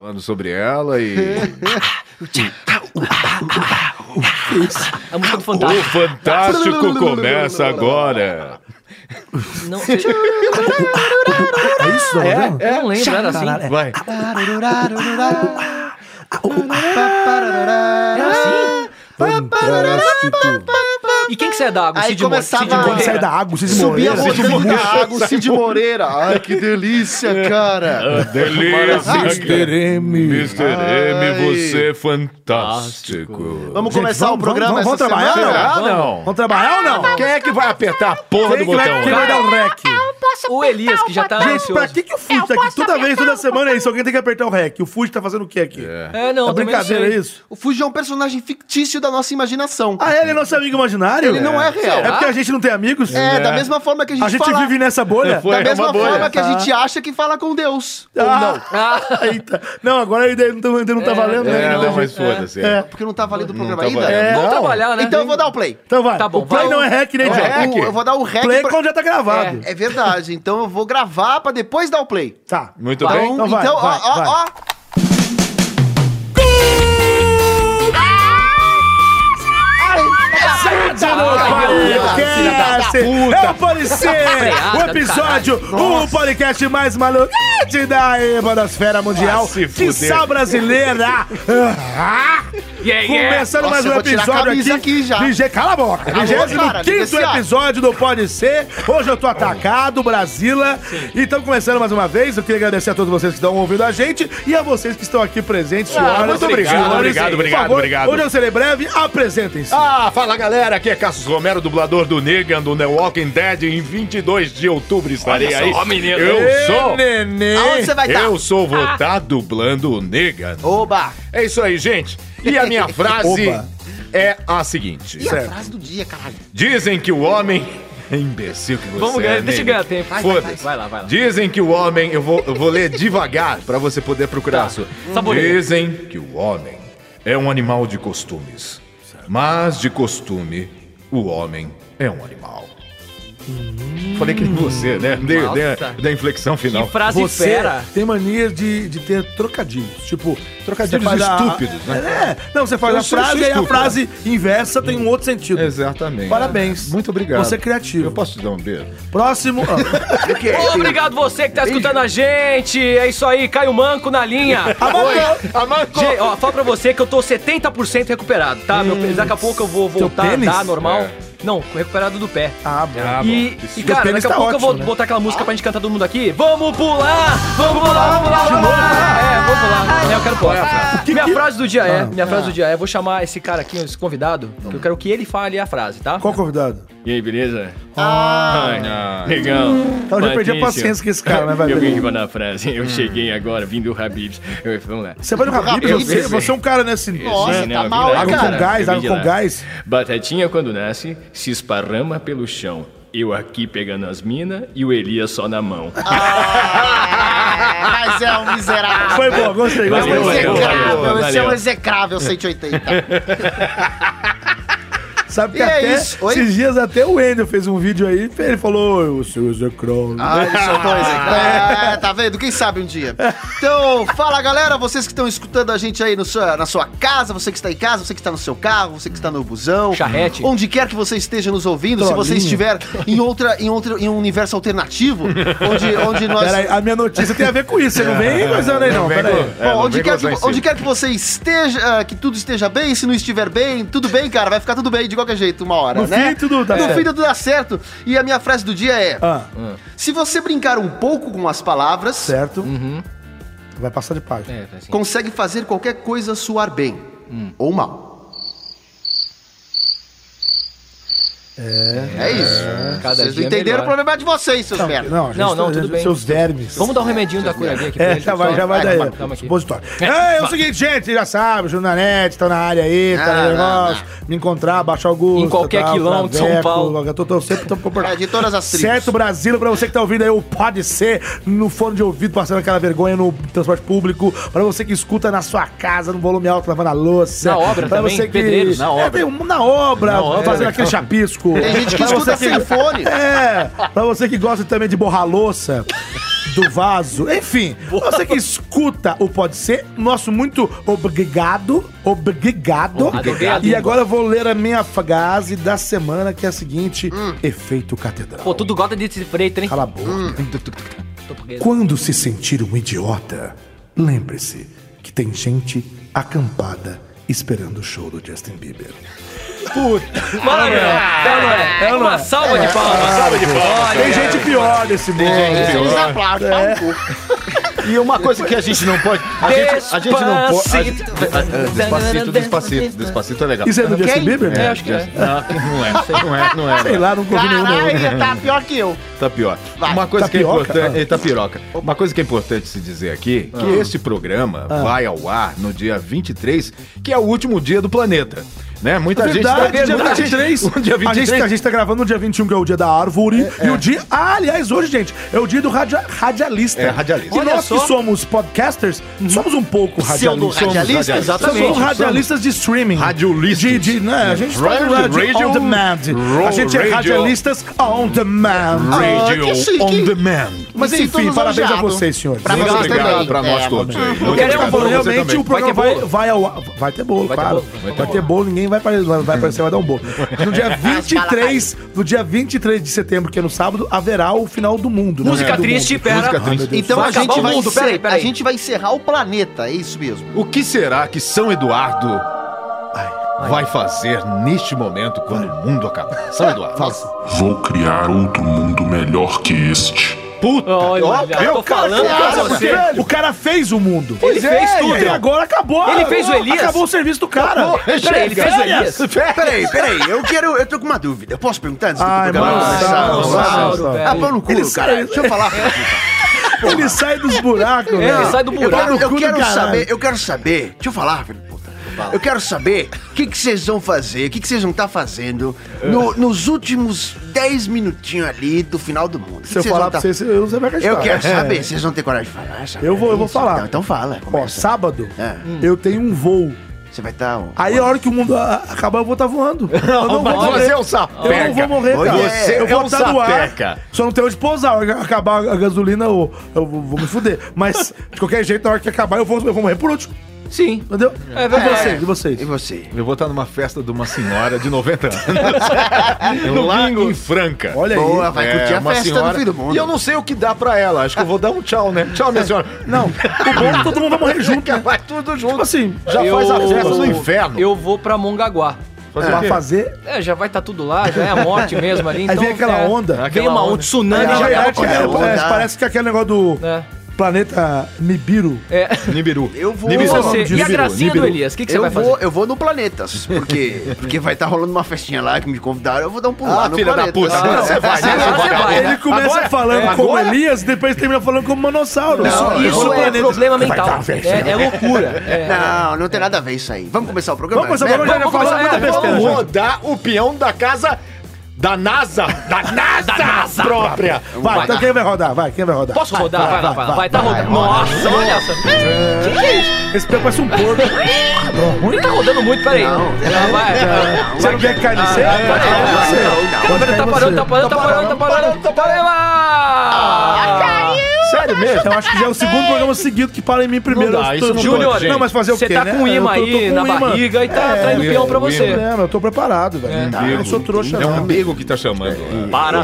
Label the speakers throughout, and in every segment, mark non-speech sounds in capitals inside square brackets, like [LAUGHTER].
Speaker 1: Falando sobre ela e.
Speaker 2: A música do
Speaker 1: o
Speaker 2: Fantástico.
Speaker 1: Fantástico começa agora.
Speaker 2: Não,
Speaker 3: É isso, é,
Speaker 2: eu não lembro, era assim.
Speaker 3: Vai.
Speaker 2: Era assim.
Speaker 3: Fantástico.
Speaker 2: E quem que você é da água?
Speaker 4: Aí
Speaker 2: Cid Moreira?
Speaker 4: começava-
Speaker 2: Cid
Speaker 3: Quando sai
Speaker 2: Moreira?
Speaker 3: da água, vocês
Speaker 4: Subia a
Speaker 3: morreram.
Speaker 1: Cid
Speaker 4: montanha
Speaker 1: Moreira.
Speaker 4: da água, Cid Moreira. Ai, que delícia, cara.
Speaker 1: Delícia,
Speaker 3: Mr. M.
Speaker 1: Mr.
Speaker 4: Ai.
Speaker 1: M, você é fantástico.
Speaker 4: Vamos
Speaker 3: Gente,
Speaker 4: começar
Speaker 3: vamos-
Speaker 4: o programa
Speaker 3: vamos- vamos
Speaker 4: essa
Speaker 3: trabalhar,
Speaker 4: semana?
Speaker 1: Ah, não.
Speaker 3: Vamos trabalhar ou não?
Speaker 1: Quem é que vai apertar a porra
Speaker 3: Quem é
Speaker 1: do
Speaker 3: que vai-
Speaker 1: botão? né?
Speaker 3: quem vai dar o rec?
Speaker 2: O Elias, que já tá
Speaker 3: Gente, pra
Speaker 2: ansioso.
Speaker 3: que, que o Fuji tá aqui? Toda vez, toda semana é isso. Alguém tem que apertar o rec. O Fuji tá fazendo o que aqui?
Speaker 2: É, não,
Speaker 3: Tá
Speaker 2: também não sei.
Speaker 3: brincadeira, é isso?
Speaker 4: O Fuji é um personagem fictício da nossa imaginação.
Speaker 3: Ah, ele é nosso amigo imaginário?
Speaker 4: Ele não é real.
Speaker 3: É porque a gente não tem amigos?
Speaker 4: É, da mesma forma que a gente,
Speaker 3: A gente
Speaker 4: fala...
Speaker 3: vive nessa bolha?
Speaker 1: Foi
Speaker 4: Da mesma
Speaker 1: uma bolha.
Speaker 4: forma que a gente acha que fala com Deus. Ou
Speaker 3: Ah.
Speaker 4: não.
Speaker 2: Ah,
Speaker 3: [LAUGHS] Eita. Não, agora a ideia não tá, ainda não tá
Speaker 2: É,
Speaker 3: valendo.
Speaker 1: É,
Speaker 3: né?
Speaker 1: não, mas foda-se.
Speaker 3: É.
Speaker 4: Porque não tá valendo o programa
Speaker 1: tá
Speaker 4: ainda.
Speaker 1: valendo. É,
Speaker 2: vamos
Speaker 1: não.
Speaker 2: trabalhar, né?
Speaker 4: Então eu vou dar o play.
Speaker 3: Então vai.
Speaker 2: Tá bom,
Speaker 3: o play
Speaker 2: vai.
Speaker 3: não é rec, né,
Speaker 4: Eu,
Speaker 3: Diogo?
Speaker 1: É,
Speaker 4: eu- eu vou dar o rec.
Speaker 3: Play
Speaker 4: pra-
Speaker 3: quando já tá gravado.
Speaker 4: É verdade, então eu vou gravar pra depois dar o play.
Speaker 3: Tá.
Speaker 1: Muito
Speaker 2: Vai.
Speaker 1: bem.
Speaker 4: Então,
Speaker 3: Então vai,
Speaker 4: então,
Speaker 3: vai,
Speaker 4: ó, ó, ó.
Speaker 3: Podcast! É o Parecer!
Speaker 2: Freada
Speaker 3: O
Speaker 2: do
Speaker 3: episódio, o podcast mais malucante da Ebadosfera Mundial,
Speaker 1: se
Speaker 3: de
Speaker 1: fuder.
Speaker 3: sal brasileira! Ah,
Speaker 2: yeah, yeah.
Speaker 3: Começando
Speaker 4: Nossa,
Speaker 3: mais
Speaker 4: eu
Speaker 3: um
Speaker 4: vou tirar a
Speaker 3: episódio
Speaker 4: camisa
Speaker 3: aqui.
Speaker 4: aqui já.
Speaker 3: VG, cala a boca!
Speaker 4: Cala a boca, cara,
Speaker 3: 25
Speaker 4: desgraçado.
Speaker 3: episódio do Pode Ser. Hoje eu tô atacado, Brasila. Então, começando mais uma vez, eu queria agradecer a todos vocês que estão ouvindo a gente e a vocês que estão aqui presentes, senhoras.
Speaker 1: muito obrigado,
Speaker 3: senhores.
Speaker 1: obrigado,
Speaker 3: Por
Speaker 1: obrigado,
Speaker 3: favor,
Speaker 1: obrigado.
Speaker 3: Hoje eu serei breve, apresentem-se.
Speaker 1: Ah, fala galera, aqui é Cassius Romero, dublador do Negan do The Walking Dead. Em 22 de outubro estarei aí. Eu sou.
Speaker 4: Aonde você vai estar?
Speaker 1: Eu sou vou tá dublando o Negan.
Speaker 4: Oba!
Speaker 1: É isso aí, gente. E a
Speaker 3: [LAUGHS]
Speaker 1: minha frase
Speaker 3: Oba.
Speaker 1: é a seguinte:
Speaker 4: E a
Speaker 3: Certo.
Speaker 4: frase do dia, caralho?
Speaker 1: Dizem que o homem [LAUGHS] é imbecil que você
Speaker 2: Vamos ganhar,
Speaker 1: é,
Speaker 2: deixa eu
Speaker 1: Negan.
Speaker 2: ganhar tempo. Vai, vai, vai.
Speaker 1: Foda-se.
Speaker 2: Vai lá, vai lá.
Speaker 1: Dizem que o homem, eu vou, eu vou ler devagar pra você poder procurar. a sua.
Speaker 2: Tá. Saboreia.
Speaker 1: Dizem que o homem é um animal de costumes, mas de costume o homem é um animal. Falei que nem você, né? Dei, dei a-
Speaker 2: Nossa.
Speaker 1: da inflexão final.
Speaker 2: Que frase
Speaker 3: Você
Speaker 2: tá fera.
Speaker 3: tem mania de, de ter trocadilhos. Tipo, trocadilhos
Speaker 1: Você faz a-
Speaker 3: estúpidos, né? É, não, você faz
Speaker 1: Eu
Speaker 3: a
Speaker 1: sou-
Speaker 3: frase
Speaker 1: sou
Speaker 3: e a
Speaker 1: estúpido.
Speaker 3: frase inversa tem um outro sentido.
Speaker 1: Exatamente.
Speaker 3: Parabéns.
Speaker 1: Muito obrigado.
Speaker 3: Você é criativo.
Speaker 1: Eu posso te dar um beijo?
Speaker 3: Próximo. ah,
Speaker 2: Obrigado você que tá escutando a gente. É isso aí, Caio Manco na linha.
Speaker 1: Amanco!
Speaker 2: Gente, ó, fala pra você que eu tô 70% recuperado, tá? Meu, pé- daqui a pouco eu vou
Speaker 3: teu
Speaker 2: voltar a
Speaker 3: pênis?
Speaker 2: andar normal.
Speaker 1: É.
Speaker 2: Não, recuperado do pé.
Speaker 3: ah, bom.
Speaker 1: Ah, bom.
Speaker 2: e,
Speaker 1: Isso.
Speaker 2: e, cara,
Speaker 3: pênis
Speaker 2: daqui a
Speaker 3: tá
Speaker 2: pouco eu vou
Speaker 3: ótimo, né?
Speaker 2: botar aquela música pra gente cantar todo mundo aqui. Vamos pular! Vamos pular, vamos pular, vamos pular! É, vamos pular. É, eu quero pular. minha frase do dia é, minha frase do dia é, vou chamar esse cara aqui, esse convidado, que eu quero que ele fale a frase, tá?
Speaker 3: Qual convidado? Ah.
Speaker 5: E aí, beleza?
Speaker 1: Ai, não.
Speaker 5: Legal.
Speaker 3: Então eu já perdi a
Speaker 5: Patrícia.
Speaker 3: paciência com esse cara, né,
Speaker 5: Eu vim
Speaker 3: velho?
Speaker 5: mandar a frase. Eu cheguei agora, vim do Habibs. Eu- vamos lá.
Speaker 3: Você vai no Habib?
Speaker 4: Eu sei.
Speaker 3: Você, você é um cara, né? Assim,
Speaker 4: Nossa,
Speaker 5: Sim,
Speaker 4: tá
Speaker 5: eu vim
Speaker 4: mal,
Speaker 5: lá,
Speaker 4: hein,
Speaker 5: eu vim
Speaker 4: cara?
Speaker 5: de
Speaker 3: Água com gás,
Speaker 5: lá, eu vim
Speaker 3: água com
Speaker 5: de lá.
Speaker 3: gás.
Speaker 5: Batatinha, quando nasce, se esparrama pelo chão. Eu aqui pegando as minas e o Elias só na mão.
Speaker 4: Ah, mas é um miserável.
Speaker 3: Foi boa, gostei.
Speaker 4: É
Speaker 3: gostei.
Speaker 5: Valeu,
Speaker 4: um
Speaker 5: valeu,
Speaker 4: execrável,
Speaker 5: valeu,
Speaker 4: esse é um
Speaker 5: valeu.
Speaker 4: execrável 180.
Speaker 3: Sabe
Speaker 4: E
Speaker 3: que
Speaker 4: é
Speaker 3: até
Speaker 4: isso. Oi?
Speaker 3: esses dias até o Wendel fez um vídeo aí, ele falou, o seu Zé Crow.
Speaker 4: Ah, ele soltou um execrável. É, tá vendo? Quem sabe um dia. Então, fala galera, vocês que estão escutando a gente aí no sua- na sua casa, você que está em casa, você que está no seu carro, você que está no busão.
Speaker 2: Charrete.
Speaker 4: Onde quer que você esteja nos ouvindo, se
Speaker 3: Trolinho.
Speaker 4: você estiver em, outra, em, outra, em um universo alternativo, onde, onde nós...
Speaker 3: Peraí, a minha notícia tem a ver com isso, você não vem coisando aí não,
Speaker 1: Vem
Speaker 3: peraí.
Speaker 1: com-
Speaker 4: Bom,
Speaker 1: é, não
Speaker 4: onde,
Speaker 1: vem
Speaker 4: quer que,
Speaker 1: gozar em
Speaker 4: onde
Speaker 1: cima.
Speaker 4: quer que você esteja, ah, que tudo esteja bem, se não estiver bem, tudo bem, cara, vai ficar tudo bem de qualquer jeito, uma hora,
Speaker 3: No
Speaker 4: né?
Speaker 3: fim, tudo dá
Speaker 4: no
Speaker 3: certo.
Speaker 4: fim tudo dá certo. E a minha frase do dia é:
Speaker 3: Ah.
Speaker 2: Hum.
Speaker 4: se você brincar um pouco com as palavras,
Speaker 3: Certo?
Speaker 1: Uhum.
Speaker 3: Vai passar de
Speaker 2: É,
Speaker 3: página.
Speaker 4: consegue fazer qualquer coisa soar bem ou mal. É. É isso.
Speaker 2: Cada
Speaker 4: Vocês não
Speaker 2: dia é
Speaker 4: entenderam
Speaker 2: melhor.
Speaker 4: o problema é de vocês, seus merda.
Speaker 3: Não, gente,
Speaker 2: Não, não,
Speaker 3: tá-
Speaker 2: tudo bem.
Speaker 3: Seus vermes.
Speaker 2: Vamos dar um remedinho da curaguinha aqui pra
Speaker 3: [LAUGHS] É,
Speaker 2: ele,
Speaker 3: já vai,
Speaker 2: só.
Speaker 3: já vai
Speaker 2: Ah,
Speaker 3: daí.
Speaker 2: calma, calma aqui. [LAUGHS]
Speaker 3: Supositório. É, é o seguinte, gente, já sabe, Júnior Net, estão na área aí, tá
Speaker 4: Ah,
Speaker 3: no negócio. Me encontrar, baixar o gosto.
Speaker 2: Em qualquer
Speaker 3: tal,
Speaker 2: quilão de São
Speaker 3: Traveco,
Speaker 2: Paulo.
Speaker 3: Eu tô, tô sempre tô
Speaker 4: É,
Speaker 3: comportado.
Speaker 4: de todas as tribos.
Speaker 3: Certo, Brasília, pra você que tá ouvindo aí o Pode Ser no fone de ouvido, passando aquela vergonha no transporte público, pra você que escuta na sua casa, no volume alto, lavando a louça.
Speaker 2: Na obra
Speaker 3: pra
Speaker 2: também,
Speaker 3: você que...
Speaker 2: pedreiros, na
Speaker 3: É,
Speaker 2: obra.
Speaker 3: tem um- na obra,
Speaker 2: obra,
Speaker 3: fazendo
Speaker 2: legal.
Speaker 3: aquele chapisco.
Speaker 4: Tem gente que
Speaker 3: Pra
Speaker 4: escuta
Speaker 3: você
Speaker 4: sem fone.
Speaker 3: É, pra você que gosta também de borrar louça. do vaso. Enfim, você que escuta o Pode Ser, nosso muito obrigado. Obrigado.
Speaker 2: Obrigado.
Speaker 3: E agora eu vou ler a minha frase da semana, que é a seguinte: Efeito Catedral.
Speaker 2: Hum. Pô, Hum. tudo gosta de freio, hein?
Speaker 3: Cala a boca. Quando se sentir um idiota, lembre-se que tem gente acampada esperando o show do Justin Bieber.
Speaker 2: Mano, é, não é, é, uma salva de palmas.
Speaker 1: Salva de palmas.
Speaker 2: É.
Speaker 3: Tem gente pior nesse mundo.
Speaker 4: Eles
Speaker 3: É.
Speaker 4: aplaudem, tá um pouco.
Speaker 6: E uma coisa que a gente não pode. A gente, a gente não pode. a gente-
Speaker 1: É, Despacito, despacito. Despacito é legal.
Speaker 3: Isso é do Justin Bieber?
Speaker 2: É, acho que é.
Speaker 1: Não é, não é, não é.
Speaker 3: Sei lá, não ouvi nenhum.
Speaker 4: Caralho,
Speaker 3: não.
Speaker 4: ele tá pior que eu.
Speaker 1: Tá pior.
Speaker 4: Vai.
Speaker 1: Uma coisa
Speaker 3: Tapioca?
Speaker 1: que é importante. Eita, piroca. Uma coisa que é importante se dizer aqui, que este programa vai ao ar no dia 23, que é o último dia do planeta. Né? Muita
Speaker 3: É Verdade,
Speaker 1: gente.
Speaker 3: dia
Speaker 1: muita gente- [LAUGHS]
Speaker 3: 23.
Speaker 1: O Um dia
Speaker 3: A gente,
Speaker 1: 23.
Speaker 3: tá- a gente tá gravando no dia 21, que é o dia da árvore. E o dia. Ah, aliás, hoje, gente, é o dia do radia- radialista.
Speaker 1: É, radialista.
Speaker 3: E
Speaker 1: Olha Uhum.
Speaker 3: nós que somos podcasters, somos um pouco
Speaker 4: Pseudo
Speaker 3: radialistas.
Speaker 4: radialista?
Speaker 1: radialistas.
Speaker 4: Exatamente.
Speaker 3: Somos radialistas de streaming.
Speaker 1: Radiolistas.
Speaker 3: De, de, né, a gente faz
Speaker 1: Radio-
Speaker 3: radio,
Speaker 1: radio-
Speaker 3: on demand. a
Speaker 1: ro-
Speaker 3: gente é
Speaker 1: radio-
Speaker 3: radialistas on demand.
Speaker 1: Radio
Speaker 4: que chique.
Speaker 1: on demand.
Speaker 3: Mas
Speaker 4: Me sinto
Speaker 3: enfim, parabéns a
Speaker 4: lisonjeado.
Speaker 3: vocês, senhores.
Speaker 4: Pra vocês
Speaker 1: Obrigado
Speaker 4: também.
Speaker 1: pra nós
Speaker 4: É,
Speaker 1: todos. aí.
Speaker 2: Eu quero um
Speaker 1: Obrigado pra
Speaker 2: bolo,
Speaker 1: você
Speaker 3: Realmente
Speaker 1: também.
Speaker 3: o programa
Speaker 2: Vai ter
Speaker 3: vai,
Speaker 2: bolo?
Speaker 3: vai ao ar. Vai ter bolo,
Speaker 2: ter
Speaker 3: claro.
Speaker 2: bolo, Uhum.
Speaker 3: Vai ter, bolo, ninguém vai aparecer, vai aparecer, vai dar um bolo. No dia 23, no dia 23 de setembro, que é no sábado, haverá o final do mundo. né?
Speaker 2: É Música
Speaker 3: Do
Speaker 2: triste,
Speaker 3: mundo.
Speaker 2: pera. Ah,
Speaker 1: Música triste.
Speaker 4: Então
Speaker 2: Vai
Speaker 4: a gente
Speaker 2: acabar o
Speaker 4: vai
Speaker 2: mundo,
Speaker 4: encer-
Speaker 2: peraí, peraí.
Speaker 4: a gente vai encerrar o planeta, é isso mesmo.
Speaker 1: O que será que São Eduardo vai fazer neste momento quando o mundo acabar? São Eduardo.
Speaker 7: Vou criar outro mundo melhor que este.
Speaker 1: Puta.
Speaker 2: Olha, eu tô falando pra
Speaker 3: Cara,
Speaker 2: você.
Speaker 3: o cara fez o mundo.
Speaker 2: Pois é,
Speaker 3: fez tudo.
Speaker 2: e aí?
Speaker 3: E agora acabou.
Speaker 2: Ele fez o Elias?
Speaker 3: Acabou o serviço do cara.
Speaker 2: Peraí, ele fez o Elias?
Speaker 4: [LAUGHS] Peraí, peraí, eu quero. Eu tô com uma dúvida. Eu posso perguntar antes
Speaker 3: Ai,
Speaker 4: programa?
Speaker 3: mano,
Speaker 4: começar?
Speaker 3: Saulo,
Speaker 2: Saulo,
Speaker 4: Saulo.
Speaker 2: velho.
Speaker 4: Ah, pau no cu,
Speaker 3: [LAUGHS] Ele sai-
Speaker 4: cara. Deixa eu falar.
Speaker 3: Ele sai dos buracos,
Speaker 2: É,
Speaker 3: né?
Speaker 2: ele sai do
Speaker 4: Eu
Speaker 2: buraco.
Speaker 4: quero,
Speaker 3: no
Speaker 4: eu
Speaker 3: cu do
Speaker 4: quero
Speaker 3: caralho.
Speaker 4: saber, eu quero saber. Deixa eu falar, filho da puta. Eu quero saber o que que vocês vão fazer, o que que vocês vão estar fazendo no- nos últimos 10 minutinhos ali do final do mundo. O que
Speaker 3: Se eu
Speaker 4: que vocês
Speaker 3: falar
Speaker 4: vão tá-
Speaker 3: pra vocês, eu- você vai acreditar.
Speaker 4: Eu quero
Speaker 3: É.
Speaker 4: saber, vocês vão ter coragem de falar? sabe?
Speaker 3: Eu vou- eu vou
Speaker 4: Isso,
Speaker 3: falar.
Speaker 4: Então, então fala.
Speaker 3: Ó,
Speaker 4: começa.
Speaker 3: sábado,
Speaker 4: É.
Speaker 3: eu tenho um voo.
Speaker 4: Você vai tá estar.
Speaker 3: Aí a hora que o mundo ah, acabar, eu vou
Speaker 1: [LAUGHS]
Speaker 3: estar voando. Eu não vou
Speaker 1: Você
Speaker 3: morrer.
Speaker 1: é um sapeca.
Speaker 3: Eu não vou morrer, cara.
Speaker 1: Você
Speaker 3: eu vou
Speaker 1: é um
Speaker 3: estar no ar.
Speaker 1: sapeca.
Speaker 3: Só não tem onde pousar. A hora que Acabar a gasolina, eu, eu vou vou me fuder. Mas, de qualquer jeito, na hora que acabar, eu vou, eu vou morrer por último.
Speaker 2: Sim.
Speaker 3: Entendeu?
Speaker 2: É
Speaker 3: E
Speaker 2: verdade.
Speaker 3: vocês? E vocês?
Speaker 4: E você?
Speaker 1: Eu vou estar numa festa de uma senhora de 90 anos. [LAUGHS] lá em Franca. É,
Speaker 3: Olha aí.
Speaker 4: Boa, vai curtir a
Speaker 1: uma
Speaker 4: festa do fim do mundo.
Speaker 1: E eu não sei o que dá pra ela. Acho que eu vou dar um tchau, né? Tchau, minha senhora.
Speaker 3: Não, o bom é que todo mundo vai
Speaker 1: [LAUGHS]
Speaker 3: morrer junto. né?
Speaker 1: Vai tudo
Speaker 3: Tipo
Speaker 1: junto.
Speaker 3: assim,
Speaker 1: Já
Speaker 2: Eu-
Speaker 1: faz a festa do inferno.
Speaker 2: Eu vou pra Mongaguá.
Speaker 1: Fazer o
Speaker 3: pra
Speaker 1: quê?
Speaker 3: fazer...
Speaker 2: É, já vai estar tudo lá, já é a morte mesmo ali.
Speaker 3: Aí
Speaker 2: Então,
Speaker 3: vem aquela
Speaker 2: é,
Speaker 3: onda.
Speaker 2: Vem uma onda, tsunami
Speaker 3: Na
Speaker 2: já
Speaker 3: verdade,
Speaker 4: acaba
Speaker 3: é,
Speaker 4: com a
Speaker 3: é,
Speaker 4: onda.
Speaker 3: parece que é aquele negócio do
Speaker 2: É.
Speaker 3: planeta Nibiru.
Speaker 2: É.
Speaker 1: Nibiru.
Speaker 4: Eu vou-
Speaker 2: E
Speaker 1: Nibiru.
Speaker 4: Vamos
Speaker 2: você? E a
Speaker 1: Nibiru,
Speaker 2: gracinha do
Speaker 1: Nibiru.
Speaker 2: Elias? O que, que você
Speaker 4: eu
Speaker 2: vai
Speaker 4: vou,
Speaker 2: fazer?
Speaker 4: eu vou no Planetas, porque, porque vai estar rolando uma festinha lá que me convidaram, eu vou dar um pulo lá no
Speaker 1: filha da
Speaker 4: Planetas.
Speaker 1: puta.
Speaker 4: Ah,
Speaker 1: Você vai, né?
Speaker 2: Agora
Speaker 1: Você
Speaker 2: você
Speaker 1: vai.
Speaker 2: vai, né?
Speaker 3: Ele começa falando como Elias, depois termina falando como Manossauro.
Speaker 4: Não, eu
Speaker 2: Isso
Speaker 4: vou no
Speaker 2: é
Speaker 4: planeta.
Speaker 2: problema mental.
Speaker 3: dar uma festa,
Speaker 2: É, é loucura. É.
Speaker 4: Não, não tem nada a ver isso aí. Vamos começar o programa? né?
Speaker 3: Vamos começar o programa, já
Speaker 2: Vamos
Speaker 3: falou
Speaker 2: começar,
Speaker 3: muita
Speaker 2: é,
Speaker 3: besteira.
Speaker 1: Vamos
Speaker 3: já.
Speaker 1: rodar o peão da casa da NASA. Da NASA, própria.
Speaker 3: Vai, então quem vai rodar? Vai, quem vai rodar?
Speaker 2: Posso rodar? Vai, lá, vai lá. Vai, tá rodando. Nossa, olha essa.
Speaker 3: Esse pé parece um porco.
Speaker 2: Ele tá rodando muito, peraí. Ela vai.
Speaker 3: Você não quer que caia no céu?
Speaker 2: Peraí,
Speaker 3: Vai cair
Speaker 2: não,
Speaker 3: você.
Speaker 2: não, não.
Speaker 3: Pode
Speaker 2: Câmera
Speaker 3: cair
Speaker 2: tá
Speaker 3: você.
Speaker 2: parando, tá parando, tá parando, tá parando, tá parando. Ah,
Speaker 1: Sério mesmo?
Speaker 3: Eu acho que já é o segundo programa seguido que para em mim primeiro.
Speaker 1: Não dá,
Speaker 3: Eu tô-
Speaker 1: isso não
Speaker 3: Júnior,
Speaker 1: pode, gente.
Speaker 3: Não, mas fazer o quê,
Speaker 2: Você tá
Speaker 3: né?
Speaker 2: com um imã
Speaker 3: Eu tô- tô
Speaker 2: aí
Speaker 3: com
Speaker 2: na
Speaker 3: um imã.
Speaker 2: barriga e tá traindo peão pra
Speaker 3: Não tem
Speaker 2: você.
Speaker 3: problema, eu tô preparado, velho. Eu não sou trouxa,
Speaker 1: É um
Speaker 3: não.
Speaker 1: amigo que tá chamando.
Speaker 2: Para.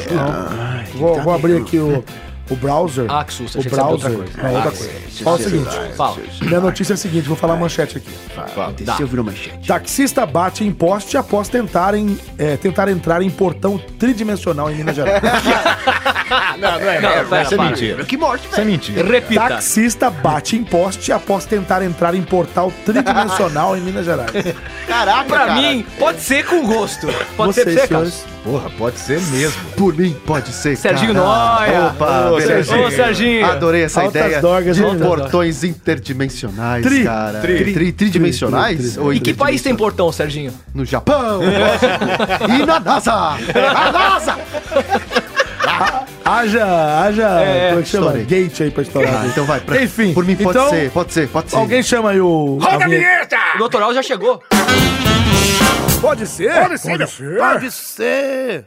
Speaker 3: Vou, vou abrir aqui o, o browser.
Speaker 2: Ah, que susto,
Speaker 3: O
Speaker 2: achei que era outra
Speaker 3: browser.
Speaker 2: coisa. Ah,
Speaker 3: Não, outra coisa. Fala o seguinte.
Speaker 2: Fala.
Speaker 3: Minha notícia é a seguinte, vou falar a manchete aqui.
Speaker 4: Aconteceu, virou manchete.
Speaker 3: Taxista bate em poste após tentar, em- é, tentar entrar em portão tridimensional em Minas Gerais.
Speaker 2: Não, pera,
Speaker 1: Isso é
Speaker 2: para.
Speaker 1: mentira.
Speaker 4: Que morte,
Speaker 1: Isso é
Speaker 4: velho.
Speaker 1: mentira.
Speaker 2: Repita.
Speaker 3: Taxista bate em poste após tentar entrar em portal tridimensional em Minas Gerais.
Speaker 4: Caraca,
Speaker 2: Pra
Speaker 4: cara.
Speaker 2: mim, pode ser com gosto. [LAUGHS] Pode ser pra
Speaker 3: Vocês,
Speaker 2: você, Carlos.
Speaker 3: senhores.
Speaker 1: Porra, pode ser mesmo.
Speaker 4: Por mim, pode ser.
Speaker 2: Serginho
Speaker 4: cara.
Speaker 2: Noia.
Speaker 4: Opa,
Speaker 1: Ô,
Speaker 4: beleza.
Speaker 1: Serginho.
Speaker 2: Ô, Serginho.
Speaker 4: Adorei essa
Speaker 3: Altas
Speaker 4: ideia.
Speaker 3: dorgas,
Speaker 4: de
Speaker 3: altas
Speaker 4: portões interdimensionais,
Speaker 3: Tri,
Speaker 4: cara.
Speaker 1: tri,
Speaker 4: tri- tridimensionais?
Speaker 3: tri, tri,
Speaker 4: Ou
Speaker 2: E que país tem
Speaker 4: interdimensionais?
Speaker 2: portão, Serginho?
Speaker 4: No Japão. e na NASA. A NASA.
Speaker 3: Haja, haja,
Speaker 2: É,
Speaker 3: como é que chama?
Speaker 4: estourei.
Speaker 3: Gate aí pra estourar.
Speaker 4: Ah, então vai. pra-
Speaker 3: Enfim,
Speaker 4: Por mim, pode
Speaker 3: então,
Speaker 4: ser. Pode ser, pode ser.
Speaker 3: Tá Alguém chama aí o... a vinheta.
Speaker 2: O doutoral já chegou.
Speaker 3: Roda a vinheta! Pode ser? Pode ser. Pode ser. Pode ser.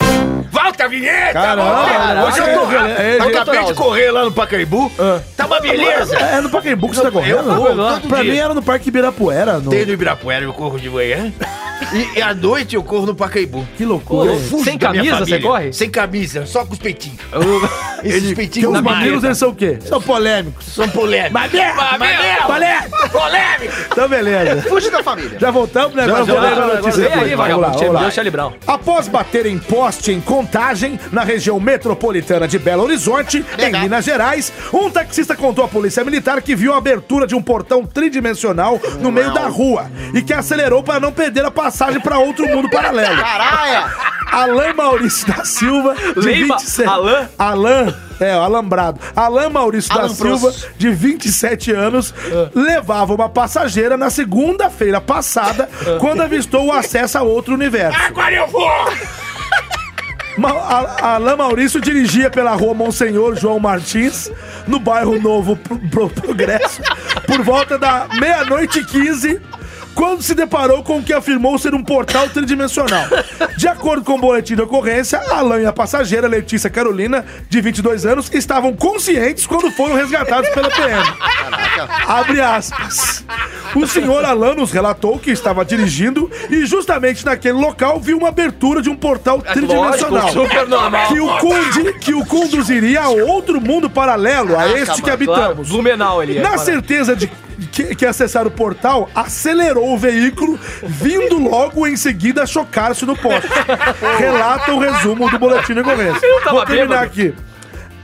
Speaker 1: Volta a vinheta!
Speaker 6: Caramba,
Speaker 1: volta! Hoje eu tô
Speaker 6: caramba.
Speaker 1: rápido. Acabei de correr lá no Pacaembu.
Speaker 3: Ah.
Speaker 1: Tá uma beleza.
Speaker 3: É, É no Pacaembu que você tá
Speaker 1: Eu
Speaker 3: correndo?
Speaker 1: vou todo
Speaker 3: pra
Speaker 1: dia.
Speaker 3: mim era no Parque Ibirapuera. No...
Speaker 1: Tem no Ibirapuera, eu corro de manhã. E, e à noite eu corro no Pacaembu.
Speaker 3: Que loucura. hein?
Speaker 1: Fujo
Speaker 2: Sem
Speaker 1: da minha
Speaker 2: camisa você
Speaker 1: família.
Speaker 2: corre?
Speaker 1: Sem camisa, só com os peitinhos. Esses
Speaker 3: Porque
Speaker 1: peitinhos
Speaker 3: os
Speaker 1: na
Speaker 3: mamilos,
Speaker 1: maleta
Speaker 3: eles são o quê? São polêmicos.
Speaker 1: são polêmicos.
Speaker 3: Mamilo! Polêmico! [LAUGHS]
Speaker 1: Polêmico!
Speaker 3: Então, beleza.
Speaker 4: Fuge da família.
Speaker 3: Já voltamos, né? Agora vou ler a notícia.
Speaker 2: Vem aí,
Speaker 3: depois. Vamos lá,
Speaker 2: vagabundo.
Speaker 3: vamos
Speaker 2: Deu
Speaker 3: lá.
Speaker 2: o Charlie Brown.
Speaker 3: Após bater em poste em Contagem, na região metropolitana de Belo Horizonte, em Minas Gerais, um taxista contou à polícia militar que viu a abertura de um portão tridimensional no meio da rua e que acelerou para não perder a passagem para outro mundo paralelo.
Speaker 4: Caralho!
Speaker 3: Alain Maurício da Silva, de
Speaker 2: Leima,
Speaker 3: 27...
Speaker 2: Alain?
Speaker 3: Alain, é, o alambrado. Alain Maurício da
Speaker 4: Alain
Speaker 3: Silva,
Speaker 4: Prost. Ah.
Speaker 3: de 27 anos, levava uma passageira na segunda-feira passada,
Speaker 4: Ah.
Speaker 3: quando avistou o acesso a outro universo.
Speaker 1: Agora eu vou!
Speaker 3: Ma a- Alain Maurício dirigia pela rua Monsenhor João Martins, no bairro Novo Pro- Pro- Progresso, por volta da meia-noite e 15, quando se deparou com o que afirmou ser um portal tridimensional. De acordo com o boletim de ocorrência, Alain e a passageira Letícia Carolina, de 22 anos, estavam conscientes quando foram resgatados pela PM. Abre aspas. O senhor Alain nos relatou que estava dirigindo e justamente naquele local viu uma abertura de um portal tridimensional.
Speaker 2: É lógico, super normal.
Speaker 3: Que o, condi- que o conduziria a outro mundo paralelo, a este que
Speaker 2: Claro,
Speaker 3: habitamos.
Speaker 2: Blumenau ele é.
Speaker 3: Na
Speaker 2: para-
Speaker 3: certeza de que, que acessar o portal, acelerou o veículo, vindo logo em seguida chocar-se
Speaker 2: [LAUGHS]
Speaker 3: no poste. Relata o resumo do boletim de ocorrência.
Speaker 2: Eu tava
Speaker 3: Vou terminar
Speaker 2: bêbado.
Speaker 3: aqui.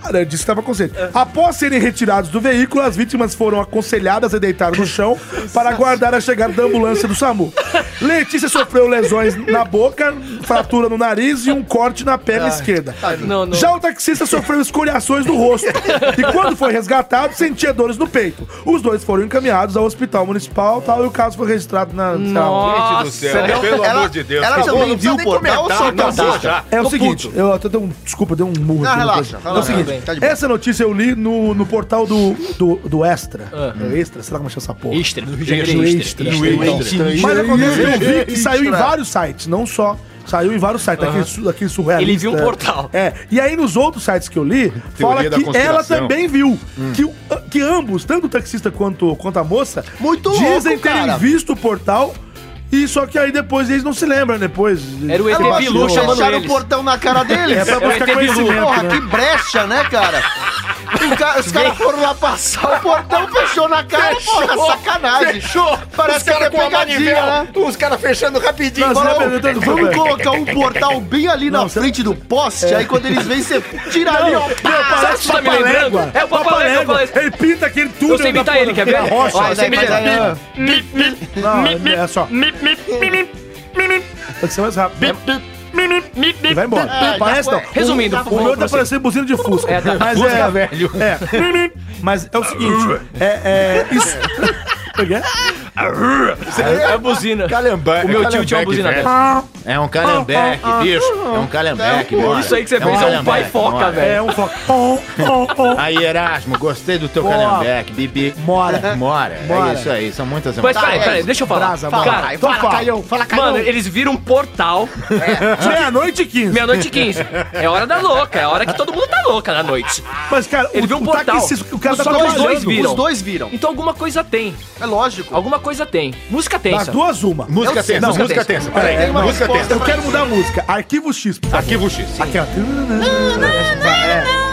Speaker 3: Ah, Eu disse que estava consciente. Após serem retirados do veículo, as vítimas foram aconselhadas a deitar no chão para aguardar a chegada da ambulância do SAMU. Letícia sofreu lesões na boca, fratura no nariz e um corte na perna esquerda.
Speaker 2: Não, não.
Speaker 3: Já o é um taxista sofreu escoriações no rosto e quando foi resgatado, sentia dores no peito. Os dois foram encaminhados ao hospital municipal tal, e o caso foi registrado na...
Speaker 1: Gente do céu,
Speaker 2: Nossa.
Speaker 1: pelo
Speaker 4: Ela-
Speaker 1: amor de Deus.
Speaker 4: ela tá
Speaker 1: acabou,
Speaker 4: também
Speaker 1: não precisa
Speaker 4: viu
Speaker 1: nem
Speaker 4: o portal,
Speaker 1: comentar,
Speaker 4: só
Speaker 1: não,
Speaker 4: passou
Speaker 1: não, já.
Speaker 3: É o
Speaker 2: Tô
Speaker 3: seguinte,
Speaker 2: puto.
Speaker 3: eu até dei um. Desculpa, dei um murro.
Speaker 4: Não,
Speaker 3: aqui no
Speaker 4: relaxa,
Speaker 3: coisa.
Speaker 4: relaxa,
Speaker 3: é o seguinte,
Speaker 4: tá de boa.
Speaker 3: essa notícia eu li no, no portal do, do, do Extra.
Speaker 2: Ah.
Speaker 3: É Extra? Sei lá como chama essa porra.
Speaker 5: Extra, do Rio de
Speaker 3: No
Speaker 5: Janeiro.
Speaker 3: um Extra.
Speaker 5: Extra.
Speaker 3: Então, Mas aconteceu, eu vi que saiu em
Speaker 4: Extra.
Speaker 3: vários sites, não só. Saiu em vários sites, daquele, su- daquele surrealista.
Speaker 2: Ele viu um portal.
Speaker 3: É, e aí nos outros sites que eu li, fala
Speaker 1: da
Speaker 3: que ela
Speaker 1: conspiração.
Speaker 3: também viu.
Speaker 2: Hum.
Speaker 3: Que, o- ah, que ambos, tanto o taxista quanto, quanto a moça,
Speaker 4: Muito
Speaker 3: dizem
Speaker 4: louco,
Speaker 3: terem
Speaker 4: cara.
Speaker 3: visto o portal, e só que aí depois eles não se lembram depois.
Speaker 2: Era o ET
Speaker 4: Ela
Speaker 2: Bilu
Speaker 4: baixou,
Speaker 2: chamando
Speaker 4: Fecharam
Speaker 2: eles.
Speaker 4: o portão na cara deles.
Speaker 3: É pra buscar
Speaker 2: ET Bilu.
Speaker 3: conhecimento,
Speaker 4: Porra,
Speaker 3: né?
Speaker 4: que brecha, né, cara? O ca- os caras foram lá passar o portão, fechou na cara, porra, sacanagem.
Speaker 1: Fechou!
Speaker 4: Parece
Speaker 1: os caras
Speaker 4: que é
Speaker 1: com a
Speaker 4: pegadinha,
Speaker 1: manivela,
Speaker 4: né?
Speaker 1: os caras fechando rapidinho.
Speaker 3: Não,
Speaker 1: Falou,
Speaker 3: você não
Speaker 2: É
Speaker 3: apresentou-
Speaker 4: Vamos colocar um portal bem ali na frente do poste, aí quando eles vêm, você tira ali, ó. pá.
Speaker 2: Sabe o que tá me lembrando? É o Papalégua. eu falei isso.
Speaker 3: Ele pinta aquele túnel.
Speaker 2: Eu sei imitar
Speaker 3: da-
Speaker 2: ele, quer
Speaker 3: da
Speaker 2: ver?
Speaker 3: rocha.
Speaker 2: Ó, eu sei
Speaker 4: Mas
Speaker 2: imitar
Speaker 4: aí,
Speaker 2: ele.
Speaker 4: ó,
Speaker 3: Não, é só. Tem que ser mais rápido. E vai embora.
Speaker 4: É, já
Speaker 3: Parece
Speaker 4: foi.
Speaker 3: não.
Speaker 2: Resumindo,
Speaker 3: o, o meu tá parecendo buzina de Fusca.
Speaker 2: É, tá.
Speaker 3: mas é, velho. É. Mas é o seguinte. É, é, isso... O quê?
Speaker 2: É a buzina.
Speaker 1: Calhambeque,
Speaker 2: O meu tio tinha uma buzina
Speaker 1: velho.
Speaker 2: dessa. Ah,
Speaker 6: É um calembeque, bicho. É um calembeque,
Speaker 4: Não,
Speaker 6: bora.
Speaker 2: Isso aí que você fez é um
Speaker 6: calembeque,
Speaker 2: pai foca,
Speaker 6: bora.
Speaker 2: velho.
Speaker 3: É um foco. Oh, oh,
Speaker 6: Aí, Erasmo, gostei do teu calembeque, bibi.
Speaker 3: oh. Mora.
Speaker 6: Mora.
Speaker 3: Bora.
Speaker 6: É isso aí, são muitas
Speaker 2: Mas
Speaker 6: emoções.
Speaker 2: peraí,
Speaker 1: Tá,
Speaker 4: é
Speaker 2: peraí,
Speaker 4: isso.
Speaker 2: deixa eu falar.
Speaker 3: Brasa, mano.
Speaker 2: Cara,
Speaker 3: Então fala.
Speaker 6: fala,
Speaker 2: mano, eles viram um portal,
Speaker 3: Meia-noite e 15.
Speaker 2: meia-noite e 15. É hora da louca, é hora que todo mundo tá louca na noite.
Speaker 3: Mas, cara,
Speaker 2: Ele viu um portal.
Speaker 3: taxista- o cara tá
Speaker 2: Só que os
Speaker 3: trabalhando.
Speaker 2: dois viram.
Speaker 4: Os dois viram.
Speaker 2: Então alguma coisa tem,
Speaker 4: É lógico.
Speaker 2: alguma coisa tem. Música
Speaker 3: Das
Speaker 2: tensa.
Speaker 3: duas, uma.
Speaker 1: Música
Speaker 4: Eu sei,
Speaker 1: tensa,
Speaker 2: não,
Speaker 1: música
Speaker 2: música
Speaker 1: tensa.
Speaker 3: tensa.
Speaker 1: Peraí,
Speaker 4: Tem uma
Speaker 1: música
Speaker 4: resposta.
Speaker 1: tensa.
Speaker 3: Eu quero mudar a música. Arquivo X, por favor.
Speaker 1: Arquivo X.
Speaker 3: Aquela.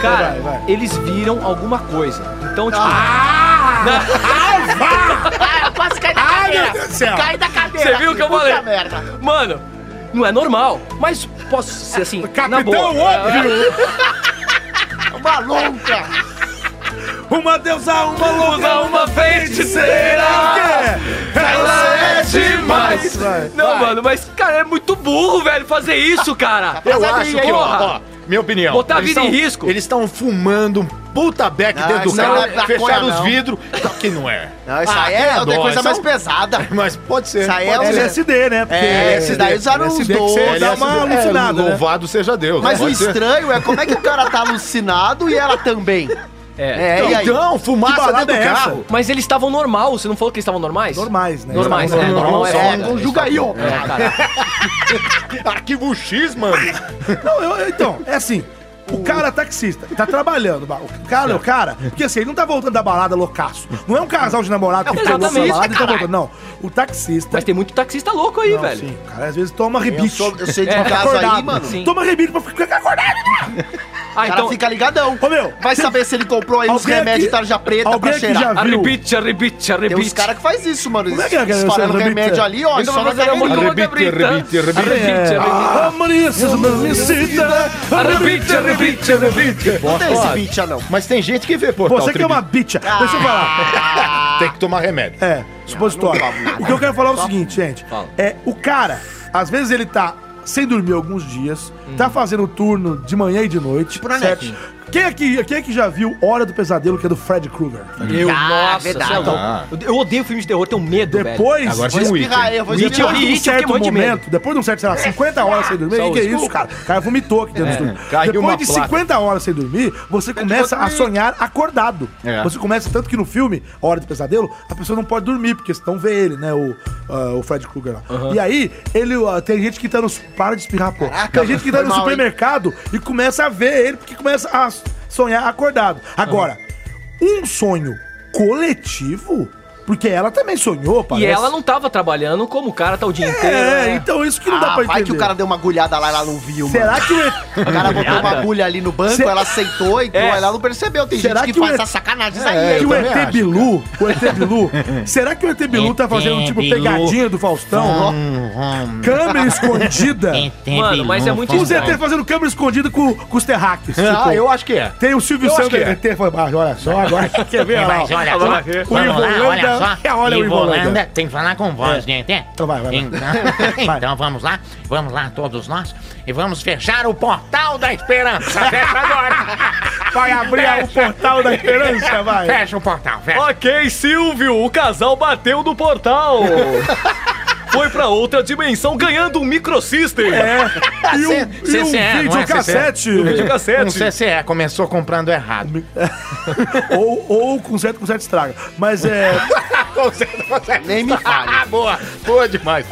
Speaker 2: Cara,
Speaker 3: Vai, vai.
Speaker 2: eles viram alguma coisa. Então, tipo,
Speaker 3: Ai, meu Deus do céu.
Speaker 2: você viu o que eu falei?
Speaker 4: merda.
Speaker 2: Mano, não é normal, mas posso ser assim, na boa.
Speaker 3: Capitão óbvio.
Speaker 4: Uma louca.
Speaker 3: Uma deusa, uma louca,
Speaker 2: Usa uma feiticeira.
Speaker 3: Ela
Speaker 2: é demais.
Speaker 3: Vai.
Speaker 2: Não, mano, mas, cara, é muito burro, velho, fazer isso, cara.
Speaker 6: Eu
Speaker 2: Essa
Speaker 6: acho
Speaker 2: briga,
Speaker 6: que,
Speaker 2: porra.
Speaker 6: ó, ó, minha opinião.
Speaker 2: Botar a
Speaker 6: eles
Speaker 2: vida em
Speaker 6: tão-
Speaker 2: risco.
Speaker 6: Eles estão fumando um puta beck
Speaker 4: Não,
Speaker 6: dentro do
Speaker 4: isso não
Speaker 6: carro,
Speaker 4: é maconha,
Speaker 6: fecharam os
Speaker 4: não.
Speaker 6: vidros. Só que não é.
Speaker 4: Não, isso aí
Speaker 6: que
Speaker 4: é
Speaker 6: dó,
Speaker 4: outra coisa
Speaker 6: isso
Speaker 4: mais
Speaker 6: é um-
Speaker 4: pesada.
Speaker 6: Mas pode ser.
Speaker 4: Isso aí é
Speaker 6: pode
Speaker 4: um-
Speaker 6: ser.
Speaker 3: LSD, né? Porque
Speaker 4: É, esses daí usaram uns
Speaker 3: LSD que você
Speaker 4: dois.
Speaker 3: dá uma
Speaker 6: LSD. É,
Speaker 3: alucinada, né?
Speaker 6: Louvado seja Deus.
Speaker 4: Mas o
Speaker 6: Pode ser.
Speaker 4: estranho é como é que o cara tá alucinado e ela também.
Speaker 2: É.
Speaker 4: É, e aí?
Speaker 6: Então,
Speaker 3: Que
Speaker 6: fumaça
Speaker 3: balada
Speaker 6: dentro do
Speaker 3: é essa?
Speaker 6: carro.
Speaker 2: Mas eles estavam normal, você não falou que eles estavam normais?
Speaker 3: Normais, né?
Speaker 2: Normais,
Speaker 3: Estavam
Speaker 2: é. Normal é.
Speaker 4: só
Speaker 2: foda.
Speaker 4: conjuga aí, ó.
Speaker 2: É, cara.
Speaker 1: Arquivo X, mano.
Speaker 3: Não, eu- eu- então, é assim. O cara é taxista, tá trabalhando. ba- O cara é o cara. Porque assim, ele não tá voltando da balada loucaço. Não é um casal de namorado que pegou na
Speaker 2: Exatamente,
Speaker 3: balada e tá voltando. Não. O taxista.
Speaker 2: Mas tem muito taxista louco aí,
Speaker 3: não,
Speaker 2: velho.
Speaker 3: sim, o cara às vezes toma
Speaker 4: Eu,
Speaker 3: rebite.
Speaker 4: sou, eu sei de um
Speaker 2: É,
Speaker 4: caso aí,
Speaker 3: acordado.
Speaker 4: mano.
Speaker 2: Sim.
Speaker 3: Toma rebite pra ficar acordado.
Speaker 2: Ah,
Speaker 4: O cara
Speaker 2: então.
Speaker 4: fica ligadão.
Speaker 3: Ô, meu,
Speaker 4: Vai saber se ele comprou aí uns
Speaker 3: alguém
Speaker 4: remédios
Speaker 3: aqui-
Speaker 4: de tarja preta
Speaker 3: alguém
Speaker 4: pra
Speaker 3: aqui
Speaker 4: cheirar.
Speaker 3: já viu?
Speaker 2: Arrebite, arrebite,
Speaker 4: Tem uns
Speaker 2: arrebite.
Speaker 4: caras que faz isso, mano.
Speaker 3: Como é que é, cara?
Speaker 4: Espalhando
Speaker 3: Você
Speaker 4: remédio
Speaker 3: arrebita?
Speaker 4: ali, ó. e
Speaker 2: Ainda
Speaker 4: Só na
Speaker 2: vai fazer uma
Speaker 4: canelinha.
Speaker 2: longa
Speaker 1: Arrebite,
Speaker 2: brita.
Speaker 1: arrebite, arrebite.
Speaker 2: então. Arrebite, arrebite.
Speaker 3: É. Ah, Marisa, Maricita.
Speaker 2: Arrebite, arrebite, arrebite.
Speaker 4: Não tem esse bicha, não.
Speaker 6: Mas tem gente que vê, pô.
Speaker 3: Pô,
Speaker 6: tal
Speaker 3: Você que é uma bicha. Deixa eu falar.
Speaker 1: Tem que tomar remédio.
Speaker 3: É, supositório.
Speaker 4: não falo nada.
Speaker 3: O que eu quero falar é o seguinte, gente. É, o cara, às vezes ele tá sem dormir alguns dias, tá fazendo turno de manhã e de noite.
Speaker 4: Uhum. Tipo na
Speaker 3: certo?
Speaker 4: net.
Speaker 3: Quem é, que, quem é que já viu Hora do Pesadelo, que é do Fred Krueger?
Speaker 2: Eu, nossa,
Speaker 4: verdade.
Speaker 2: cê é louco. Eu- Eu odeio filme de terror, tenho medo, velho.
Speaker 3: Depois,
Speaker 1: Agora
Speaker 4: Vou
Speaker 1: tem um
Speaker 4: espirrar
Speaker 1: item.
Speaker 4: aí, eu vou
Speaker 2: It,
Speaker 3: depois
Speaker 4: espirrar.
Speaker 2: eu-
Speaker 3: de
Speaker 2: Ih,
Speaker 3: um
Speaker 2: tinha que
Speaker 3: certo
Speaker 2: morrer de medo.
Speaker 3: momento, depois de um certo, sei lá, 50 horas sem dormir,
Speaker 2: Saúde.
Speaker 3: que isso, cara? O cara vomitou aqui dentro do estúdio.
Speaker 6: Caiu
Speaker 3: depois
Speaker 6: uma
Speaker 3: de
Speaker 6: placa.
Speaker 3: 50 horas sem dormir, você começa a sonhar acordado.
Speaker 1: É.
Speaker 3: Você começa, tanto que no filme, A Hora do Pesadelo, a pessoa não pode dormir, porque senão vê ele, né, o, ah, o Fred Krueger lá. E aí, ele, ah, tem gente que tá no... Para de espirrar, pô. tem gente que tá
Speaker 4: foi
Speaker 3: no
Speaker 4: mal, hein?
Speaker 3: supermercado e começa a ver ele, porque começa a sonhar acordado. Agora, um sonho coletivo... Porque ela também sonhou,
Speaker 2: E
Speaker 3: parece.
Speaker 2: ela não tava trabalhando como o cara tá o dia inteiro.
Speaker 3: É,
Speaker 2: né?
Speaker 3: então isso que não dá
Speaker 4: Ah,
Speaker 3: pra
Speaker 4: vai
Speaker 3: entender.
Speaker 4: que o cara deu uma agulhada lá e ela não viu, mano.
Speaker 3: Será que o... [LAUGHS]
Speaker 4: O cara botou uma agulha ali no banco,
Speaker 3: Se-
Speaker 4: ela aceitou, então
Speaker 2: É.
Speaker 4: ela não percebeu. Tem
Speaker 3: Será
Speaker 4: gente que,
Speaker 3: que o
Speaker 4: faz
Speaker 3: E-
Speaker 4: essa sacanagem. Isso
Speaker 3: É,
Speaker 4: aí,
Speaker 3: que
Speaker 4: hein?
Speaker 3: o ET Bilu, o ET Bilu, será que o ET né? Bilu tá fazendo tipo pegadinha do Faustão? [LAUGHS] Câmera escondida?
Speaker 2: Mano, mas é muito
Speaker 3: Os
Speaker 2: estranho.
Speaker 3: ET fazendo câmera escondida com, com os terráqueos.
Speaker 6: Ah,
Speaker 3: tipo.
Speaker 6: eu acho que é.
Speaker 3: Tem o Silvio
Speaker 1: eu acho
Speaker 3: Santos,
Speaker 1: que é.
Speaker 3: ET foi baixo, olha só, [LAUGHS] agora quer ver? Olha lá.
Speaker 8: olha
Speaker 2: Agora
Speaker 8: só.
Speaker 2: vê.
Speaker 3: O
Speaker 8: Vamos lá, olha
Speaker 3: Ivolanda. [LAUGHS]
Speaker 8: só.
Speaker 3: Olha o Ivolanda.
Speaker 8: Ivolanda, tem que falar com voz, gente.
Speaker 3: Então vai, vai, vai.
Speaker 8: Então, então [LAUGHS] vamos lá, vamos lá todos nós e vamos fechar o portal
Speaker 3: [LAUGHS]
Speaker 8: da esperança. Fecha agora.
Speaker 3: Vai abrir o portal da esperança, [LAUGHS] vai.
Speaker 8: Fecha o portal, fecha.
Speaker 5: Ok, Silvio, o casal bateu no portal.
Speaker 4: [LAUGHS]
Speaker 5: Foi pra outra dimensão ganhando um microsystem.
Speaker 3: É. E um, e um
Speaker 8: CCE, não é
Speaker 3: videocassete.
Speaker 8: Um CCE começou comprando errado.
Speaker 3: ou, ou com certo, com certo estraga. Mas
Speaker 1: [LAUGHS]
Speaker 3: é...
Speaker 4: Nem
Speaker 2: Então,
Speaker 4: me fale.
Speaker 8: Ah, boa.
Speaker 6: Boa demais.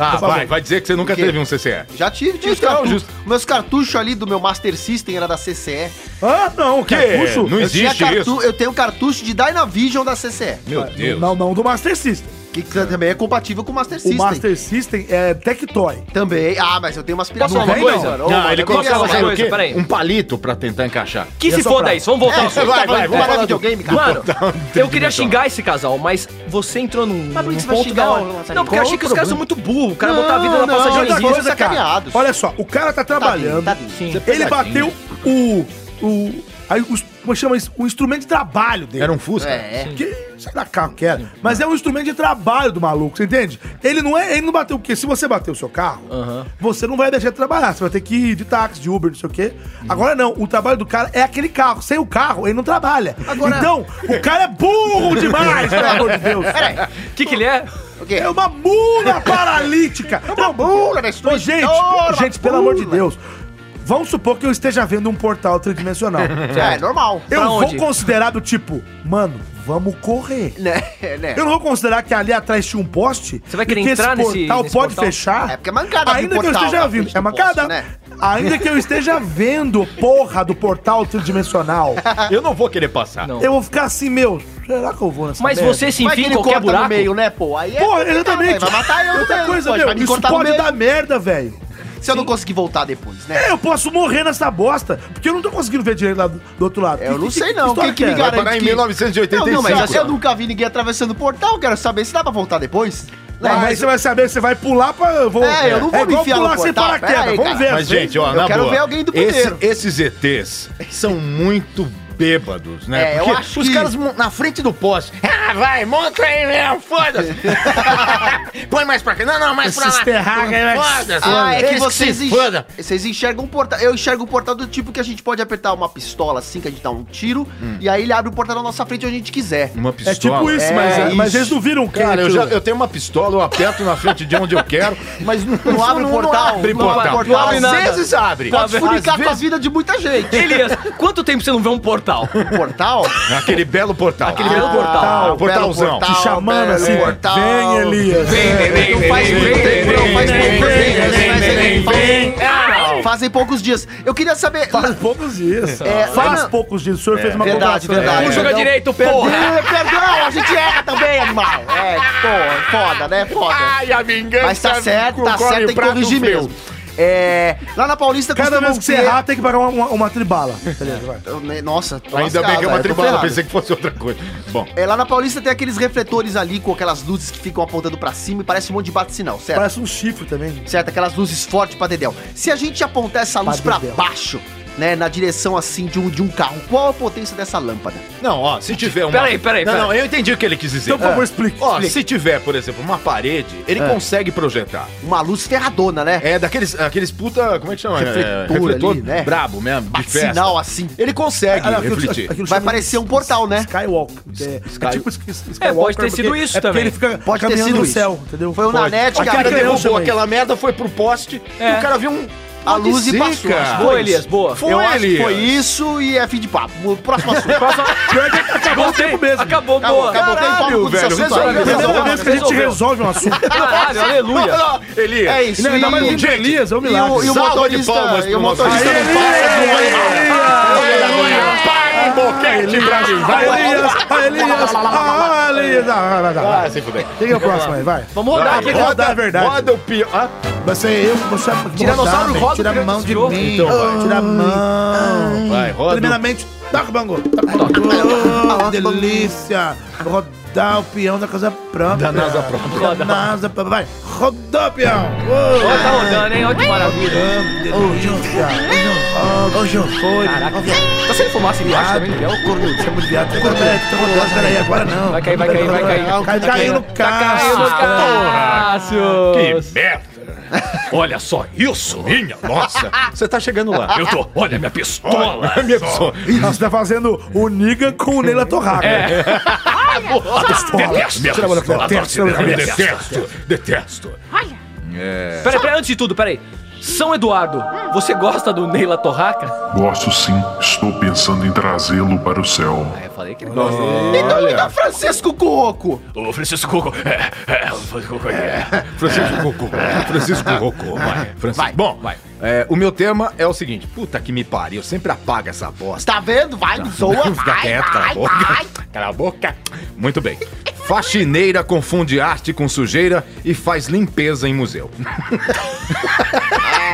Speaker 1: Ah, vai, vai dizer que você nunca teve um CCE.
Speaker 4: Já tive, tive
Speaker 1: Então,
Speaker 4: cartucho.
Speaker 1: justo.
Speaker 4: Meus cartuchos ali do meu Master System era da CCE.
Speaker 3: Ah, não, que
Speaker 6: É,
Speaker 3: cartucho?
Speaker 1: Não
Speaker 4: Eu, tinha
Speaker 1: existe isso.
Speaker 4: cartu- eu tenho cartucho de Dynavision da CCE.
Speaker 1: Meu Deus.
Speaker 3: Não, não, do Master System.
Speaker 4: Que também é compatível com o Master
Speaker 3: O
Speaker 4: System.
Speaker 3: Master System é Tectoy.
Speaker 4: Também. Ah, mas eu tenho uma aspiração.
Speaker 2: Posso falar uma
Speaker 4: Vem,
Speaker 2: coisa?
Speaker 4: Ô,
Speaker 6: Não,
Speaker 4: mano,
Speaker 6: ele
Speaker 4: eu vou
Speaker 6: começava
Speaker 2: coloca
Speaker 4: falar
Speaker 6: a
Speaker 2: uma
Speaker 6: fazer o
Speaker 2: coisa,
Speaker 6: quê?
Speaker 2: peraí.
Speaker 6: Um palito pra tentar encaixar.
Speaker 2: Que se
Speaker 3: só
Speaker 2: foda
Speaker 3: pra-
Speaker 2: isso, vamos voltar. ao assunto.
Speaker 4: É, Vai,
Speaker 6: Vai,
Speaker 4: vai,
Speaker 6: vai,
Speaker 4: vamos
Speaker 1: É.
Speaker 6: vai.
Speaker 4: parar videogame, cara.
Speaker 2: Mano, eu queria xingar esse casal, mas você entrou num,
Speaker 4: Mas por que
Speaker 2: num
Speaker 4: você vai
Speaker 2: ponto
Speaker 4: xingar
Speaker 2: da
Speaker 4: o
Speaker 2: hora.
Speaker 4: Lançarino?
Speaker 2: Não, porque eu achei que os caras são muito burros. O cara
Speaker 4: Não,
Speaker 2: botou a vida na
Speaker 4: não,
Speaker 2: passagem
Speaker 4: outra
Speaker 2: de
Speaker 4: coisa,
Speaker 2: coisa.
Speaker 3: Olha, cara,
Speaker 4: sacaneados.
Speaker 3: olha só, o cara tá trabalhando.
Speaker 4: Tadinho,
Speaker 2: Sim.
Speaker 4: tadinho.
Speaker 3: Ele bateu o. o aí, os- como é chama isso? O instrumento de trabalho dele.
Speaker 1: Era um Fusca.
Speaker 4: É, é.
Speaker 3: Que, sei lá carro que era. Mas é um instrumento de trabalho do maluco, você entende? Ele não é. Ele não bateu. Porque se você bater o seu carro, você não vai deixar de trabalhar. Você vai ter que ir de táxi, de Uber, não sei o quê.
Speaker 2: Uhum.
Speaker 3: Agora não, o trabalho do cara é aquele carro. Sem o carro, ele não trabalha. Então, o cara é burro demais, pelo amor de Deus.
Speaker 2: O que, que ele é?
Speaker 4: O quê?
Speaker 3: É uma mula paralítica! É uma
Speaker 4: mula da
Speaker 3: Ô, gente,
Speaker 4: destruidora,
Speaker 3: gente, pelo
Speaker 4: mula.
Speaker 3: amor de Deus. Vamos supor que eu esteja vendo um portal
Speaker 2: [LAUGHS]
Speaker 3: tridimensional.
Speaker 4: É, é normal.
Speaker 3: Eu
Speaker 2: Pra
Speaker 3: vou
Speaker 2: onde?
Speaker 3: considerar do tipo, mano, vamos correr.
Speaker 4: [LAUGHS] Né, né.
Speaker 3: É. Eu não vou considerar que ali atrás tinha um poste.
Speaker 2: Você vai querer
Speaker 3: e que
Speaker 2: entrar nesse-
Speaker 3: esse portal
Speaker 2: nesse
Speaker 3: pode
Speaker 2: portal?
Speaker 3: fechar.
Speaker 4: É, porque é mancada abrir
Speaker 3: Ainda que eu
Speaker 4: portal
Speaker 3: esteja
Speaker 4: na
Speaker 3: vindo.
Speaker 4: frente do
Speaker 3: É mancada.
Speaker 4: poste, né?
Speaker 3: Ainda que eu esteja vendo, porra, do portal tridimensional.
Speaker 4: [LAUGHS]
Speaker 6: Eu não vou querer passar.
Speaker 2: Não.
Speaker 3: eu vou ficar assim, meu, será que eu vou nessa
Speaker 2: Mas
Speaker 3: merda?
Speaker 2: você se
Speaker 4: Vai que
Speaker 2: enfia em
Speaker 4: ele
Speaker 2: qualquer
Speaker 4: corta
Speaker 2: buraco.
Speaker 4: no
Speaker 2: [LAUGHS]
Speaker 4: meio, né, pô? Aí é
Speaker 3: Porra,
Speaker 4: complicado,
Speaker 3: exatamente.
Speaker 4: aí Vai matar eu
Speaker 3: Outra
Speaker 4: mesmo,
Speaker 3: coisa,
Speaker 4: pode,
Speaker 3: meu,
Speaker 4: vai me
Speaker 3: isso
Speaker 4: cortar no
Speaker 3: pode
Speaker 4: meio.
Speaker 3: dar merda, velho.
Speaker 4: Se eu não conseguir voltar depois, né?
Speaker 3: É, eu posso morrer nessa bosta, porque eu não tô conseguindo ver direito lá do, do outro lado.
Speaker 4: Eu
Speaker 3: É, Que-
Speaker 4: não
Speaker 3: que-
Speaker 4: sei
Speaker 3: que
Speaker 4: não,
Speaker 3: história
Speaker 4: quem que me
Speaker 3: é?
Speaker 1: Vai
Speaker 4: garante
Speaker 1: parar em
Speaker 4: que- Não,
Speaker 1: 1985.
Speaker 4: não, mas assim, eu nunca vi ninguém atravessando o portal, quero saber se dá pra voltar depois.
Speaker 3: Não, mas aí você vai saber, você vai pular pra... eu Vou,
Speaker 4: É, eu não vou me
Speaker 3: igual
Speaker 4: enfiar no
Speaker 3: pular sem
Speaker 4: portal,
Speaker 3: paraquedas,
Speaker 4: pera aí,
Speaker 3: vamos
Speaker 4: cara.
Speaker 3: ver.
Speaker 1: Mas,
Speaker 3: assim.
Speaker 1: gente, ó,
Speaker 4: Eu
Speaker 1: na
Speaker 4: quero
Speaker 1: boa,
Speaker 4: ver alguém do
Speaker 1: esse-
Speaker 4: puteiro.
Speaker 1: Esses ETs são muito bêbados, né?
Speaker 4: É, eu
Speaker 1: Porque
Speaker 4: acho
Speaker 6: Os
Speaker 4: que...
Speaker 6: caras mon- na frente do poste.
Speaker 8: Ah, vai, monta aí
Speaker 3: [LAUGHS]
Speaker 8: mesmo, foda-se. Põe mais pra cá. Não, não, mais pra
Speaker 3: Esses
Speaker 8: lá.
Speaker 3: terráqueos aí, vai-
Speaker 8: Foda-se.
Speaker 4: Ah, é que
Speaker 8: Eles
Speaker 4: vocês,
Speaker 8: se
Speaker 4: enx-
Speaker 8: foda.
Speaker 4: vocês enxergam um portal. Eu enxergo um portal do tipo que a gente pode apertar uma pistola assim, que a gente dá um tiro, e aí ele abre o portal na nossa frente onde a gente quiser.
Speaker 1: Uma
Speaker 3: É
Speaker 1: pistola.
Speaker 3: tipo isso, mas,
Speaker 4: É
Speaker 3: mas
Speaker 4: isso.
Speaker 3: eles não viram quem
Speaker 1: Cara, eu, já,
Speaker 3: atirou.
Speaker 1: eu tenho uma pistola, eu aperto na frente de onde eu quero, mas [LAUGHS] não,
Speaker 4: [LAUGHS] Não abre o portal.
Speaker 1: abre
Speaker 4: não abre
Speaker 1: portal.
Speaker 4: portal.
Speaker 2: abre
Speaker 4: Às
Speaker 2: nada.
Speaker 4: vezes
Speaker 6: Vocês abrem.
Speaker 4: pode
Speaker 6: Às
Speaker 4: funicar com a
Speaker 6: vezes-
Speaker 2: é-
Speaker 4: vida de muita gente.
Speaker 2: Elias, quanto tempo você não vê um
Speaker 4: [LAUGHS]
Speaker 2: portal.
Speaker 4: Portal?
Speaker 1: Aquele belo portal. Aquele
Speaker 2: belo portal.
Speaker 4: Ah,
Speaker 1: portalzão.
Speaker 4: belo
Speaker 3: Te chamando
Speaker 4: belo
Speaker 3: assim,
Speaker 4: portal.
Speaker 3: vem Elias.
Speaker 4: Não faz muito tempo, não faz pouco tempo. Faz- Fazem poucos dias. Eu queria saber.
Speaker 3: Faz poucos dias.
Speaker 4: É,
Speaker 3: Faz
Speaker 4: não.
Speaker 3: poucos dias. O senhor fez uma
Speaker 4: Verdade,
Speaker 3: comparação.
Speaker 4: verdade.
Speaker 2: Não joga
Speaker 4: Perdão.
Speaker 2: direito,
Speaker 4: Perdão,
Speaker 2: porra!
Speaker 4: perdão, a gente erra também, animal. É, pô, foda, né? Foda.
Speaker 6: Ai, a
Speaker 1: É,
Speaker 6: vingança.
Speaker 4: Mas tá certo, tá
Speaker 6: corre
Speaker 4: certo, tem que
Speaker 6: prato
Speaker 4: corrigir
Speaker 6: feio.
Speaker 4: mesmo. É, lá na Paulista
Speaker 3: Cada
Speaker 4: costumam
Speaker 3: vez que você
Speaker 4: ter-
Speaker 3: errar, tem que pagar uma, uma, uma tribala. Beleza, vai.
Speaker 4: Eu, né, Nossa, tô
Speaker 1: Ainda
Speaker 4: lascado,
Speaker 1: bem que é uma
Speaker 4: eu tô
Speaker 1: tribala,
Speaker 4: ferrado.
Speaker 1: pensei que fosse outra coisa. Bom,
Speaker 4: É, lá na Paulista tem aqueles refletores ali com aquelas luzes que ficam apontando pra cima e parece um monte de bate-sinal, certo?
Speaker 3: Parece um chifre também.
Speaker 4: certo? Aquelas luzes fortes pra dedéu. Se a gente apontar essa luz pra
Speaker 3: dedéu.
Speaker 4: baixo, né, na direção assim de um, de um carro, qual a potência dessa lâmpada?
Speaker 1: não, ó, se tiver uma...
Speaker 2: Peraí, peraí,
Speaker 1: Não,
Speaker 2: peraí.
Speaker 1: não, eu entendi o que ele quis dizer. É.
Speaker 3: Então, por favor, explique.
Speaker 1: Ó,
Speaker 3: explique.
Speaker 1: se tiver, por exemplo, uma parede, ele consegue projetar.
Speaker 4: Uma luz ferradona, né?
Speaker 1: É daqueles aqueles puta, como é que chama? é,
Speaker 4: Refletor ali, né?
Speaker 1: brabo mesmo, de festa.
Speaker 4: Sinal assim.
Speaker 1: Ele consegue
Speaker 3: Ah, aquilo-
Speaker 1: refletir.
Speaker 3: aquilo
Speaker 4: Vai
Speaker 3: chama
Speaker 4: parecer um portal, né?
Speaker 3: Skywalk. que É, é tipo Sky- Skywalker.
Speaker 2: pode ter sido
Speaker 3: porque-
Speaker 2: isso
Speaker 3: é porque
Speaker 2: também.
Speaker 3: Ele fica
Speaker 4: Pode ter
Speaker 3: caminhando
Speaker 4: sido
Speaker 3: no
Speaker 4: isso.
Speaker 3: céu, entendeu?
Speaker 4: Foi o
Speaker 3: Pode.
Speaker 4: Nanete,
Speaker 1: O cara
Speaker 4: cara.
Speaker 3: derrubou
Speaker 1: derrubou
Speaker 3: também.
Speaker 1: aquela merda, foi pro poste e o cara viu um...
Speaker 4: A luz e
Speaker 1: Pode
Speaker 4: passou.
Speaker 1: ser, cara.
Speaker 2: Boa, Elias, boa.
Speaker 1: Foi,
Speaker 4: Eu acho que
Speaker 1: Elias.
Speaker 4: foi isso e é fim de papo. O
Speaker 1: [LAUGHS]
Speaker 4: próximo assunto.
Speaker 3: Pior que acabou o tempo mesmo.
Speaker 2: Acabou,
Speaker 4: Acabou,
Speaker 2: boa.
Speaker 4: acabou. Tem
Speaker 1: Caralho,
Speaker 4: papo com
Speaker 1: velho,
Speaker 4: essas
Speaker 1: tá
Speaker 4: coisas.
Speaker 1: aí.
Speaker 3: Primeira
Speaker 4: Resolveu,
Speaker 3: vez que a gente resolve um assunto.
Speaker 2: Caralho, aleluia.
Speaker 1: Elias.
Speaker 4: É isso.
Speaker 3: Não, ainda mais um
Speaker 4: e...
Speaker 3: de Elias, é um
Speaker 4: E o,
Speaker 3: milagre.
Speaker 4: e o
Speaker 1: Salva de
Speaker 4: motorista,
Speaker 1: palmas
Speaker 4: e
Speaker 1: pro
Speaker 4: o
Speaker 3: é
Speaker 4: motorista
Speaker 1: motorista.
Speaker 4: não passa de um animal.
Speaker 1: Para, boquete, Brasil.
Speaker 3: Vai, Elias! Vai, Elias! Ah, Elias! Ah, vai, vai, vai.
Speaker 1: Ah, se fuder.
Speaker 3: Quem que é o próximo aí? Vai.
Speaker 2: Vamos rodar aqui.
Speaker 3: Roda a verdade.
Speaker 1: Roda o pior. Ah,
Speaker 3: Vai ser eu, você
Speaker 2: Tiranossauro
Speaker 3: Rodar,
Speaker 2: roda
Speaker 3: velho. Tira
Speaker 2: o
Speaker 3: a mão de
Speaker 2: pirata
Speaker 3: mim.
Speaker 1: então vai.
Speaker 3: Tira a mão.
Speaker 1: Vai,
Speaker 5: Ah.
Speaker 1: roda.
Speaker 3: Primeiramente, toca o bango. Oh, delícia. Rodar o peão da casa própria.
Speaker 1: Da NASA própria.
Speaker 3: Da NASA própria. Vai. Rodou, peão. Oh.
Speaker 2: Ó, tá rodando, hein? Olha que maravilha.
Speaker 3: Hoje eu fui. Hoje eu fui.
Speaker 2: Caraca, tá se ele fumasse embaixo também, Miguel?
Speaker 3: Você é muito viado. Você é muito viado. Você é muito viado. Peraí, agora não.
Speaker 2: Vai cair, vai cair, vai cair.
Speaker 3: Cai- Caiu no
Speaker 2: Caiu no
Speaker 3: carro.
Speaker 2: Cássio.
Speaker 1: Que merda. Olha só isso, minha nossa. Você tá chegando lá. Eu tô. Olha minha pistola. [LAUGHS] minha pistola.
Speaker 3: Você tá fazendo o Niga com o Neila Torraca.
Speaker 1: Detesto.
Speaker 3: Tipo, É.
Speaker 1: Minha
Speaker 3: Tira a bola da
Speaker 1: pistola.
Speaker 3: cabeça. Tira a bola da cabeça.
Speaker 1: Detesto. Detesto.
Speaker 2: Peraí, peraí, antes de tudo, peraí. São Eduardo, você gosta do Neila Torraca?
Speaker 7: Gosto sim, estou pensando em trazê-lo para o céu.
Speaker 2: É, falei que ele
Speaker 4: Então me dá Francisco Cuoco.
Speaker 5: Ô, Francisco Coco. É, é, Francisco Coco. É.
Speaker 1: Francisco Rocco. Francisco Rocco. Vai, Francisco.
Speaker 4: Vai,
Speaker 1: Bom,
Speaker 2: vai.
Speaker 1: é, o meu tema é o seguinte. Puta que me pariu. Sempre apaga essa bosta.
Speaker 4: Tá vendo? Vai, zoa,
Speaker 1: Fica
Speaker 4: vai,
Speaker 1: quieto, cala a
Speaker 4: vai,
Speaker 1: boca.
Speaker 4: vai.
Speaker 1: Cala a boca. Muito bem. Faxineira confunde arte com sujeira e faz limpeza em museu. [LAUGHS]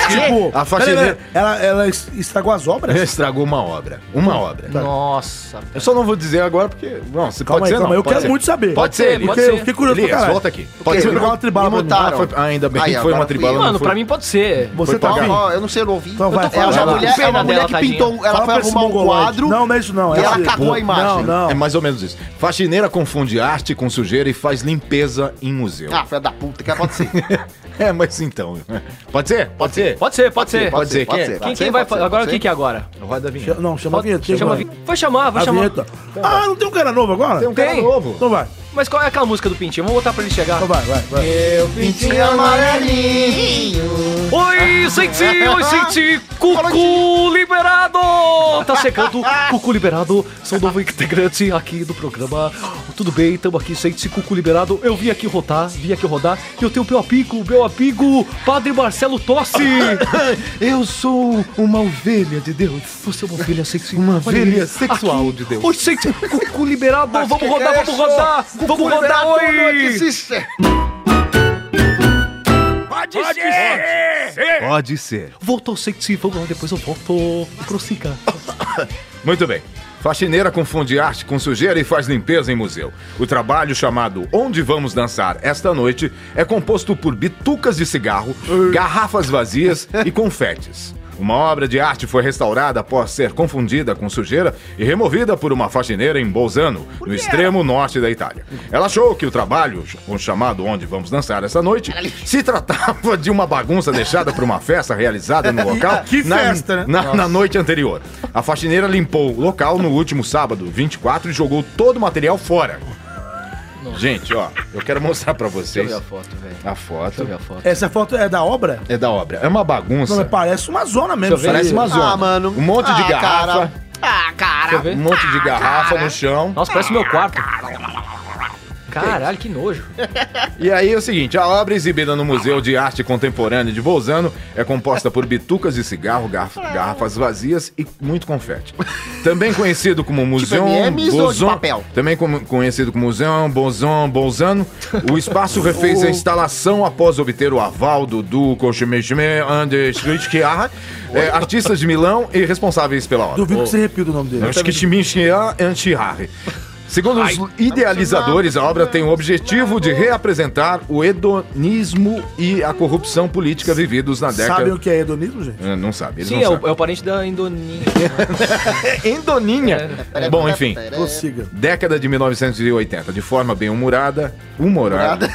Speaker 3: Tipo,
Speaker 1: A faxineira-
Speaker 3: peraí, peraí, Ela, ela es- estragou as obras?
Speaker 1: Estragou uma obra. Uma obra.
Speaker 2: Nossa.
Speaker 1: Eu só não vou dizer agora porque. Não, você
Speaker 3: Calma
Speaker 1: pode ser,
Speaker 3: aí, calma
Speaker 1: não.
Speaker 3: aí, eu
Speaker 1: pode
Speaker 3: quero
Speaker 1: ser.
Speaker 3: muito saber.
Speaker 1: Pode ser,
Speaker 2: pode
Speaker 1: Elias.
Speaker 3: Porque
Speaker 2: ser.
Speaker 3: eu fiquei curioso pra
Speaker 1: Elias,
Speaker 3: caralho.
Speaker 1: volta aqui.
Speaker 4: Ok,
Speaker 1: Pode ser.
Speaker 3: eu vou dar uma tribala
Speaker 1: Ih,
Speaker 3: pra um mim.
Speaker 1: tá, foi- ainda bem
Speaker 4: Aí,
Speaker 1: que foi
Speaker 4: agora
Speaker 1: uma tribala.
Speaker 2: Mano,
Speaker 1: não foi-
Speaker 2: pra mim pode ser.
Speaker 3: Você
Speaker 1: Foi
Speaker 3: tá
Speaker 1: pra
Speaker 3: bem.
Speaker 1: mim.
Speaker 4: Ó, eu não sei, eu não ouvi.
Speaker 3: Então vai,
Speaker 4: Eu tô falando,
Speaker 3: fala
Speaker 4: é uma
Speaker 3: lá.
Speaker 4: mulher, é
Speaker 2: Pena
Speaker 4: uma mulher
Speaker 2: dela,
Speaker 4: que
Speaker 2: tadinha.
Speaker 4: pintou, ela
Speaker 3: Fala
Speaker 4: foi
Speaker 3: pra esse
Speaker 4: arrumar um
Speaker 3: mongoloide.
Speaker 4: quadro.
Speaker 3: Não, não é isso não.
Speaker 4: e ela
Speaker 3: assim.
Speaker 4: cagou a imagem.
Speaker 3: Não,
Speaker 1: É
Speaker 3: não.
Speaker 1: mais ou menos isso. Faxineira confunde arte com sujeira e faz limpeza em museu.
Speaker 4: Ah, filha da puta, que aconteceu?
Speaker 1: [LAUGHS] É, mas então. Pode ser? Pode ser?
Speaker 2: Pode ser, pode ser.
Speaker 1: Pode ser. Quem?
Speaker 2: Quem, quem vai falar? Agora o que que é agora?
Speaker 1: Roda a vinheta.
Speaker 3: Ch- Não, chama a vinheta.
Speaker 2: Chama a vinheta. Vou chamar, vou
Speaker 3: A
Speaker 2: chamar.
Speaker 3: vinheta. Ah, não tem um cara novo agora?
Speaker 1: Tem um cara
Speaker 2: Tem.
Speaker 1: novo.
Speaker 3: Então vai,
Speaker 2: Mas qual é aquela música do Pintinho? Vamos voltar pra ele chegar.
Speaker 3: então vai, vai. vai.
Speaker 4: Pintinho amarelinho.
Speaker 2: Oi, senti, oi, senti, cucu liberado! Tá chegando, cucu liberado, sou novo integrante aqui do programa. Tudo bem, tamo aqui, senti, cucu liberado. Eu vim aqui rodar, vim aqui rodar, e eu tenho meu amigo, meu amigo, Padre Marcelo Tossi. Eu sou uma ovelha de Deus. Você é uma ovelha sexy. Uma
Speaker 1: ovelha sexual de Deus.
Speaker 2: Oi, senti, cucu liberado, vamos rodar, vamos rodar, vamos rodar, oi!
Speaker 1: Pode ser.
Speaker 2: Voltou, senti, vamos lá, depois eu volto. Prossiga.
Speaker 1: Muito bem. Faxineira confunde arte com sujeira e faz limpeza em museu. O trabalho chamado Onde Vamos Dançar Esta Noite é composto por bitucas de cigarro, garrafas vazias
Speaker 3: [LAUGHS]
Speaker 1: e confetes. Uma obra de arte foi restaurada após ser confundida com sujeira e removida por uma faxineira em Bolzano, no extremo norte da Itália. Ela achou que o trabalho, o chamado Onde Vamos Dançar Esta Noite, se tratava de uma bagunça deixada por uma festa
Speaker 3: [LAUGHS]
Speaker 1: realizada no local
Speaker 3: Que
Speaker 1: na-
Speaker 3: festa, né?
Speaker 1: na, na noite anterior. A faxineira limpou o local no último sábado, 24, e jogou todo o material fora. Gente, ó, eu quero mostrar pra vocês
Speaker 2: Olha a foto, velho.
Speaker 1: a foto.
Speaker 3: Essa foto é da obra?
Speaker 1: É da obra. É uma
Speaker 3: Não,
Speaker 1: bagunça.
Speaker 3: parece uma zona mesmo.
Speaker 1: Parece uma zona.
Speaker 4: Ah, mano.
Speaker 1: Um monte de
Speaker 4: Ah,
Speaker 1: garrafa.
Speaker 4: Ah, cara.
Speaker 2: Quer ver?
Speaker 1: Um monte de garrafa no chão.
Speaker 2: Nossa, parece meu quarto. Caralho, que nojo.
Speaker 1: E aí é o seguinte, a obra exibida no Museu de Arte Contemporânea de Bolzano é composta por bitucas de cigarro, garf- garrafas vazias e muito confete. Também conhecido como
Speaker 4: Tipo
Speaker 1: Museu
Speaker 4: M&Ms ou de
Speaker 1: Bolzano,
Speaker 4: papel?
Speaker 1: também como- conhecido como Museu Bolzano, Bolzano, o espaço
Speaker 4: [LAUGHS]
Speaker 1: refez a instalação após obter o aval do Duco Schmischme Anders Schritschkiar, é, artistas de Milão e responsáveis pela obra.
Speaker 3: Duvido que você repita o nome dele.
Speaker 1: Acho que Chimichia Antirari. Segundo
Speaker 2: tá
Speaker 1: os idealizadores, a obra tem o objetivo de reapresentar o hedonismo e a corrupção política vividos na década.
Speaker 3: Sabem o que é hedonismo, gente?
Speaker 1: Ah, Não sabe, eles
Speaker 2: Sim,
Speaker 1: não
Speaker 2: é o,
Speaker 1: sabem.
Speaker 2: é o parente da Indoninha.
Speaker 1: É Endoninha.
Speaker 2: é
Speaker 1: Bom, enfim.
Speaker 3: É. Prossiga.
Speaker 1: Década de 1980, de forma bem humorada, humorada,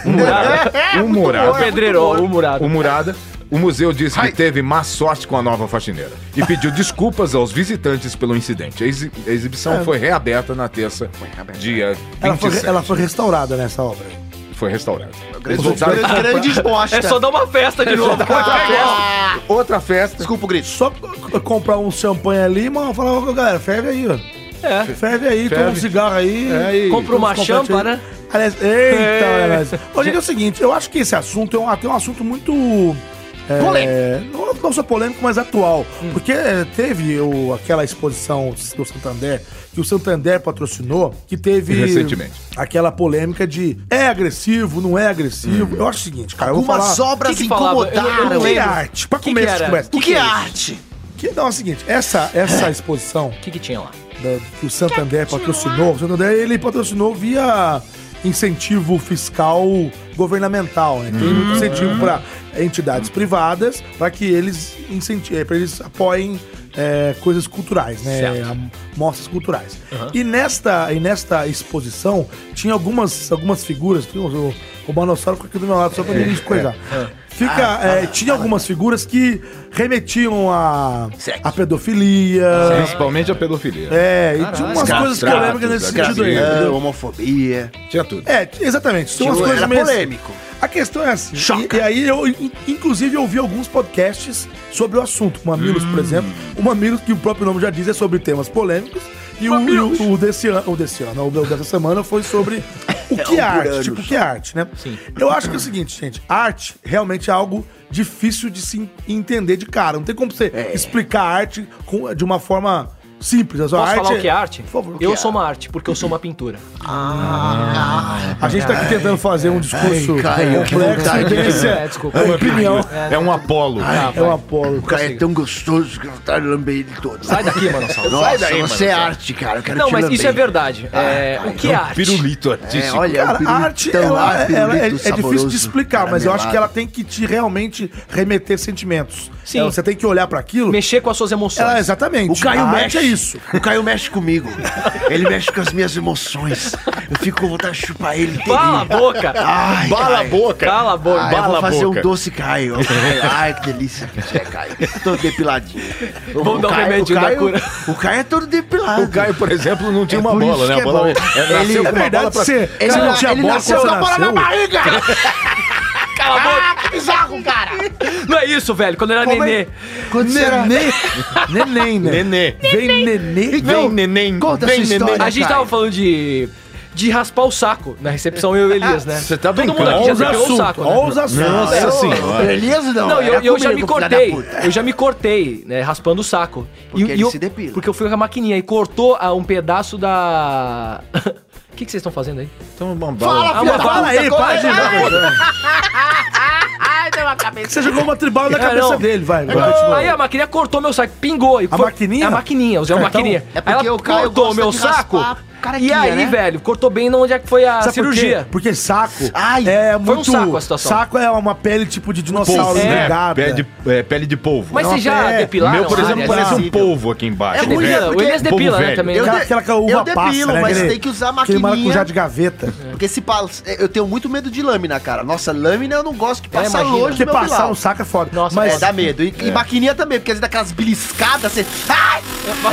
Speaker 2: Murado. [LAUGHS]
Speaker 1: humorada,
Speaker 2: É O pedreiro, ó, o murado.
Speaker 1: O Murada, o museu disse que teve má sorte com a nova faxineira e pediu desculpas aos visitantes pelo incidente. A, exi- a exibição foi reaberta na terça, dia 27.
Speaker 3: Ah. Ela foi, ela foi restaurada nessa obra.
Speaker 1: Foi restaurada. Eles
Speaker 4: Grande,
Speaker 1: voltaram
Speaker 4: grande, grande bosta.
Speaker 2: É [LAUGHS] só dar uma festa de novo.
Speaker 4: Ah,
Speaker 1: outra festa.
Speaker 4: Desculpa o grito.
Speaker 3: Só c- comprar um champanhe ali, mano, falar, ô galera, ferve aí, ó.
Speaker 2: É.
Speaker 3: Ferve aí, toma um cigarro aí.
Speaker 1: É, e-
Speaker 2: Compra uma
Speaker 3: Uns confetes
Speaker 2: champa,
Speaker 3: aí.
Speaker 2: né?
Speaker 3: Aliás, eita,
Speaker 2: É.
Speaker 3: aliás. Ô, gente, é o seguinte, eu acho que esse assunto é um, tem um assunto muito. É, polêmico. Não, não só polêmico, mas atual.
Speaker 2: Hum.
Speaker 3: Porque é, teve o, aquela exposição do Santander, que o Santander patrocinou, que teve.
Speaker 1: Recentemente.
Speaker 3: Aquela polêmica de é agressivo, não é agressivo.
Speaker 2: Hum.
Speaker 3: Eu acho o seguinte, cara, eu vou falar.
Speaker 4: Umas obras
Speaker 2: que que falava? Eu- eu
Speaker 4: incomodaram.
Speaker 2: não
Speaker 3: Que é
Speaker 2: lembro.
Speaker 3: arte? Pra
Speaker 2: Que que
Speaker 3: começo
Speaker 2: era?
Speaker 3: de conversa.
Speaker 4: O que é arte?
Speaker 3: Que, não, é o seguinte, essa,
Speaker 2: É.
Speaker 3: essa exposição
Speaker 2: O que, que tinha lá?
Speaker 3: da- que o Santander patrocinou. O Santander ele patrocinou via incentivo fiscal governamental, né? Tem muito incentivo para entidades privadas para que eles incentivem, para eles apoiem é, coisas culturais, né? A- Mostras culturais. E nesta e nesta exposição tinha algumas algumas figuras. tinha O, o Manossauro fica aqui do meu lado só para ele coisar. Fica, é, tinha algumas figuras que remetiam a, a pedofilia,
Speaker 1: Principalmente a pedofilia.
Speaker 3: é, e tinha umas
Speaker 1: Caralho.
Speaker 3: coisas polêmicas nesse
Speaker 1: Castratos,
Speaker 3: sentido aí.
Speaker 1: desgraçados.
Speaker 4: É,
Speaker 3: entendeu?
Speaker 4: homofobia.
Speaker 1: Tinha tudo.
Speaker 3: É, exatamente. Tinha umas
Speaker 4: Era
Speaker 3: coisas meio assim.
Speaker 4: polêmico.
Speaker 3: A questão é assim.
Speaker 4: Choca.
Speaker 3: E, e aí eu, in- inclusive, eu ouvi alguns podcasts sobre o assunto. O Mamilos, por exemplo. O Mamilos, que o próprio nome já diz, é sobre temas polêmicos. E o, e o, o desse ano, o desse ano, o dessa semana foi sobre o que é arte. Tipo, o que é arte, né? Sim. Eu acho que é o seguinte, gente. Arte realmente é algo difícil de se en- entender de cara. Não tem como você explicar arte com- de uma forma simples. A sua
Speaker 2: Posso
Speaker 3: arte
Speaker 2: falar o que é arte?
Speaker 3: Por favor.
Speaker 2: Eu sou uma arte, porque eu sou uma pintura.
Speaker 3: A gente tá aqui tentando fazer um discurso complexo e tem esse-
Speaker 2: É, desculpa.
Speaker 3: É uma opinião.
Speaker 1: É um Apolo.
Speaker 3: É um Apolo.
Speaker 4: O cara é tão gostoso que eu tá lambei ele todo.
Speaker 2: Sai daqui, Manossauro.
Speaker 4: Nossa, você é arte, cara. Eu quero
Speaker 2: Não,
Speaker 4: te Ah,
Speaker 2: mas
Speaker 4: lamber.
Speaker 2: isso é verdade. É, o que é arte?
Speaker 1: Pirulito artístico.
Speaker 4: É, olha,
Speaker 3: Cara,
Speaker 4: um
Speaker 3: a arte
Speaker 4: pirulitão
Speaker 3: ela-
Speaker 4: lá,
Speaker 3: ela é,
Speaker 4: pirulito
Speaker 3: é difícil
Speaker 4: saboroso,
Speaker 3: de explicar, mas eu acho que ela
Speaker 4: caramelado.
Speaker 3: tem que te realmente remeter sentimentos.
Speaker 2: Sim.
Speaker 3: Ela- você tem que olhar pra aquilo.
Speaker 2: Mexer com as suas
Speaker 4: Ah,
Speaker 3: Ela,
Speaker 2: emoções.
Speaker 4: O
Speaker 3: exatamente.
Speaker 4: Caio
Speaker 3: A arte
Speaker 4: mexe.
Speaker 3: é isso.
Speaker 4: O Caio mexe comigo. Ele mexe com as minhas emoções. Eu fico com vontade de chupar ele
Speaker 2: Cala a
Speaker 4: inteirinho. [LAUGHS]
Speaker 2: boca!
Speaker 4: Ai,
Speaker 1: Bala a
Speaker 4: Caio.
Speaker 1: boca.
Speaker 2: Cala a boca!
Speaker 4: Ai, eu
Speaker 1: Bala
Speaker 4: vou
Speaker 1: a
Speaker 4: fazer
Speaker 1: boca.
Speaker 4: um doce Caio. Ai, que delícia que você é, Caio. Todo depiladinho.
Speaker 2: Vamos dar um remédio
Speaker 4: o
Speaker 2: da
Speaker 4: Caio,
Speaker 2: cura.
Speaker 4: O Caio é todo depilado.
Speaker 1: O Caio, por exemplo, não tinha
Speaker 4: É
Speaker 1: uma
Speaker 4: por
Speaker 1: bola,
Speaker 4: isso
Speaker 1: né?
Speaker 4: que
Speaker 1: A
Speaker 4: é
Speaker 1: bola,
Speaker 4: bom.
Speaker 1: ele nasceu
Speaker 4: Ele-
Speaker 1: com
Speaker 3: Na
Speaker 1: uma bola
Speaker 3: verdade, é
Speaker 1: pra...
Speaker 3: você,
Speaker 4: Ele,
Speaker 3: você não
Speaker 4: na-
Speaker 3: tinha
Speaker 4: ele
Speaker 3: bola
Speaker 4: nasceu
Speaker 3: quando
Speaker 4: com
Speaker 3: você
Speaker 4: a bola na
Speaker 3: nasceu?
Speaker 4: barriga.
Speaker 2: [LAUGHS]
Speaker 4: Ah,
Speaker 2: Cala a boca!
Speaker 4: Que bizarro, cara.
Speaker 2: Não é isso, velho. Quando era nenê.
Speaker 4: Quando você era...
Speaker 3: é? Nenê. Neném, né?
Speaker 1: Nenê.
Speaker 3: Vem nenê.
Speaker 4: Então,
Speaker 1: neném.
Speaker 4: Conta a sua história,
Speaker 2: A gente tá
Speaker 4: Caio.
Speaker 2: tava falando de. De raspar o saco na recepção, eu e o Elias, né?
Speaker 1: Você tá
Speaker 2: Todo mundo
Speaker 1: brincando.
Speaker 2: aqui
Speaker 3: Olha
Speaker 2: já
Speaker 3: os
Speaker 2: pegou o saco.
Speaker 3: assuntos.
Speaker 2: né?
Speaker 3: Olha os assuntos.
Speaker 1: Nossa senhora.
Speaker 4: Elias não.
Speaker 2: Não, e eu,
Speaker 4: era
Speaker 2: eu já me
Speaker 4: É comigo, filha da
Speaker 2: cortei.
Speaker 4: puta.
Speaker 2: Eu já me cortei, né? Raspando o saco.
Speaker 4: Porque
Speaker 2: e,
Speaker 4: ele
Speaker 2: eu,
Speaker 4: se depila.
Speaker 2: Porque eu fui com a maquininha e cortou ah, um pedaço da. [LAUGHS] O que, que vocês estão fazendo aí?
Speaker 1: Então, uma bala.
Speaker 2: Ah, uma
Speaker 3: Fala
Speaker 2: bala.
Speaker 3: aí, para de
Speaker 8: Ai, deu uma cabeça.
Speaker 3: Você jogou uma tribal na
Speaker 2: É,
Speaker 3: cabeça
Speaker 2: não.
Speaker 3: dele, vai. vai,
Speaker 2: Não,
Speaker 3: continua.
Speaker 2: Aí a maquininha cortou meu saco, pingou. E É
Speaker 3: A maquininha?
Speaker 2: A maquininha, usei uma maquininha.
Speaker 4: é
Speaker 2: Aí
Speaker 4: porque
Speaker 2: ela
Speaker 4: o Caio
Speaker 2: cortou
Speaker 4: gosta
Speaker 2: meu
Speaker 4: de
Speaker 2: saco.
Speaker 4: raspar
Speaker 2: E
Speaker 4: carequinha,
Speaker 2: aí,
Speaker 4: né?
Speaker 2: velho, cortou bem onde é que foi a
Speaker 3: Sabe por
Speaker 2: cirurgia.
Speaker 3: quê? Porque saco
Speaker 4: Ai,
Speaker 3: é
Speaker 2: foi um
Speaker 3: muito.
Speaker 2: saco a situação.
Speaker 3: Saco é uma pele tipo de dinossauro
Speaker 1: Polvo, né?
Speaker 3: enrugada.
Speaker 1: Pele de, é, pele de polvo.
Speaker 2: Mas vocês já
Speaker 3: é.
Speaker 2: depilaram?
Speaker 1: Meu, por
Speaker 2: a
Speaker 1: exemplo,
Speaker 2: área?
Speaker 1: parece um
Speaker 4: sensível.
Speaker 1: polvo aqui embaixo. né?
Speaker 2: Você
Speaker 4: É
Speaker 2: depila?
Speaker 1: correto?
Speaker 2: o Elias
Speaker 1: Polvo
Speaker 2: depila, né,
Speaker 1: velho.
Speaker 2: também.
Speaker 4: Eu
Speaker 2: né?
Speaker 3: Aquela,
Speaker 4: de-
Speaker 3: aquela que a uva
Speaker 4: eu depilo,
Speaker 3: passa, né?
Speaker 4: mas
Speaker 3: aquele-
Speaker 4: tem que usar a
Speaker 3: Aquele
Speaker 4: maquininha.
Speaker 3: maracujá de gaveta.
Speaker 4: Porque se passa. Eu tenho muito medo de lâmina, cara. Nossa, lâmina eu não gosto que passa
Speaker 2: imagina.
Speaker 4: longe
Speaker 3: Porque
Speaker 4: do meu
Speaker 3: passar
Speaker 4: pilar.
Speaker 3: um saco é foda.
Speaker 2: Nossa,
Speaker 3: mas
Speaker 4: É, dá medo. E, e maquininha também, porque às vezes dá aquelas beliscadas, você. Ai!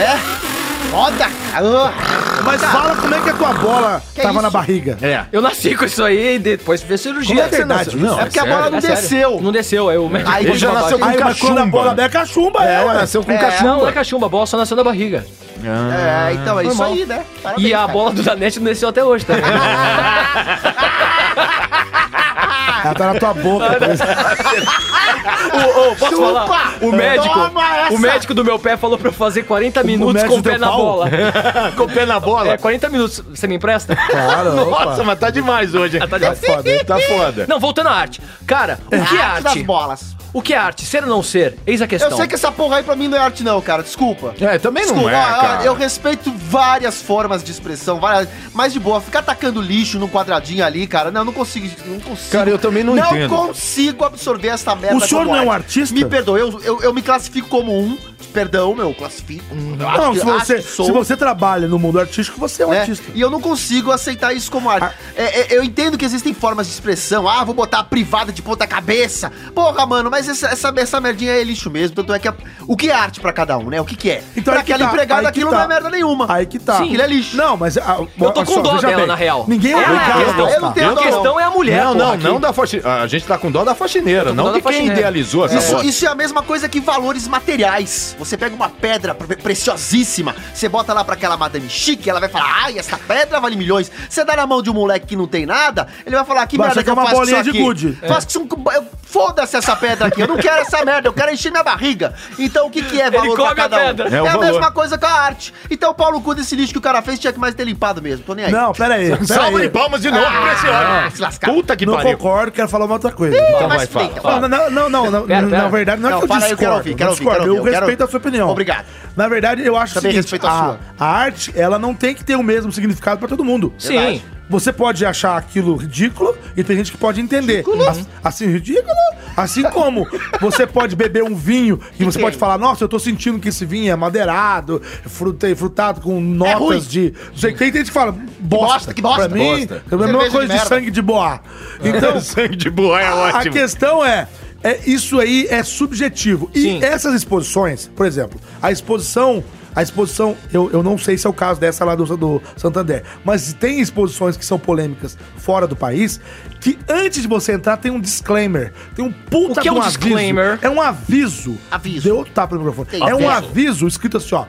Speaker 4: É. Foda, cara.
Speaker 3: mas fala como é que a tua bola
Speaker 4: Que
Speaker 3: tava
Speaker 4: isso?
Speaker 3: na barriga.
Speaker 1: É.
Speaker 2: [LAUGHS] Eu nasci com isso aí e depois fiz a cirurgia.
Speaker 3: Como é que você nasceu?
Speaker 1: Não,
Speaker 4: é porque a bola não
Speaker 2: É sério.
Speaker 4: desceu. é
Speaker 2: Não desceu, aí o médico
Speaker 4: Aí
Speaker 2: pôs
Speaker 1: Ele já
Speaker 2: uma
Speaker 1: nasceu
Speaker 2: barriga.
Speaker 1: com
Speaker 3: Aí, mas quando a
Speaker 1: cachumba.
Speaker 3: bola der cachumba, é.
Speaker 1: É,
Speaker 3: ué.
Speaker 1: nasceu com
Speaker 4: É.
Speaker 1: cachumba.
Speaker 2: Não, não é cachumba, a bola só nasceu na barriga.
Speaker 4: É, então é isso
Speaker 2: Normal.
Speaker 4: aí, né?
Speaker 2: E
Speaker 4: Parabéns,
Speaker 2: a
Speaker 4: cara.
Speaker 2: bola do Danete não desceu até hoje,
Speaker 4: [LAUGHS]
Speaker 2: tá?
Speaker 3: Ela tá na tua boca.
Speaker 2: Ô, ô, posso falar? O médico,
Speaker 4: Toma essa!
Speaker 2: o médico do meu pé falou pra eu fazer 40 minutos
Speaker 3: médico
Speaker 2: com o
Speaker 3: do
Speaker 2: pé
Speaker 3: teu
Speaker 2: na
Speaker 3: pau?
Speaker 2: bola.
Speaker 6: Com o pé na bola.
Speaker 2: É, 40 minutos. Você me empresta?
Speaker 3: Claro,
Speaker 6: Nossa, mas tá demais hoje. hein?
Speaker 2: Ah, tá
Speaker 6: Tá
Speaker 2: demais.
Speaker 6: foda, hein? tá foda.
Speaker 2: Não, voltando à arte. Cara, o que é
Speaker 4: Arte das
Speaker 2: arte?
Speaker 4: bolas.
Speaker 2: O que é arte? Ser ou não ser? Eis a
Speaker 4: Eu
Speaker 2: questão.
Speaker 4: sei que essa porra aí pra mim não é arte, não, cara. Desculpa.
Speaker 1: É, também não
Speaker 4: Desculpa,
Speaker 1: é,
Speaker 4: ó, ó,
Speaker 1: cara.
Speaker 4: eu respeito várias formas de expressão, várias, mas de boa, ficar atacando lixo num quadradinho ali, cara, não, não consigo, não consigo.
Speaker 1: Cara, eu também não entendo.
Speaker 4: Não consigo absorver essa merda.
Speaker 3: O senhor
Speaker 4: como
Speaker 3: não é um
Speaker 4: arte.
Speaker 3: artista?
Speaker 4: Me perdoa, eu, eu, eu me classifico como um, perdão, meu, classifico. um,
Speaker 3: Não,
Speaker 4: Acho
Speaker 3: se
Speaker 4: que- acho
Speaker 3: você,
Speaker 4: que sou,
Speaker 3: se você trabalha no mundo artístico, você é um
Speaker 4: né?
Speaker 3: artista. Ah.
Speaker 4: E eu não consigo aceitar isso como arte. É, é, eu entendo que existem formas de expressão. Ah, vou botar a privada de ponta cabeça. Porra, mano, mas essa, essa, essa merdinha é lixo mesmo. Tanto é que... a- o que é arte pra cada um, né? O que que é? pra
Speaker 3: aí que
Speaker 4: aquela
Speaker 3: tá,
Speaker 4: empregada
Speaker 3: aí que
Speaker 4: aquilo
Speaker 3: tá.
Speaker 4: não é merda nenhuma.
Speaker 3: Aí que tá.
Speaker 4: Sim. Aquilo é lixo.
Speaker 3: Não, mas. ah,
Speaker 2: Eu tô
Speaker 3: olha
Speaker 2: com dó
Speaker 3: veja
Speaker 2: dela,
Speaker 3: bem.
Speaker 2: na real.
Speaker 3: Ninguém
Speaker 2: Ah,
Speaker 3: é obrigado
Speaker 2: eu não
Speaker 3: a gostar.
Speaker 4: tenho
Speaker 2: A
Speaker 4: dó,
Speaker 2: questão
Speaker 4: não.
Speaker 2: é a mulher,
Speaker 1: não,
Speaker 2: porra,
Speaker 1: não,
Speaker 2: aqui.
Speaker 1: não da faxineira. A gente tá com dó da faxineira,
Speaker 2: com dó
Speaker 1: não
Speaker 2: da
Speaker 1: de quem
Speaker 2: faxineira.
Speaker 1: idealizou essa
Speaker 4: Isso,
Speaker 1: foto.
Speaker 4: isso é a mesma coisa que valores materiais. Você pega uma pedra pre- preciosíssima, você bota lá pra aquela madame chique, ela vai falar, ai, essa pedra vale milhões. Você dá na mão de um moleque que não tem nada, ele vai falar, que
Speaker 3: Vai
Speaker 4: merda
Speaker 3: achar que é uma
Speaker 4: com isso
Speaker 3: bolinha de gude.
Speaker 4: aqui? Faço com isso um- eu- Foda-se essa pedra aqui, eu não quero essa merda, eu quero encher minha barriga. Então o que que é valor
Speaker 2: come a
Speaker 4: pra cada
Speaker 2: pedra.
Speaker 4: um?
Speaker 1: É
Speaker 4: É,
Speaker 1: o
Speaker 4: a
Speaker 1: valor.
Speaker 4: mesma coisa com a arte. Então Paulo cu desse lixo que o cara fez tinha que mais ter limpado mesmo, tô nem aí. Ah,
Speaker 3: Não, pera aí. Pera
Speaker 6: Salva
Speaker 3: aí.
Speaker 6: de palmas de novo
Speaker 1: Ah,
Speaker 6: pra esse homem.
Speaker 4: se lascar.
Speaker 6: Puta que
Speaker 3: Não
Speaker 6: pariu.
Speaker 3: concordo, quero falar uma outra coisa. Tá.
Speaker 4: Então
Speaker 1: vai, fala,
Speaker 4: explica,
Speaker 1: fala.
Speaker 3: Não, não, não, não, não,
Speaker 2: Pera, pera.
Speaker 3: na verdade não, é
Speaker 4: Não,
Speaker 3: que eu
Speaker 4: fala aí, eu
Speaker 3: discordo.
Speaker 4: quero ouvir, quero
Speaker 3: não
Speaker 4: ouvir,
Speaker 3: discordo,
Speaker 4: quero
Speaker 3: eu
Speaker 4: ouvir, eu quero
Speaker 3: respeito a sua opinião.
Speaker 4: Obrigado.
Speaker 3: Na verdade, eu acho
Speaker 4: Também
Speaker 3: o seguinte,
Speaker 4: respeito a sua.
Speaker 3: a arte, ela não tem que ter o mesmo significado pra todo mundo.
Speaker 2: Sim.
Speaker 3: Você pode achar aquilo ridículo e tem gente que pode entender. As- assim, ridículo? Assim como você pode beber um vinho e você
Speaker 4: é?
Speaker 3: pode falar, nossa, eu tô sentindo que esse vinho é madeirado, fruta, frutado com
Speaker 4: É ruim.
Speaker 3: notas de. não sei o que. Tem gente que fala, bosta.
Speaker 4: bosta, que bosta.
Speaker 3: Pra mim,
Speaker 1: Bosta.
Speaker 3: é a mesma
Speaker 4: Cerveja de
Speaker 3: coisa de,
Speaker 4: merda.
Speaker 3: sangue de boa.
Speaker 4: [LAUGHS]
Speaker 3: Então,
Speaker 6: Sangue [LAUGHS] de boa é
Speaker 3: a
Speaker 6: ótimo.
Speaker 3: questão é, é, isso aí é subjetivo. E essas exposições, por exemplo, a exposição. A exposição, eu, eu não sei se é o caso dessa lá do, do Santander, mas tem exposições que são polêmicas fora do país que antes de você entrar tem um disclaimer. Tem um puta
Speaker 2: O que é
Speaker 3: de
Speaker 2: um
Speaker 3: aviso.
Speaker 2: disclaimer?
Speaker 3: É um aviso.
Speaker 4: Aviso.
Speaker 3: Deu tapa no microfone.
Speaker 4: Que
Speaker 3: É um
Speaker 4: isso?
Speaker 3: aviso escrito assim, ó.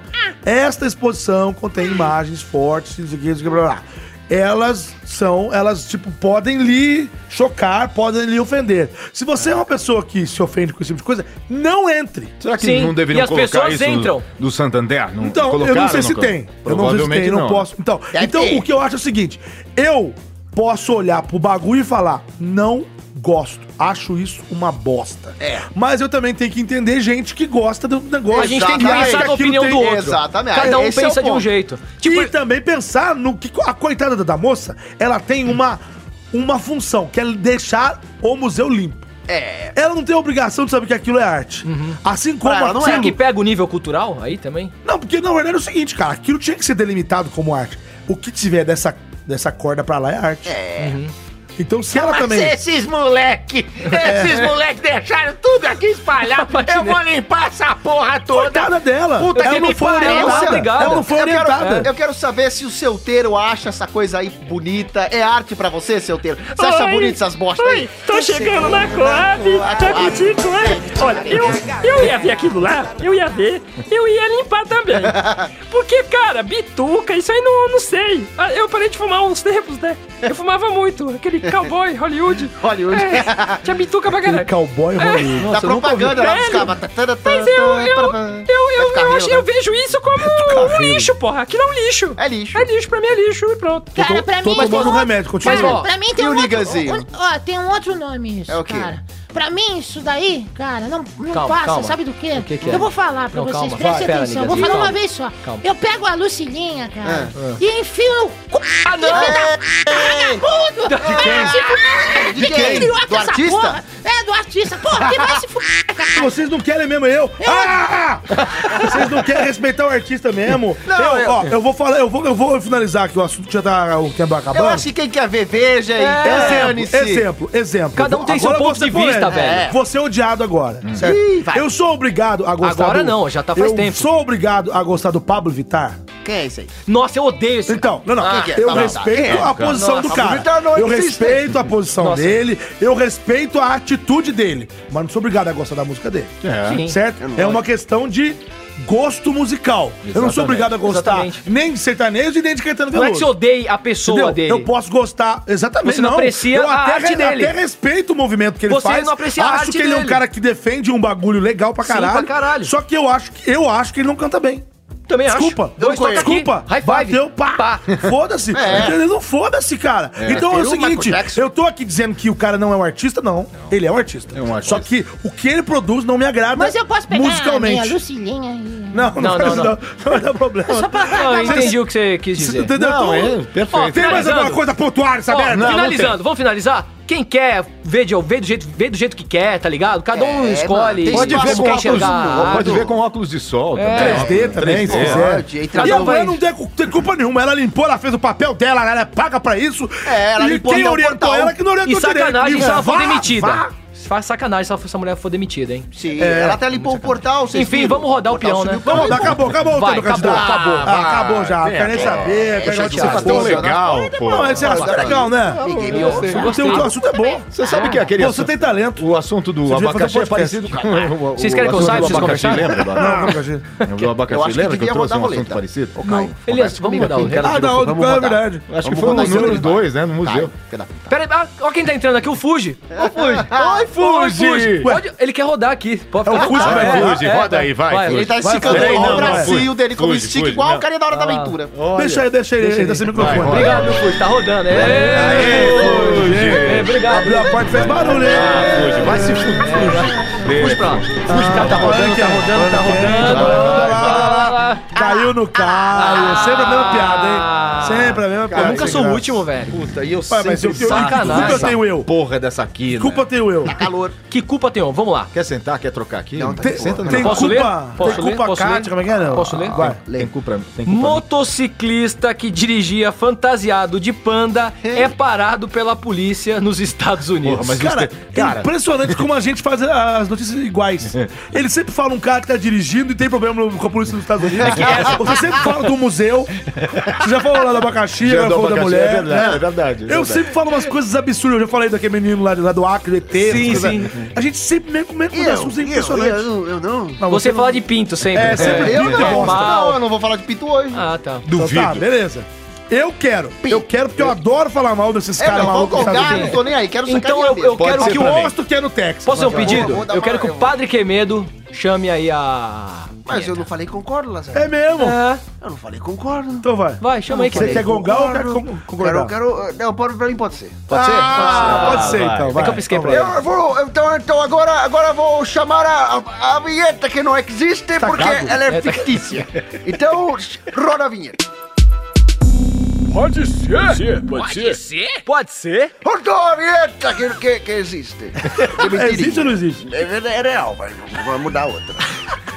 Speaker 3: Esta exposição contém imagens fortes, não sei o que, não sei o que, blá, blá. Elas são, elas, tipo, podem lhe chocar, podem lhe ofender. Se você é uma pessoa que se ofende com esse tipo de coisa, não entre.
Speaker 1: Será que
Speaker 2: Sim,
Speaker 1: não
Speaker 2: e
Speaker 1: deveriam
Speaker 2: as
Speaker 1: colocar
Speaker 2: pessoas
Speaker 1: isso
Speaker 2: entram.
Speaker 1: do Santander? Não
Speaker 3: Então, eu não
Speaker 1: colocaram,
Speaker 3: sei se
Speaker 1: não?
Speaker 3: tem. Eu não sei se
Speaker 1: Provavelmente
Speaker 3: tem, eu não posso. Então,
Speaker 4: Deve
Speaker 3: então
Speaker 4: ter.
Speaker 3: o que eu acho é o seguinte: eu posso olhar pro bagulho e falar, não gosto, acho isso uma bosta.
Speaker 4: É.
Speaker 3: Mas eu também tenho que entender gente que gosta do negócio.
Speaker 2: A gente tem que
Speaker 4: Exatamente.
Speaker 2: pensar na
Speaker 3: Aquilo
Speaker 2: opinião
Speaker 3: tem-
Speaker 2: do outro.
Speaker 4: Exatamente.
Speaker 2: Cada um
Speaker 4: Esse é o
Speaker 2: pensa de um
Speaker 4: ponto.
Speaker 2: jeito.
Speaker 3: e também pensar no que a coitada da moça, ela tem uma, uma função, que é deixar o museu limpo.
Speaker 4: É.
Speaker 3: Ela não tem a obrigação de saber que aquilo é arte. Assim como
Speaker 4: Pra ela não
Speaker 3: aquilo...
Speaker 2: será que pega o nível cultural aí também?
Speaker 3: Não, porque na verdade é o seguinte, cara, aquilo tinha que ser delimitado como arte. O que tiver dessa, dessa corda pra lá é arte. É. Então se ela
Speaker 8: Mas é
Speaker 3: também. É.
Speaker 8: esses moleque, esses moleque deixaram tudo aqui
Speaker 3: [LAUGHS]
Speaker 8: espalhado. Eu vou limpar essa porra toda.
Speaker 3: Coitada dela.
Speaker 8: Puta
Speaker 3: ela
Speaker 8: que
Speaker 3: não
Speaker 8: me
Speaker 3: foi
Speaker 8: pariu,
Speaker 3: orientada.
Speaker 2: obrigada.
Speaker 3: Ela não foi
Speaker 4: eu quero,
Speaker 3: orientada.
Speaker 4: eu quero saber se o solteiro acha essa coisa aí bonita. É arte pra você, solteiro? Você acha bonito essas bostas aí?
Speaker 9: Tô chegando na Coab, tá contigo, é? Olha, eu, eu ia ver aquilo lá, eu ia ver, eu ia limpar também. Porque, cara, bituca, isso aí não, não sei. Ah, Eu parei de fumar uns tempos, né? Eu fumava muito, aquele cowboy Hollywood.
Speaker 4: Hollywood.
Speaker 9: É, tinha bituca pra
Speaker 3: Aquele
Speaker 9: caralho.
Speaker 2: É.
Speaker 9: É.
Speaker 3: cowboy rolê.
Speaker 4: da
Speaker 2: eu nunca
Speaker 4: propaganda lá dos Tá, então é
Speaker 9: Velho,
Speaker 4: caras.
Speaker 9: Mas eu, eu,
Speaker 4: tá,
Speaker 9: eu, eu, eu, acho- eu vejo isso como um
Speaker 3: Carreiro.
Speaker 9: lixo, porra. Aquilo é um lixo.
Speaker 4: É lixo.
Speaker 9: É lixo, pra mim é lixo e pronto.
Speaker 10: Cara,
Speaker 3: Tô
Speaker 10: pra mim tem
Speaker 3: tomando um
Speaker 10: outro-
Speaker 3: remédio, continua.
Speaker 10: Mas, ó, pra mim tem
Speaker 4: E o
Speaker 10: um outro,
Speaker 4: liganzinho?
Speaker 10: um- ó, tem um outro nome isso,
Speaker 4: É o quê?
Speaker 10: cara. Pra mim, isso daí, cara, não, não
Speaker 2: Calma,
Speaker 10: passa,
Speaker 2: calma.
Speaker 10: sabe do quê?
Speaker 2: O que que é?
Speaker 10: Eu vou falar pra
Speaker 2: Não,
Speaker 10: vocês,
Speaker 2: calma,
Speaker 10: prestem
Speaker 2: vai.
Speaker 10: atenção.
Speaker 2: Pera,
Speaker 10: Eu vou falar
Speaker 2: liganzinho,
Speaker 10: uma vez só.
Speaker 2: Calma.
Speaker 10: Eu pego a Lucilinha, cara, e enfio no cu ah,
Speaker 4: não!
Speaker 10: vagabundo! Vai
Speaker 9: É.
Speaker 10: se fuder!
Speaker 4: De quem?
Speaker 10: criou
Speaker 4: Do
Speaker 10: tipo, "Ah, essa
Speaker 4: artista?
Speaker 10: porra? É, do artista. Porra, quem vai se fuder, cara?
Speaker 3: Vocês não querem mesmo é eu? Ah! Vocês não querem respeitar o artista mesmo? eu, Ó, eu vou falar, eu vou, eu vou finalizar aqui o assunto que já tá o tempo acabando.
Speaker 4: Eu acho que quem quer ver, veja aí.
Speaker 3: É,
Speaker 4: é
Speaker 3: Exemplo, exemplo, exemplo.
Speaker 2: Cada um tem seu
Speaker 3: eu vou
Speaker 2: ponto
Speaker 3: ser
Speaker 2: de vista,
Speaker 3: polêmico.
Speaker 2: velho.
Speaker 3: Você é odiado agora, certo?
Speaker 4: Hum. vai.
Speaker 3: Eu sou obrigado a gostar
Speaker 2: Agora
Speaker 3: do-
Speaker 2: não, já tá faz
Speaker 3: eu
Speaker 2: tempo.
Speaker 3: sou obrigado a gostar do Pablo Vittar?
Speaker 4: Quem é isso aí?
Speaker 2: Nossa, eu odeio esse
Speaker 3: Então, não, não.
Speaker 4: Ah, quem que é?
Speaker 3: Eu
Speaker 4: Tá, tá.
Speaker 3: respeito
Speaker 4: Quem é?
Speaker 3: a posição do
Speaker 2: Nossa,
Speaker 3: cara.
Speaker 4: Pablo Vittar não
Speaker 3: eu
Speaker 4: existe.
Speaker 3: respeito a posição
Speaker 2: Nossa.
Speaker 3: dele, eu respeito
Speaker 2: Tá
Speaker 3: a atitude dele. Mas não sou obrigado a gostar da música dele.
Speaker 2: Sim.
Speaker 3: Certo? É uma É questão de gosto musical. Eu não
Speaker 2: Exatamente,
Speaker 3: sou obrigado a gostar
Speaker 2: exatamente.
Speaker 3: nem de sertanejo e nem de Caetano
Speaker 2: Não
Speaker 3: Veloso.
Speaker 2: é que você odeie a pessoa
Speaker 3: Entendeu?
Speaker 2: dele.
Speaker 3: Eu posso gostar, exatamente.
Speaker 2: Você não aprecia
Speaker 3: eu
Speaker 2: a
Speaker 3: até,
Speaker 2: arte dele.
Speaker 3: até respeito o movimento que ele
Speaker 2: Você
Speaker 3: faz.
Speaker 2: não aprecia a
Speaker 3: acho
Speaker 2: arte
Speaker 3: que ele é um
Speaker 2: dele.
Speaker 3: cara que defende um bagulho legal pra
Speaker 2: Sim,
Speaker 3: caralho.
Speaker 2: pra caralho.
Speaker 3: Só que eu acho que eu acho que ele não canta bem.
Speaker 2: Também acho.
Speaker 3: Desculpa,
Speaker 2: Eu
Speaker 3: desculpa,
Speaker 2: conheço.
Speaker 3: desculpa.
Speaker 2: High five.
Speaker 3: Bateu, pá. Foda-se.
Speaker 4: É.
Speaker 3: Entendeu? Não foda-se, cara. Então é o
Speaker 4: Bateu o Michael
Speaker 3: seguinte,
Speaker 4: Jackson.
Speaker 3: eu tô aqui dizendo que o cara não é um artista, não. Ele é um artista. Só que o que ele produz não me agrada
Speaker 10: Mas eu posso pegar a minha
Speaker 3: musicalmente.
Speaker 10: Lucilinha né? e...
Speaker 3: Não, não,
Speaker 2: Não,
Speaker 3: faz
Speaker 2: não,
Speaker 3: isso, não,
Speaker 2: não.
Speaker 3: não. [LAUGHS] vai dar problema.
Speaker 10: É
Speaker 2: Não, eu entendi o que você quis
Speaker 3: Você
Speaker 2: dizer.
Speaker 3: entendeu?
Speaker 6: Não,
Speaker 3: Então,
Speaker 6: é, perfeito.
Speaker 3: Tem mais
Speaker 2: finalizando.
Speaker 3: alguma coisa a pontuar essa
Speaker 2: Ó,
Speaker 3: merda?
Speaker 2: finalizando, vamos finalizar? Quem quer ver, de, ver, do jeito, ver do jeito que quer, tá ligado? Cada um
Speaker 4: É,
Speaker 2: escolhe.
Speaker 4: mano, tem
Speaker 1: Pode ver,
Speaker 2: como
Speaker 1: com
Speaker 2: quer
Speaker 1: óculos,
Speaker 2: enxergar.
Speaker 1: pode ver com óculos de sol. É. também.
Speaker 3: 3D também,
Speaker 4: É.
Speaker 3: se
Speaker 1: é.
Speaker 3: quiser.
Speaker 4: Pode entrar
Speaker 3: E a
Speaker 4: no...
Speaker 3: mulher não tem, cu- tem culpa nenhuma. Ela limpou, ela fez o papel dela, ela é paga pra isso.
Speaker 4: É, ela
Speaker 3: e
Speaker 4: limpou
Speaker 3: quem
Speaker 4: até o
Speaker 3: orientou
Speaker 4: portal.
Speaker 3: ela que não
Speaker 2: E
Speaker 3: orientou
Speaker 2: sacanagem
Speaker 3: direito. né?
Speaker 2: se ela for
Speaker 3: Vá,
Speaker 2: demitida.
Speaker 3: vá.
Speaker 2: Faz sacanagem se ela- se essa mulher for demitida, hein?
Speaker 4: Sim, ela até limpou é o portal, vocês
Speaker 2: Enfim,
Speaker 4: viram?
Speaker 2: vamos rodar o
Speaker 4: portal
Speaker 2: peão, né?
Speaker 4: subiu,
Speaker 3: Vamos,
Speaker 4: acabou.
Speaker 3: acabou,
Speaker 2: Vai,
Speaker 3: acabou o tempo,
Speaker 2: acabou,
Speaker 3: candidato.
Speaker 2: acabou.
Speaker 3: Ah, acabou já, quero nem saber. quero nem
Speaker 4: chateado.
Speaker 1: Tá
Speaker 3: saber.
Speaker 1: tão legal, pô.
Speaker 3: Não, esse assunto é legal, né?
Speaker 4: Ninguém me ouve.
Speaker 2: Eu
Speaker 3: Você,
Speaker 2: gostei.
Speaker 3: o assunto é bom.
Speaker 1: Você sabe que
Speaker 3: Pô,
Speaker 1: aquele
Speaker 3: Você tem talento.
Speaker 1: O assunto do
Speaker 3: Você devia
Speaker 1: abacaxi é
Speaker 3: fazer um
Speaker 1: parecido
Speaker 3: podcast.
Speaker 1: com o, o-
Speaker 2: Vocês
Speaker 1: o
Speaker 2: querem que eu
Speaker 1: assunto
Speaker 2: saia
Speaker 1: do
Speaker 2: pra vocês
Speaker 1: abacaxi,
Speaker 2: conversarem?
Speaker 1: Lembra do abacaxi? Lembra do
Speaker 4: Eu acho
Speaker 1: abacaxi?
Speaker 4: que
Speaker 1: Lembra que eu trouxe
Speaker 4: devia
Speaker 1: um
Speaker 4: rodar a
Speaker 1: assunto
Speaker 4: roleta.
Speaker 1: parecido? Ô, Caio,
Speaker 2: Elias, vamos mudar o
Speaker 3: Ah, da outra, é verdade.
Speaker 1: Acho que foi o
Speaker 4: rodar Tá, isso
Speaker 1: número
Speaker 4: aí.
Speaker 1: 2, né? No museu.
Speaker 2: Pera aí, ah, ó quem tá entrando aqui, o Fuji. Ô, Fuji.
Speaker 1: Ai, Fuji!
Speaker 2: Pode- ele quer rodar aqui. Pode
Speaker 3: É o Fuji que vai
Speaker 2: é,
Speaker 3: rodar.
Speaker 1: Fuji, roda aí, vai, Fuji.
Speaker 4: Ele tá
Speaker 3: Vai,
Speaker 4: esticando
Speaker 1: Fuji.
Speaker 4: o
Speaker 1: Não,
Speaker 4: bracinho
Speaker 1: não,
Speaker 4: dele como
Speaker 1: Fuji,
Speaker 4: estica
Speaker 1: Fuji,
Speaker 4: igual
Speaker 1: não.
Speaker 4: o carinha da hora da aventura.
Speaker 3: Deixa aí, deixa aí, deixa esse
Speaker 1: Vai,
Speaker 3: microfone.
Speaker 1: roda.
Speaker 2: Obrigado, meu Fuji. Tá rodando. É.
Speaker 1: Fuji.
Speaker 2: É, Obrigado.
Speaker 3: Abriu a porta e fez barulho, hein?
Speaker 1: Fuji, vai se
Speaker 2: Puxa
Speaker 1: fuder.
Speaker 2: pra lá. Puxa, tá, tá rodando, tá rodando, tá rodando. Vai, vai,
Speaker 3: Vai, vai, vai.
Speaker 2: vai. Ah,
Speaker 3: Caiu no Caio. Sempre a mesma piada, hein? Sempre a mesma piada.
Speaker 2: Eu nunca
Speaker 3: sem
Speaker 2: sou o
Speaker 3: graça.
Speaker 2: último, velho.
Speaker 1: Puta, e eu
Speaker 3: Pai, mas eu, eu,
Speaker 2: Sacanagem. Tá
Speaker 3: culpa eu tenho eu.
Speaker 1: Porra dessa aqui, né?
Speaker 3: Culpa tenho eu.
Speaker 4: Calor.
Speaker 2: Que culpa tem, ó? Vamos lá.
Speaker 1: Quer sentar? Quer trocar aqui?
Speaker 4: Não, tá
Speaker 3: Tem,
Speaker 4: de
Speaker 1: Senta no
Speaker 3: tem
Speaker 1: meu-
Speaker 2: né? Posso
Speaker 3: culpa,
Speaker 2: ler?
Speaker 3: tem
Speaker 2: Posso ler?
Speaker 3: culpa
Speaker 2: Posso
Speaker 3: Kátia,
Speaker 2: ler?
Speaker 3: como é que é? Não?
Speaker 2: Posso ler?
Speaker 3: Vai.
Speaker 1: Tem culpa, tem culpa
Speaker 2: Motociclista que dirigia fantasiado de panda é parado pela polícia nos Estados Unidos.
Speaker 1: Porra, mas
Speaker 3: Cara,
Speaker 1: Isso que- cara.
Speaker 3: é impressionante como a gente faz ah, as
Speaker 2: [LAUGHS]
Speaker 3: notícias iguais. Ele sempre fala um cara que tá dirigindo e tem problema no- com a polícia dos Estados
Speaker 2: É
Speaker 3: Unidos. Você sempre fala do museu. Você já falou lá do abacaxi,
Speaker 1: Já
Speaker 3: já
Speaker 1: do
Speaker 3: falou da
Speaker 1: abacaxi,
Speaker 3: mulher.
Speaker 1: é verdade,
Speaker 3: né?
Speaker 1: é verdade, é
Speaker 3: Eu
Speaker 1: verdade.
Speaker 3: sempre falo umas coisas absurdas. Eu já falei daquele menino lá, lá do Acre, do ET.
Speaker 2: Sim,
Speaker 3: essas coisas.
Speaker 2: sim.
Speaker 3: A gente sempre meio com meio com
Speaker 4: Eu,
Speaker 3: um assunto
Speaker 4: eu,
Speaker 3: impressionante.
Speaker 4: eu, não- eu não.
Speaker 3: Não,
Speaker 2: Você
Speaker 3: não-
Speaker 2: fala de pinto sempre.
Speaker 3: É, sempre
Speaker 4: Eu
Speaker 3: pinto é
Speaker 4: não.
Speaker 3: bosta.
Speaker 4: Não, eu não vou falar de pito hoje.
Speaker 2: Ah, tá.
Speaker 3: Então
Speaker 1: Duvido.
Speaker 3: tá, beleza. Eu quero. Eu quero porque eu adoro falar mal desses
Speaker 4: É,
Speaker 3: caras
Speaker 4: não, vou
Speaker 3: malucos. dos Estados
Speaker 4: colgar,
Speaker 3: Unidos.
Speaker 4: não tô nem aí. Quero sacar
Speaker 2: Então
Speaker 4: minha
Speaker 2: eu-
Speaker 4: mesa.
Speaker 2: eu
Speaker 1: Pode
Speaker 2: quero
Speaker 1: ser
Speaker 2: que
Speaker 1: também.
Speaker 2: o.
Speaker 3: Posto que é no Texas.
Speaker 2: Posso fazer um
Speaker 4: Mas eu vou-
Speaker 2: pedido?
Speaker 4: vou dar
Speaker 2: Eu quero
Speaker 4: uma-
Speaker 2: que o Padre Quemedo chame aí a.
Speaker 4: Mas eu não falei concordo, Lazaro.
Speaker 3: É mesmo?
Speaker 2: É,
Speaker 4: Eu não falei concordo.
Speaker 3: Então vai.
Speaker 2: vai, chama aí,
Speaker 3: Você
Speaker 2: Quemedo.
Speaker 3: quer gongar ou quer con-
Speaker 4: Quero,
Speaker 3: concordar?
Speaker 4: quero. Não, pode- pra mim pode ser.
Speaker 2: Pode ser?
Speaker 3: Ah, pode ser então, vai.
Speaker 2: que eu pisquei
Speaker 3: Então
Speaker 2: pra
Speaker 3: vai.
Speaker 4: Eu vou, então, então agora, agora vou chamar a, a- a vinheta que não existe porque
Speaker 3: gago?
Speaker 4: ela é,
Speaker 2: É, tá-
Speaker 4: [LAUGHS] fictícia. Então, roda a vinheta.
Speaker 5: Pode ser, pode ser. Pode ser.
Speaker 2: Pode ser?
Speaker 4: Rodou a vinheta que, que, que existe. Que mentirinha.
Speaker 3: Existe ou não existe?
Speaker 4: É, ver- é real, vai, vai mudar outra.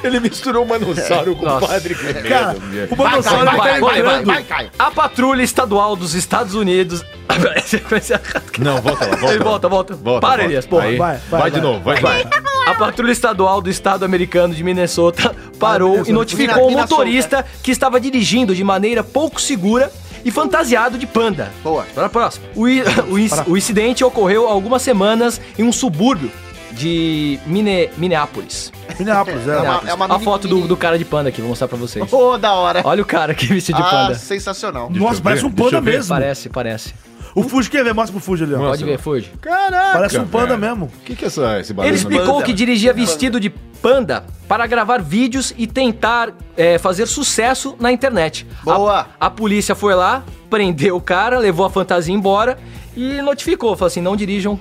Speaker 1: Ele misturou o manossauro com o
Speaker 2: Nossa.
Speaker 1: padre
Speaker 3: Cara,
Speaker 1: Quemedo.
Speaker 3: o Bonossauro
Speaker 2: vai,
Speaker 3: tá
Speaker 2: vai, vai,
Speaker 3: entrando.
Speaker 2: vai, A patrulha estadual dos Estados Unidos. [LAUGHS]
Speaker 1: Não, volta lá, volta
Speaker 2: Ele
Speaker 1: lá.
Speaker 2: volta, volta.
Speaker 1: Volta,
Speaker 2: Para,
Speaker 1: volta.
Speaker 2: Elias, porra.
Speaker 1: Aí,
Speaker 3: Vai,
Speaker 1: Vai,
Speaker 3: vai, vai.
Speaker 1: de novo, vai, vai.
Speaker 2: A patrulha estadual do estado americano de Minnesota parou e notificou o motorista que estava dirigindo de maneira pouco segura e fantasiado de panda.
Speaker 4: Boa.
Speaker 2: Para a próxima. O, i- o inc- o incidente ocorreu há algumas semanas em um subúrbio de Mine- Minneapolis.
Speaker 3: Minneapolis, é.
Speaker 4: É uma-
Speaker 2: Minneapolis. a
Speaker 4: mini-
Speaker 2: foto do,
Speaker 4: mini-
Speaker 2: do cara de panda aqui, vou mostrar pra vocês.
Speaker 4: Ô, da hora.
Speaker 2: Olha o cara aqui vestido de
Speaker 4: Ah,
Speaker 2: panda.
Speaker 4: sensacional.
Speaker 1: Deixa
Speaker 3: Nossa,
Speaker 1: eu
Speaker 3: parece
Speaker 1: ver,
Speaker 3: um panda
Speaker 1: deixa eu ver.
Speaker 3: mesmo.
Speaker 2: Parece, parece.
Speaker 3: O Fuji quer ver, mostra pro Fuji ali,
Speaker 1: é
Speaker 3: ó.
Speaker 2: Pode ver, Fuji.
Speaker 1: Caraca,
Speaker 3: Parece um panda
Speaker 1: velho.
Speaker 3: mesmo.
Speaker 1: O que, que é essa, esse barulho?
Speaker 2: Ele
Speaker 1: no meio?
Speaker 2: explicou que dirigia vestido de panda para gravar vídeos e tentar é, fazer sucesso na internet.
Speaker 4: Boa.
Speaker 2: A, a polícia foi lá, prendeu o cara, levou a fantasia embora e notificou. Falou assim, não dirijam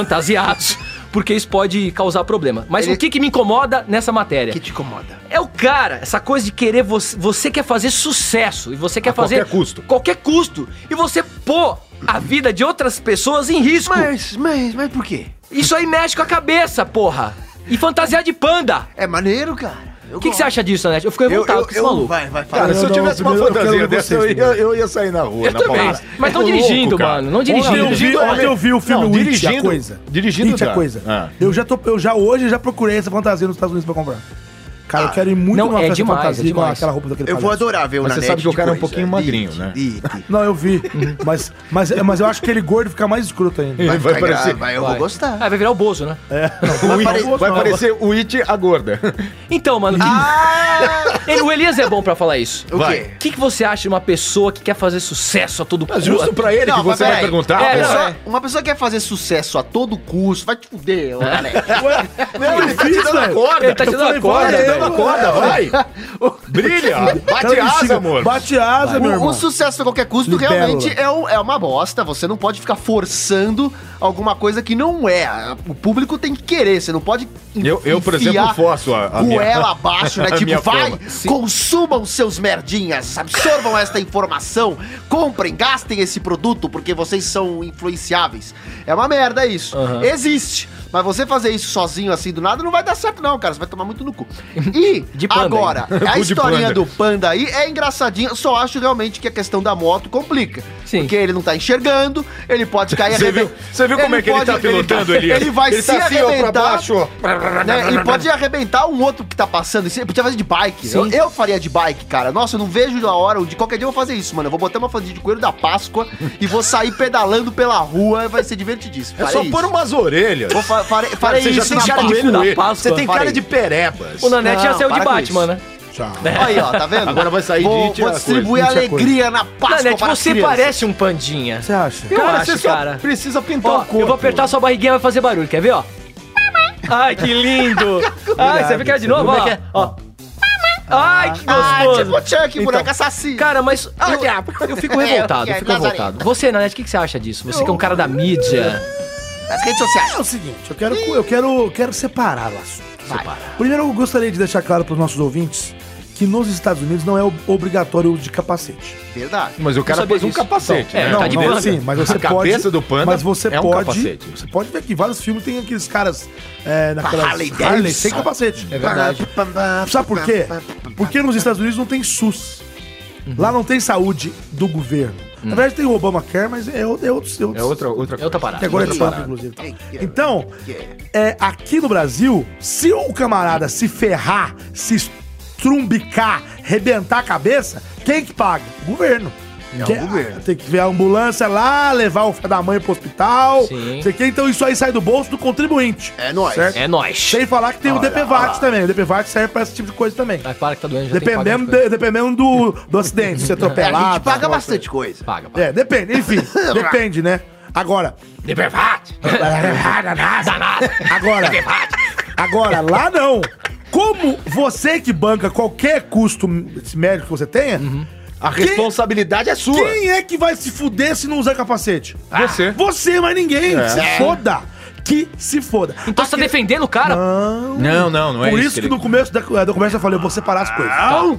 Speaker 2: fantasiados, porque isso pode causar problema. Mas
Speaker 4: Ele-
Speaker 2: o que, que me incomoda nessa matéria?
Speaker 4: Que te incomoda.
Speaker 2: É o cara, essa coisa de querer você, você quer fazer sucesso e você quer
Speaker 1: A
Speaker 2: fazer
Speaker 1: qualquer custo.
Speaker 2: qualquer custo e você pô a vida de outras pessoas em risco.
Speaker 4: Mas, mas, mas por quê?
Speaker 2: Isso aí mexe com a cabeça, porra. E fantasiar de panda.
Speaker 4: É maneiro, cara.
Speaker 2: O que, que você acha disso, Anete? Eu fico
Speaker 4: Eu,
Speaker 2: revoltado
Speaker 4: eu,
Speaker 2: com esse
Speaker 4: eu,
Speaker 2: maluco.
Speaker 4: vai, vai,
Speaker 1: Cara,
Speaker 4: fala.
Speaker 1: se eu
Speaker 3: não,
Speaker 1: tivesse uma
Speaker 3: primeiro eu quero
Speaker 1: fantasia
Speaker 3: ver
Speaker 1: dessa, eu
Speaker 3: vocês,
Speaker 1: ia, eu ia sair na rua,
Speaker 2: Eu
Speaker 1: na
Speaker 2: também.
Speaker 1: paulada.
Speaker 2: Mas
Speaker 1: É
Speaker 2: não
Speaker 1: louco,
Speaker 2: dirigindo,
Speaker 1: cara.
Speaker 2: mano. Não
Speaker 3: Ontem eu
Speaker 2: dirigindo.
Speaker 3: vi, ontem eu vi o filme
Speaker 1: Não,
Speaker 3: It, a
Speaker 1: dirigindo-
Speaker 3: coisa.
Speaker 1: dirigindo
Speaker 3: It, a
Speaker 1: já.
Speaker 3: coisa.
Speaker 1: Ah.
Speaker 3: Eu já tô, eu já hoje já procurei essa fantasia nos Estados Unidos pra comprar. cara. Eu quero ir muito
Speaker 2: Não,
Speaker 3: numa
Speaker 2: é
Speaker 3: festa
Speaker 2: demais,
Speaker 3: fantasia
Speaker 2: é
Speaker 3: com
Speaker 2: demais.
Speaker 3: aquela roupa daquele
Speaker 4: Eu vou
Speaker 3: palhaço.
Speaker 4: adorar ver o
Speaker 1: Mas você
Speaker 4: Nanete
Speaker 1: sabe que o
Speaker 4: de
Speaker 1: cara é um
Speaker 4: coisa.
Speaker 1: pouquinho magrinho, né? [LAUGHS]
Speaker 3: Não, eu vi. mas, mas, mas eu acho que ele gordo fica mais escroto ainda.
Speaker 1: Vai,
Speaker 4: Vai, gra-
Speaker 1: parecer,
Speaker 4: vai, eu vou gostar.
Speaker 2: Ah, vai virar o Bozo, né?
Speaker 1: o It-
Speaker 4: pare-
Speaker 1: vai parecer o It a gorda.
Speaker 2: Então, mano, [LAUGHS] ele- o Elias é bom pra falar isso.
Speaker 4: O quê?
Speaker 2: O que, que você acha de uma pessoa que quer fazer sucesso a todo custo?
Speaker 1: Justo pra ele
Speaker 4: Não,
Speaker 1: que
Speaker 4: mas
Speaker 1: você vai
Speaker 4: peraí.
Speaker 1: perguntar.
Speaker 4: Uma
Speaker 2: É,
Speaker 1: pô.
Speaker 2: não,
Speaker 4: pessoa, uma pessoa que quer fazer sucesso a todo custo, vai te fuder, ô, galera.
Speaker 3: Não, ele
Speaker 4: tá te dando a
Speaker 2: Ele tá te
Speaker 3: Eu
Speaker 2: dando
Speaker 3: falei,
Speaker 2: a corda,
Speaker 3: vai,
Speaker 2: velho.
Speaker 3: eu-
Speaker 1: Acorda, vai. Brilha. Bate asa, amor.
Speaker 3: Bate asa, meu
Speaker 4: O,
Speaker 3: irmão.
Speaker 4: o Um, sucesso a qualquer custo
Speaker 3: Libélula.
Speaker 4: realmente é, um- é uma bosta. Você não pode ficar forçando alguma coisa que não é. O público tem que querer. Você não pode.
Speaker 1: Eu- eu, por exemplo,
Speaker 4: enfiar
Speaker 1: forço a- a [LAUGHS]
Speaker 4: goela
Speaker 1: minha-
Speaker 4: abaixo, né?
Speaker 1: a minha
Speaker 4: tipo, vai,
Speaker 1: fama.
Speaker 4: consumam seus
Speaker 1: [LAUGHS]
Speaker 4: merdinhas, absorvam esta informação, comprem, gastem esse produto, porque vocês são influenciáveis. É uma merda isso. Existe. Mas você fazer isso sozinho assim do nada não vai dar certo, não, cara. Você vai tomar muito no cu.
Speaker 1: [LAUGHS]
Speaker 4: E
Speaker 2: De panda
Speaker 4: agora,
Speaker 1: ainda.
Speaker 4: a
Speaker 1: Cu de
Speaker 4: historinha
Speaker 1: panda.
Speaker 4: do panda aí é engraçadinha, só acho realmente que a questão da moto complica.
Speaker 2: Sim.
Speaker 4: Porque ele não tá enxergando, ele pode cair
Speaker 1: Você viu,
Speaker 4: arrebent-
Speaker 1: você viu como é que ele tá
Speaker 4: pode-
Speaker 1: pilotando,
Speaker 4: ele?
Speaker 1: Elias?
Speaker 4: vai
Speaker 1: ele
Speaker 4: se
Speaker 1: tá assim, ó, pra
Speaker 4: arrebentar.
Speaker 1: baixo, ó.
Speaker 4: né? Ele pode arrebentar um outro que tá passando. Ele podia fazer de bike. Eu,
Speaker 2: Sim.
Speaker 4: eu faria de bike, cara. Nossa, eu não vejo a hora. De qualquer dia eu vou fazer isso, mano. Eu vou botar uma fantasia de coelho da Páscoa e vou sair pedalando pela rua. Vai ser divertidíssimo.
Speaker 1: É
Speaker 4: Farei
Speaker 1: só
Speaker 4: isso.
Speaker 1: pôr umas orelhas.
Speaker 4: Vou fa farei farei
Speaker 1: Você já
Speaker 4: isso
Speaker 1: tem
Speaker 4: na
Speaker 1: cara de
Speaker 4: Páscoa.
Speaker 2: coelho da
Speaker 1: fuê.
Speaker 2: Páscoa.
Speaker 1: Você tem cara
Speaker 4: Farei.
Speaker 1: de perebas.
Speaker 2: O Nanete já
Speaker 4: Não,
Speaker 2: saiu de
Speaker 4: para com
Speaker 2: Batman, né?
Speaker 4: Aí, ó, tá vendo?
Speaker 6: Agora vai sair de
Speaker 4: vou,
Speaker 6: It
Speaker 4: vou
Speaker 6: a
Speaker 4: distribuir
Speaker 3: coisa, It a coisa.
Speaker 4: alegria na Páscoa
Speaker 2: Nanete, você
Speaker 4: para as crianças.
Speaker 2: tipo, parece um pandinha.
Speaker 3: Você acha?
Speaker 2: Eu
Speaker 6: Cara,
Speaker 2: acho,
Speaker 6: você só
Speaker 2: cara.
Speaker 6: precisa pintar
Speaker 2: Ó,
Speaker 6: o corpo.
Speaker 2: Então, eu vou apertar sua barriguinha vai fazer barulho, quer ver, ó? Ai, que lindo! Ai, você vê [LAUGHS] que é de novo, ó. Ó. Ai, que
Speaker 4: Ah,
Speaker 2: gostoso!
Speaker 4: tipo Chuck, boneco assassino.
Speaker 2: Então, Cara, mas eu, eu fico revoltado, eu fico
Speaker 4: Nazaré.
Speaker 2: revoltado. Você, Nanete, o que, que você acha disso? Você que é um cara da mídia.
Speaker 4: As redes sociais.
Speaker 3: É o seguinte, eu quero, eu quero, quero separar o assunto. Separar. Primeiro, eu gostaria de deixar claro para os nossos ouvintes que nos Estados Unidos não é ob- obrigatório o uso de capacete.
Speaker 4: Verdade.
Speaker 1: Mas o cara
Speaker 2: sabia
Speaker 1: pôs um
Speaker 2: disso.
Speaker 1: capacete,
Speaker 2: É,
Speaker 1: né?
Speaker 2: não, tá de panda.
Speaker 3: sim, assim, mas você
Speaker 1: A
Speaker 3: pode.
Speaker 1: cabeça do panda
Speaker 3: mas você
Speaker 1: é um
Speaker 3: pode,
Speaker 1: capacete.
Speaker 3: Você pode ver que vários filmes tem aqueles caras é, naquelas
Speaker 4: Harley
Speaker 3: sem
Speaker 4: Davidson.
Speaker 3: capacete. É
Speaker 4: verdade.
Speaker 3: Sabe por quê? Porque nos Estados Unidos não tem SUS.
Speaker 1: Uhum.
Speaker 3: Lá não tem saúde do governo. Na verdade tem o Obamacare, mas é, outro- é outro, é outro
Speaker 1: Hum. É outra, outra
Speaker 2: É outra
Speaker 3: que
Speaker 2: parada.
Speaker 3: agora é
Speaker 4: Outra
Speaker 3: Trump,
Speaker 4: parada.
Speaker 3: inclusive.
Speaker 4: Ei, que-
Speaker 3: Então, é, aqui no Brasil, se o camarada se ferrar, se estrumbicar, rebentar a cabeça, quem que paga? O governo. Quem-
Speaker 4: É governo.
Speaker 3: Tem que ver a ambulância lá, levar o filho da mãe pro hospital.
Speaker 2: Sim.
Speaker 3: Sei que, então isso aí sai do bolso do contribuinte.
Speaker 4: É nóis.
Speaker 3: Certo?
Speaker 2: É nóis.
Speaker 3: Sem falar que tem o DPVAT também. O DPVAT serve pra esse tipo de coisa também.
Speaker 2: Ai, para que tá doendo, já tem que pagar
Speaker 3: Dependendo,
Speaker 2: as coisas.
Speaker 3: de- dependendo do,
Speaker 2: [LAUGHS]
Speaker 3: do acidente, se
Speaker 4: É,
Speaker 3: atropelado.
Speaker 4: a gente paga
Speaker 3: alguma
Speaker 4: bastante coisa.
Speaker 2: Paga, paga.
Speaker 3: coisa. É,
Speaker 1: [LAUGHS]
Speaker 3: depende, enfim. depende, né? Agora,
Speaker 2: Danado.
Speaker 3: Agora, agora, lá não. Como você que banca qualquer custo médico que você tenha,
Speaker 1: Uhum.
Speaker 6: A responsabilidade é sua.
Speaker 3: quem é que vai se fuder se não usar capacete?
Speaker 1: Ah. Você. É.
Speaker 3: Você, mais ninguém. Se foda. Que se foda.
Speaker 2: Então você tá defendendo o cara?
Speaker 3: Ah.
Speaker 1: Não, não, não é
Speaker 3: Por
Speaker 1: isso.
Speaker 3: isso que, no começo da, da conversa eu falei, eu vou separar as coisas. tá?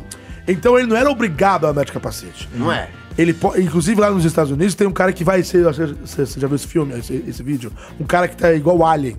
Speaker 3: Então ele não era obrigado a andar de capacete.
Speaker 4: Não é?
Speaker 3: Ele po- inclusive lá nos Estados Unidos tem um cara que vai ser. acho que Você você já viu esse filme, esse, esse vídeo? Um cara que tá igual o Alien.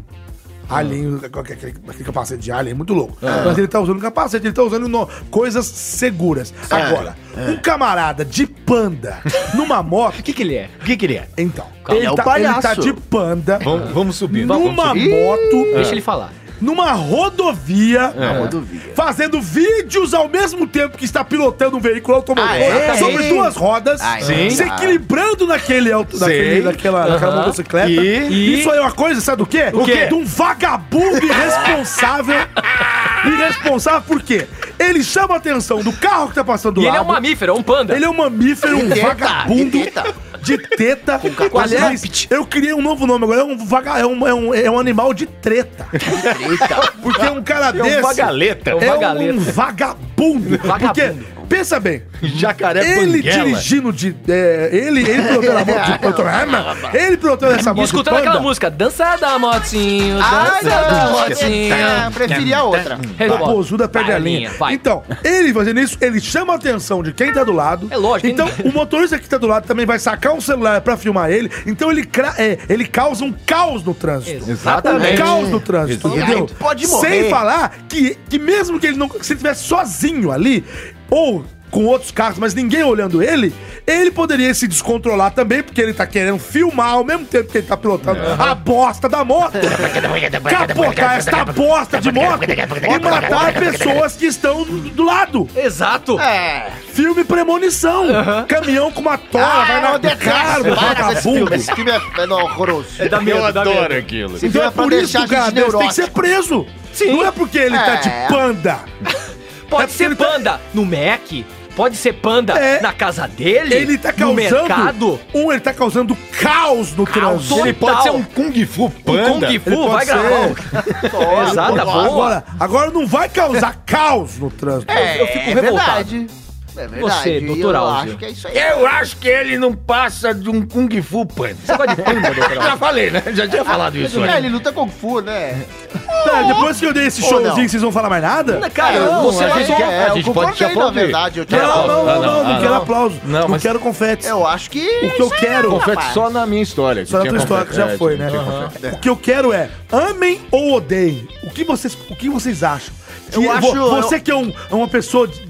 Speaker 3: Alien, aquele, aquele capacete de Alien, muito louco. Mas ele tá usando capacete, ele tá usando no- coisas seguras. Agora, um camarada de panda numa moto.
Speaker 2: O que que ele é?
Speaker 6: O que queria?
Speaker 3: Então,
Speaker 4: Calma, é o
Speaker 3: ele, tá, ele
Speaker 4: palhaço.
Speaker 3: tá de panda
Speaker 1: Vamos, vamos subir.
Speaker 3: numa
Speaker 1: vamos
Speaker 3: moto,
Speaker 2: Deixa ele falar.
Speaker 3: numa rodovia.
Speaker 4: Rodovia.
Speaker 3: Fazendo vídeos ao mesmo tempo que está pilotando um veículo automotor
Speaker 4: Ah, é?
Speaker 3: sobre
Speaker 2: Sim. é.
Speaker 3: duas rodas,
Speaker 4: Ah,
Speaker 1: Sim.
Speaker 3: se equilibrando naquele, auto, naquele naquela, naquela motocicleta.
Speaker 2: E-
Speaker 3: Isso aí é uma coisa, sabe do quê? O
Speaker 2: quê?
Speaker 3: De um vagabundo irresponsável.
Speaker 2: [LAUGHS]
Speaker 3: irresponsável por quê? Ele chama a atenção do carro que tá passando do
Speaker 2: E ele
Speaker 3: lado.
Speaker 2: é um mamífero, é um panda.
Speaker 3: Ele é um mamífero, um
Speaker 4: teta,
Speaker 3: vagabundo
Speaker 4: de teta.
Speaker 3: de teta.
Speaker 4: cacau
Speaker 3: Aliás, eu criei um novo nome agora. É um, vaga, é um, é um, é um animal de treta. Porque um cara
Speaker 1: subir.
Speaker 3: desse
Speaker 1: É um vagaleta.
Speaker 2: um
Speaker 3: é
Speaker 2: vagaleta.
Speaker 3: um vagabundo. Porque,
Speaker 2: Vagabundo.
Speaker 3: pensa bem,
Speaker 6: Jacaré
Speaker 3: ele
Speaker 6: Banguela.
Speaker 3: dirigindo de... é, ele, ele pilotando a moto de Pantorama, ele pilotando essa
Speaker 2: E
Speaker 3: moto
Speaker 2: escutando
Speaker 3: de panda,
Speaker 2: aquela música, dança da motinho,
Speaker 4: Ah,
Speaker 2: dança da
Speaker 4: não,
Speaker 2: motinho.
Speaker 4: eu preferia a outra.
Speaker 3: A
Speaker 2: Rebola.
Speaker 3: posuda perde
Speaker 2: Vai,
Speaker 3: a linha.
Speaker 2: vai.
Speaker 3: Então, ele fazendo isso, ele chama a atenção de quem tá do lado.
Speaker 2: É lógico,
Speaker 3: Então,
Speaker 2: hein?
Speaker 3: o motorista que tá do lado também vai sacar um celular pra filmar ele. Então, ele, cra- é, ele causa um caos no trânsito. Um
Speaker 1: Exatamente.
Speaker 3: caos no trânsito,
Speaker 4: Exatamente.
Speaker 3: entendeu?
Speaker 4: Pode morrer.
Speaker 3: Sem falar que, que mesmo que ele não... Se ele estivesse sozinho ali, ou... com outros carros, mas ninguém olhando ele, ele poderia se descontrolar também, porque ele tá querendo filmar ao mesmo tempo que ele tá pilotando a bosta da moto. capotar esta bosta de moto e matar pessoas que estão do lado.
Speaker 2: Exato.
Speaker 4: É.
Speaker 3: Filme Premonição. Caminhão com uma
Speaker 4: Ah,
Speaker 3: tora, Ah, vai na do carro,
Speaker 4: Para com esse
Speaker 3: vagabundo.
Speaker 4: filme. Esse filme é, é não, horroroso.
Speaker 2: É da medo, dá medo.
Speaker 6: aquilo.
Speaker 4: Esse
Speaker 3: Então
Speaker 4: filme
Speaker 3: é
Speaker 4: é pra
Speaker 3: por isso
Speaker 4: deixar
Speaker 3: que
Speaker 4: a
Speaker 3: o cara
Speaker 4: gente
Speaker 3: desse tem que
Speaker 4: neurótico.
Speaker 3: ser preso.
Speaker 2: Sim.
Speaker 3: Não é porque ele tá de
Speaker 4: É.
Speaker 3: panda.
Speaker 2: Pode
Speaker 3: É porque
Speaker 2: ser
Speaker 3: ele tá-
Speaker 2: panda no Mac, pode ser panda
Speaker 3: É.
Speaker 2: na casa dele,
Speaker 3: Ele tá
Speaker 2: no
Speaker 3: causando.
Speaker 2: mercado.
Speaker 3: Um, ele tá causando caos no trânsito.
Speaker 2: Total.
Speaker 6: Ele pode ser um Kung Fu panda.
Speaker 2: O Kung
Speaker 3: Ele
Speaker 2: Fu vai
Speaker 3: pode ser.
Speaker 2: gravar. um- Exato, boa.
Speaker 3: Agora, agora não vai causar caos no trânsito.
Speaker 2: Eu fico revoltado.
Speaker 4: É Verdade. É verdade.
Speaker 2: Você,
Speaker 4: E
Speaker 2: doutor
Speaker 4: eu
Speaker 2: Alzio.
Speaker 4: acho que é isso aí.
Speaker 6: Eu acho que ele não passa de um Kung Fu panda.
Speaker 2: Você gosta de
Speaker 6: [LAUGHS]
Speaker 2: panda, doutor?
Speaker 6: Já falei, né? Já tinha falado isso.
Speaker 4: É,
Speaker 6: né?
Speaker 4: ele luta Kung Fu, né?
Speaker 3: Tá, depois que eu dei esse
Speaker 4: Ou
Speaker 3: showzinho,
Speaker 4: não.
Speaker 3: vocês vão falar mais nada?
Speaker 2: Cara, você
Speaker 4: é,
Speaker 2: faz um...
Speaker 4: é,
Speaker 6: a
Speaker 4: eu
Speaker 6: gente
Speaker 4: concordo
Speaker 6: pode te
Speaker 4: aí, na
Speaker 6: aplaudir.
Speaker 4: verdade. Eu, te
Speaker 3: Não,
Speaker 4: aplauso.
Speaker 3: não, não, não, não
Speaker 6: não.
Speaker 3: quero aplauso. Não,
Speaker 6: mas-
Speaker 3: quero confetes.
Speaker 4: eu acho que. é
Speaker 3: O que eu quero.
Speaker 6: Confete é só na minha história. que
Speaker 3: Só na
Speaker 6: tinha
Speaker 3: tua história que já
Speaker 1: É,
Speaker 6: confete,
Speaker 3: foi,
Speaker 6: não
Speaker 3: né?
Speaker 6: tinha
Speaker 3: Aham.
Speaker 6: confete.
Speaker 3: O que eu quero é, amem ou odeiem. O que vocês, o que vocês acham?
Speaker 4: Eu
Speaker 3: Que
Speaker 4: acho-
Speaker 3: vo- Você
Speaker 4: eu-
Speaker 3: que é um- é uma pessoa des-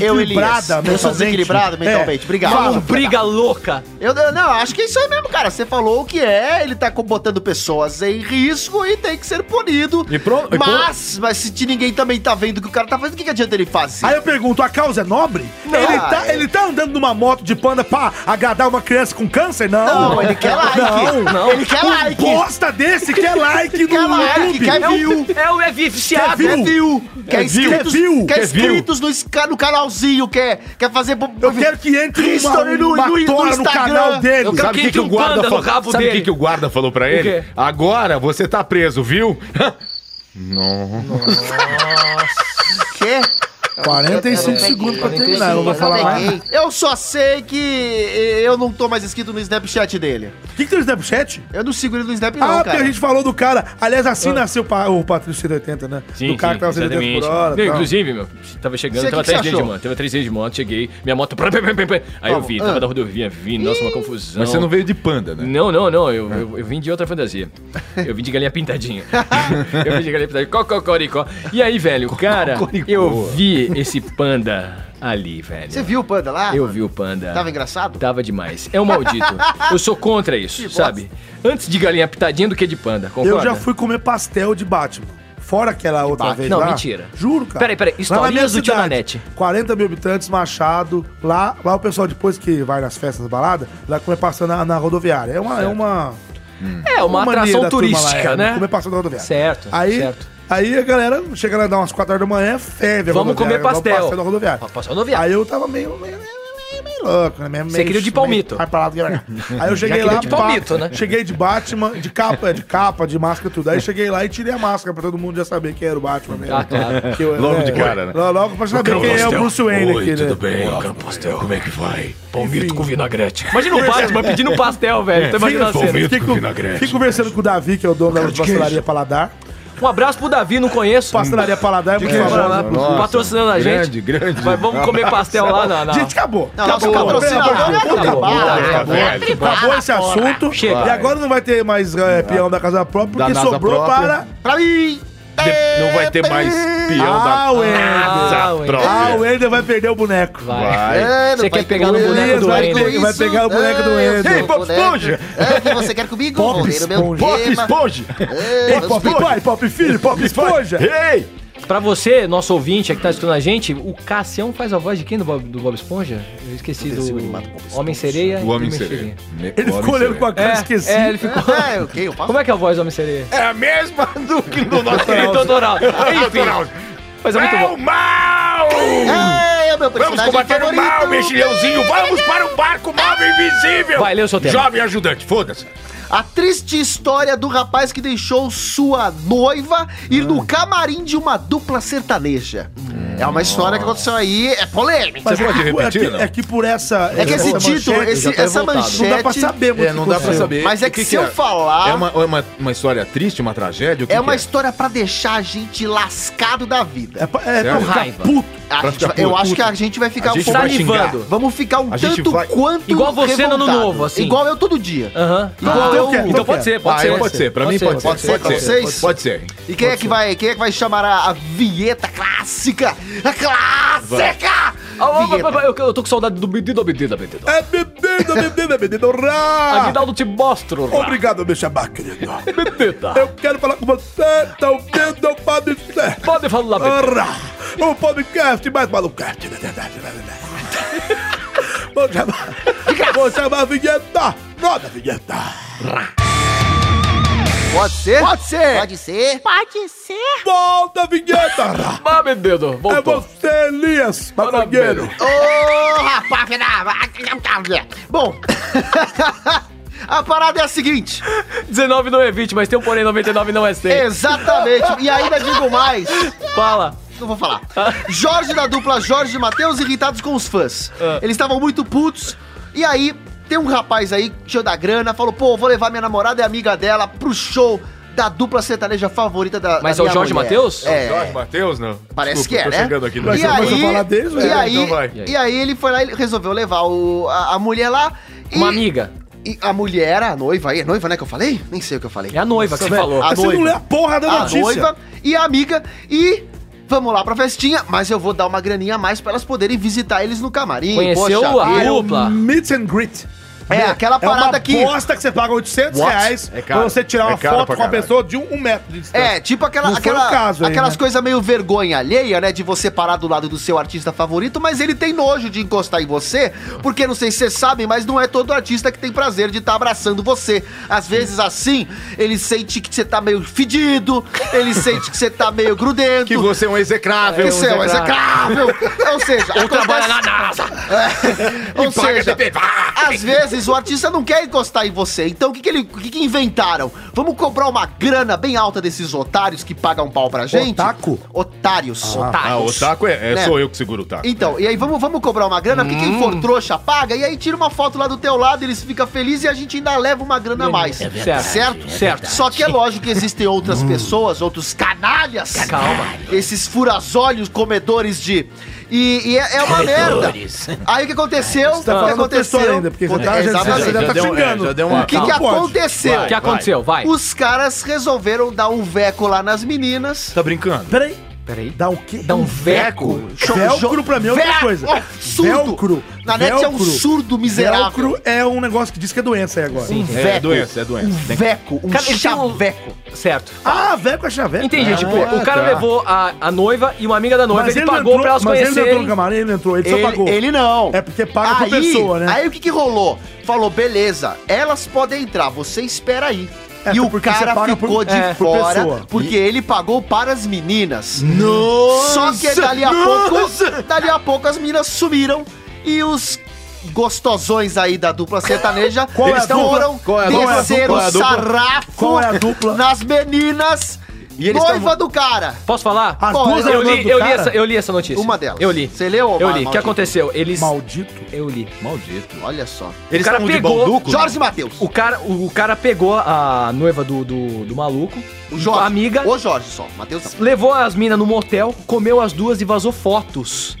Speaker 4: Elias.
Speaker 3: desequilibrada né?
Speaker 4: Eu sou desequilibrado mentalmente, obrigado.
Speaker 3: Fala.
Speaker 2: Uma briga louca.
Speaker 4: Eu, eu- não, acho que é isso aí mesmo, cara. Você falou o que é, ele tá co- botando pessoas em risco e tem que ser punido.
Speaker 6: E pronto, e
Speaker 4: Mas, mas se te- ninguém também tá vendo o que o cara tá fazendo, o que, que adianta ele fazer?
Speaker 3: Aí eu pergunto, a causa é nobre?
Speaker 4: Não.
Speaker 3: ele, tá, ele tá andando numa moto de panda pra agradar uma criança com câncer? Não.
Speaker 4: Não, ele quer like.
Speaker 3: Não,
Speaker 4: Não. Ele quer
Speaker 3: Um
Speaker 4: like.
Speaker 3: bosta desse quer like no
Speaker 4: Quer like,
Speaker 3: YouTube.
Speaker 4: quer
Speaker 3: É um-
Speaker 4: view.
Speaker 2: É o é viciado.
Speaker 3: Quer
Speaker 4: Quer
Speaker 3: view.
Speaker 4: view,
Speaker 3: Quer
Speaker 4: quer inscritos,
Speaker 3: view.
Speaker 4: quer
Speaker 3: Quer
Speaker 4: inscritos no, esca- no canalzinho, quer, quer fazer... [LAUGHS]
Speaker 3: Eu quero que entre uma,
Speaker 4: History no-
Speaker 3: uma
Speaker 4: no- no
Speaker 3: tora no
Speaker 4: Instagram.
Speaker 3: canal dele.
Speaker 2: Eu quero
Speaker 6: Sabe o
Speaker 2: que
Speaker 6: que, que
Speaker 2: entre
Speaker 6: o
Speaker 2: um
Speaker 6: guarda
Speaker 2: panda no
Speaker 6: falou?
Speaker 2: rabo
Speaker 6: Sabe o
Speaker 2: dele.
Speaker 6: que, que o guarda falou pra
Speaker 2: quê?
Speaker 6: ele? Agora você tá preso, [LAUGHS] viu?
Speaker 4: Quê?
Speaker 3: 45 segundos pra terminar, eu não vou falar mais.
Speaker 4: Peguei. Eu só sei que eu não tô mais inscrito no Snapchat dele.
Speaker 3: O que, que tem no Snapchat?
Speaker 4: Eu não sigo ele no Snap não,
Speaker 3: Ah, porque
Speaker 4: cara.
Speaker 3: a gente falou do cara. Aliás, assim nasceu pa- o Patrício 180, né?
Speaker 5: Sim,
Speaker 3: do cara
Speaker 1: tá
Speaker 3: que tava 180 por hora.
Speaker 5: Não,
Speaker 3: tal.
Speaker 5: Inclusive, meu, tava
Speaker 4: Você,
Speaker 5: chegando,
Speaker 4: que
Speaker 5: tava
Speaker 4: que
Speaker 5: três
Speaker 4: você
Speaker 5: dias de
Speaker 4: achou?
Speaker 5: moto, tava três dias de moto, cheguei, minha moto... [LAUGHS] pá, pá, pá, pá, pá. Aí
Speaker 1: Tá
Speaker 5: eu vi,
Speaker 1: Ah.
Speaker 5: tava da rodovia, vi, nossa, uma confusão.
Speaker 6: Mas você não veio de panda, né?
Speaker 5: Não, não, não, eu,
Speaker 1: É.
Speaker 5: eu, eu vim de outra fantasia. Eu vim de galinha pintadinha. [LAUGHS] eu vim de galinha pintadinha. Cocoricó. E aí, velho, cara, eu vi esse panda ali, velho.
Speaker 4: Você viu o panda lá?
Speaker 5: Eu vi o panda.
Speaker 4: Tava engraçado?
Speaker 5: Tava demais. É um maldito. Eu sou
Speaker 3: É
Speaker 5: contra isso, sabe? Antes de galinha pitadinha do que de panda, concorda?
Speaker 3: Eu já fui comer pastel de Batman. Fora aquela outra
Speaker 4: Batman.
Speaker 3: vez
Speaker 5: Não,
Speaker 3: lá.
Speaker 5: mentira.
Speaker 3: Juro, cara.
Speaker 5: Peraí, peraí,
Speaker 3: Lá na
Speaker 5: historinhas
Speaker 3: minha
Speaker 5: do Tio
Speaker 3: cidade,
Speaker 5: Nanete.
Speaker 3: 40 mil habitantes, Machado. Lá, lá o pessoal, depois que vai nas festas da balada, vai comer pastel na, na rodoviária. É uma... É uma,
Speaker 2: É uma
Speaker 3: mania
Speaker 2: atração
Speaker 3: da turma lá,
Speaker 2: turística,
Speaker 3: é,
Speaker 2: né?
Speaker 3: Comer pastel na rodoviária.
Speaker 2: Certo,
Speaker 3: Aí,
Speaker 2: certo.
Speaker 3: Aí a galera chega lá, dá umas 4 horas da manhã, ferve a
Speaker 2: Vamos
Speaker 3: rodoviária,
Speaker 2: comer
Speaker 3: vamos
Speaker 2: pastel.
Speaker 3: pastel na rodoviária.
Speaker 2: Ó, Passou no viado.
Speaker 3: Aí eu tava meio, meio, meio, meio louco, né? Meio,
Speaker 2: Você queria de palmito.
Speaker 3: Meio, mais pra lá do que pra cá. Aí eu cheguei
Speaker 2: queria
Speaker 3: lá.
Speaker 2: de palmito, né?
Speaker 3: Cheguei de Batman, de capa, de capa, de máscara, tudo. Aí cheguei lá e tirei a máscara pra todo mundo já saber quem era o Batman mesmo.
Speaker 2: Ah, claro.
Speaker 3: Que eu-
Speaker 6: Logo
Speaker 3: é,
Speaker 6: de cara, né?
Speaker 3: Logo, logo pra saber quem é o Bruce Wayne aqui, né?
Speaker 6: bem? Eu quero pastel. Como é que vai?
Speaker 5: Palmito com vinagrete.
Speaker 2: Imagina o
Speaker 3: [LAUGHS]
Speaker 2: Batman pedindo pastel, velho. Tô imaginando a
Speaker 6: Fica-
Speaker 2: cena.
Speaker 6: Palmito
Speaker 3: Fiquei
Speaker 6: com
Speaker 3: assim, com-
Speaker 6: vinagrete.
Speaker 3: fiquei conversando com o Davi, que é o dono da pastelaria Paladar.
Speaker 2: Um abraço pro Davi, não conheço.
Speaker 3: Pastelaria Paladar é muito
Speaker 2: Vamos lá,
Speaker 3: famosa.
Speaker 2: patrocinando a gente.
Speaker 6: Grande, grande.
Speaker 2: Mas vamos comer pastel lá na. Tá na-
Speaker 3: Gente, acabou.
Speaker 4: Não, nosso patrocinador é
Speaker 2: Acabou,
Speaker 4: acabou,
Speaker 2: acabou,
Speaker 4: acabou.
Speaker 3: Acabou esse assunto.
Speaker 2: Chega.
Speaker 3: E agora não vai ter mais é, peão da casa própria, porque
Speaker 6: Da NASA
Speaker 3: sobrou
Speaker 6: própria.
Speaker 3: para.
Speaker 4: Pra mim!
Speaker 6: De- Não vai ter mais peão
Speaker 3: Ah, o Ender.
Speaker 2: Ah, ué.
Speaker 3: Ah,
Speaker 6: própria.
Speaker 3: o Ender vai perder o boneco.
Speaker 2: Vai.
Speaker 4: É, não
Speaker 2: Você
Speaker 4: vai
Speaker 2: quer pegar no
Speaker 4: comer
Speaker 2: boneco
Speaker 3: Elias,
Speaker 2: do
Speaker 3: vai
Speaker 2: Wayne?
Speaker 3: comer. vai pegar o boneco do
Speaker 4: eu sei,
Speaker 3: Ender.
Speaker 4: o boneco. É, o que você quer comigo?
Speaker 3: Pop
Speaker 4: Vou ler o meu
Speaker 3: Esponja.
Speaker 6: Pop
Speaker 4: tema.
Speaker 6: esponja!
Speaker 4: É,
Speaker 3: Ei,
Speaker 4: vamos
Speaker 3: pop
Speaker 4: ver.
Speaker 3: pai, pop filho, pop esponja.
Speaker 6: Ei!
Speaker 2: Pra você, nosso ouvinte que tá escutando a gente, o Cassião faz a voz de quem do Bob, do Bob Esponja? Eu esqueci do Homem-Sereia.
Speaker 6: O homem
Speaker 2: e
Speaker 6: sereia.
Speaker 3: Ele ficou olhando com a cara,
Speaker 2: É,
Speaker 3: esqueci.
Speaker 2: é, ele ficou...
Speaker 4: É, ok, eu faço.
Speaker 2: Como é que é a voz do Homem-Sereia?
Speaker 6: É a mesma do que no nosso
Speaker 2: É,
Speaker 6: querido
Speaker 2: Doral.
Speaker 6: Doral.
Speaker 2: Enfim, mas é muito
Speaker 6: É o
Speaker 2: bom.
Speaker 6: mal!
Speaker 4: É, o meu
Speaker 6: Vamos
Speaker 4: personagem
Speaker 6: combater o
Speaker 4: favorito.
Speaker 6: mal, mexilhãozinho! Vamos para o barco mal invisível!
Speaker 2: Vai, lê o seu tema.
Speaker 6: Jovem ajudante, foda-se!
Speaker 4: A triste história do rapaz que deixou sua noiva ir no camarim de uma dupla sertaneja. É uma história que aconteceu aí, é polêmica.
Speaker 3: Mas
Speaker 6: Você
Speaker 3: é
Speaker 6: pode
Speaker 3: que-
Speaker 6: repetir,
Speaker 3: é que,
Speaker 6: não?
Speaker 3: é que por essa.
Speaker 4: É que esse
Speaker 3: essa
Speaker 4: título,
Speaker 3: manchete-
Speaker 4: esse- essa manchete...
Speaker 3: Não dá pra saber muito.
Speaker 6: É, não dá pra saber.
Speaker 4: Mas é
Speaker 6: O
Speaker 4: que se eu falar-
Speaker 6: É uma, é uma, uma história triste, uma tragédia? O que
Speaker 4: É uma
Speaker 6: que
Speaker 4: história pra deixar a gente lascado da vida.
Speaker 3: É, pra- é
Speaker 6: Sério?
Speaker 3: pra ficar
Speaker 2: Raiva.
Speaker 3: puto.
Speaker 4: A
Speaker 6: Pra
Speaker 4: gente
Speaker 6: ficar
Speaker 4: vai- eu
Speaker 6: puto.
Speaker 4: acho que a gente vai ficar
Speaker 6: A
Speaker 4: um
Speaker 6: gente
Speaker 4: pouco
Speaker 6: vai xingar.
Speaker 4: revoltado. Vamos ficar um
Speaker 6: A gente
Speaker 4: tanto
Speaker 6: vai-
Speaker 4: quanto
Speaker 2: Igual você no Ano
Speaker 4: revoltado.
Speaker 2: Novo, assim.
Speaker 4: Igual eu todo dia.
Speaker 2: Aham.
Speaker 4: Igual
Speaker 3: então
Speaker 4: eu.
Speaker 3: quer-
Speaker 2: Então
Speaker 3: então
Speaker 2: pode
Speaker 3: quer.
Speaker 2: ser, pode
Speaker 6: Ah,
Speaker 2: ser.
Speaker 6: eu pode ser. Pra mim pode ser. Pode ser,
Speaker 4: pra
Speaker 6: pode
Speaker 4: vocês?
Speaker 6: ser. Pode ser.
Speaker 4: E quem é que vai, quem é que vai chamar a, a vinheta clássica? A clássica
Speaker 2: Eu, eu tô com saudade do bebida, bebida, bebida.
Speaker 3: É bebida, bebida, bebida, rá!
Speaker 2: Aguinaldo te mostro,
Speaker 3: Obrigado, meu xabá, querido.
Speaker 2: Bebida.
Speaker 3: Eu quero falar com você, tá ouvindo o podcast?
Speaker 2: Pode falar, bebida.
Speaker 3: Rá! O podcast mais malucante.
Speaker 1: [LAUGHS]
Speaker 3: Vou chamar, vou chamar a vinheta. Roda a vinheta.
Speaker 4: Pode ser?
Speaker 10: Pode ser.
Speaker 4: Pode ser.
Speaker 10: Pode ser.
Speaker 3: Volta a vinheta. rá!
Speaker 2: Vá, bebida.
Speaker 3: É
Speaker 2: Voltou.
Speaker 3: você, Elias, Mamangueiro.
Speaker 4: Ô, rapaz, filha. Bom. [LAUGHS] A parada é a seguinte,
Speaker 2: 19 não é 20, mas tem um porém 99 não é 100.
Speaker 4: exatamente, e ainda digo mais,
Speaker 2: Fala.
Speaker 4: não vou falar.
Speaker 2: Ah.
Speaker 4: Jorge da dupla Jorge e Matheus irritados com os fãs.
Speaker 2: Ah.
Speaker 4: Eles estavam muito putos, e aí tem um rapaz aí, tio da grana, falou, pô, vou levar minha namorada e amiga dela pro show da dupla sertaneja favorita da
Speaker 2: Mas é
Speaker 4: da
Speaker 2: o
Speaker 4: minha
Speaker 2: Jorge
Speaker 4: mulher."
Speaker 2: Mateus?
Speaker 4: É,
Speaker 1: Jorge Matheus, não?
Speaker 4: Parece
Speaker 1: Desculpa,
Speaker 4: que é,
Speaker 1: tô
Speaker 4: né?
Speaker 1: chegando aqui no
Speaker 3: Mas
Speaker 4: E
Speaker 3: eu vou
Speaker 4: aí,
Speaker 3: falar deles,
Speaker 4: e,
Speaker 3: né?
Speaker 4: aí,
Speaker 1: Então vai.
Speaker 4: e aí, ele foi lá e resolveu levar o- a, a mulher lá. E,
Speaker 2: Uma amiga.
Speaker 4: e a mulher, a noiva aí, é noiva, né, que eu falei? Nem sei o que eu falei.
Speaker 2: É a noiva que você
Speaker 4: velho.
Speaker 2: falou.
Speaker 4: A
Speaker 3: Mas Você não
Speaker 4: noiva.
Speaker 3: lê a porra da
Speaker 4: a
Speaker 3: notícia. É
Speaker 4: noiva e a amiga. E vamos lá pra festinha, mas eu vou dar uma graninha a mais pra elas poderem visitar eles no camarim.
Speaker 2: Conheceu
Speaker 4: poxa
Speaker 2: a
Speaker 4: vida.
Speaker 2: dupla?
Speaker 3: Meet and greet.
Speaker 4: É, aquela parada
Speaker 3: É
Speaker 4: que...
Speaker 3: uma bosta que você paga 800
Speaker 1: What?
Speaker 3: reais
Speaker 1: É
Speaker 3: pra
Speaker 1: caro.
Speaker 3: você tirar
Speaker 1: É
Speaker 3: uma
Speaker 1: caro
Speaker 3: foto
Speaker 1: pra
Speaker 3: com a
Speaker 1: caralho.
Speaker 3: pessoa de um, um metro de distância.
Speaker 4: É, tipo aquela,
Speaker 3: Não foi
Speaker 4: aquela-
Speaker 3: o caso aí,
Speaker 4: aquelas
Speaker 3: né?
Speaker 4: coisas meio vergonha alheia, né? De você parar do lado do seu artista favorito, mas ele tem nojo de encostar em você, porque não sei se vocês sabem, mas não é todo artista que tem prazer de estar abraçando você. Às vezes, assim, ele sente que você tá meio fedido, ele sente que você tá
Speaker 3: [LAUGHS]
Speaker 4: meio grudento.
Speaker 1: Que você é um execrável.
Speaker 4: Que seu execrável. é Ou seja, acontece... trabalha na NASA. assim. É. Ou seja, às vezes o artista não quer encostar em você. Então o que, que, ele, o que, que inventaram? Vamos cobrar uma grana bem alta desses otários que pagam pau pra gente?
Speaker 3: Otaku?
Speaker 4: Otários.
Speaker 1: Ah, o taco é, é
Speaker 4: Né?
Speaker 1: sou eu que seguro o taco.
Speaker 4: Então, e aí vamos, vamos cobrar uma grana, porque quem
Speaker 2: Hum.
Speaker 4: for trouxa paga, e aí tira uma foto lá do teu lado, eles ficam felizes e a gente ainda leva uma grana a mais.
Speaker 2: verdade,
Speaker 4: certo?
Speaker 2: é Certo.
Speaker 4: Só que é lógico que existem outras pessoas, outros canalhas.
Speaker 2: Calma.
Speaker 4: Esses furazolhos comedores de. E, e é, é uma merda. Aí o que aconteceu?
Speaker 3: Você tá
Speaker 4: o que
Speaker 3: falando pessoa ainda, porque você tá, já- você já
Speaker 4: Exatamente.
Speaker 3: tá
Speaker 1: deu-
Speaker 3: xingando.
Speaker 1: é, já deu uma-
Speaker 4: O que, que
Speaker 3: Não pode.
Speaker 4: aconteceu?
Speaker 2: O que aconteceu? Vai.
Speaker 4: Os caras resolveram dar um veco lá nas meninas.
Speaker 1: Tá brincando?
Speaker 3: Peraí.
Speaker 2: Peraí.
Speaker 3: Dá o quê?
Speaker 2: Dá um veco.
Speaker 3: Velcro pra mim é outra
Speaker 4: Velcro.
Speaker 3: coisa.
Speaker 4: Ó, surdo.
Speaker 3: Velcro.
Speaker 4: Na net é um
Speaker 3: Velcro.
Speaker 4: surdo miserável.
Speaker 3: Velcro é um negócio que diz que é doença aí agora.
Speaker 1: É, é doença, é doença.
Speaker 4: Um
Speaker 1: Tem-
Speaker 4: veco, um
Speaker 2: Cara, ele tem um-
Speaker 4: chaveco.
Speaker 2: Certo.
Speaker 3: Ah, velcro é chaveco.
Speaker 2: Entendi,
Speaker 3: Ah,
Speaker 2: tipo,
Speaker 3: é.
Speaker 2: o cara
Speaker 1: tá.
Speaker 2: levou a, a noiva e uma amiga da noiva, ele,
Speaker 3: não
Speaker 2: pagou pra elas
Speaker 3: mas ele não entrou
Speaker 2: conhecerem.
Speaker 3: no camarim, ele não entrou, ele,
Speaker 4: Ele,
Speaker 3: só pagou.
Speaker 4: ele não.
Speaker 3: É porque paga por pessoa, né?
Speaker 4: Aí o que que rolou? Falou, beleza, elas podem entrar, você espera aí.
Speaker 3: É,
Speaker 4: e o
Speaker 3: porque você
Speaker 4: cara
Speaker 3: paga por-
Speaker 4: ficou de
Speaker 3: é, por
Speaker 4: fora
Speaker 3: pessoa.
Speaker 4: porque ele pagou para as meninas. Nossa, Só que dali a pouco, dali a pouco as meninas sumiram e os gostosões aí da dupla sertaneja
Speaker 3: [LAUGHS] Qual é a dupla?
Speaker 4: foram
Speaker 3: Qual é a dupla?
Speaker 4: descer
Speaker 3: Qual é a
Speaker 4: o
Speaker 3: dupla?
Speaker 4: sarrafo
Speaker 3: Qual é a dupla?
Speaker 4: nas meninas
Speaker 6: E eles
Speaker 4: noiva do cara.
Speaker 2: Posso falar?
Speaker 3: As
Speaker 4: Pô,
Speaker 3: duas
Speaker 4: eu
Speaker 2: Eu
Speaker 3: eram donas
Speaker 2: li,
Speaker 3: do
Speaker 2: eu, li
Speaker 3: cara?
Speaker 2: essa, eu li essa notícia.
Speaker 4: Uma delas.
Speaker 2: Eu li.
Speaker 4: Você leu,
Speaker 2: Eu li.
Speaker 4: Omar,
Speaker 2: O que
Speaker 4: maldito?
Speaker 2: aconteceu? Eles.
Speaker 3: Maldito.
Speaker 2: Eu li.
Speaker 1: Maldito.
Speaker 4: Olha só.
Speaker 2: Eles o cara
Speaker 1: estavam de
Speaker 2: pegou.
Speaker 1: balduco?
Speaker 4: Jorge Matheus.
Speaker 2: o, cara, o, o cara pegou a noiva do, do, do maluco.
Speaker 4: O Jorge.
Speaker 2: A amiga.
Speaker 4: O Jorge só. Matheus não.
Speaker 2: Levou as minas no motel, comeu as duas e vazou fotos.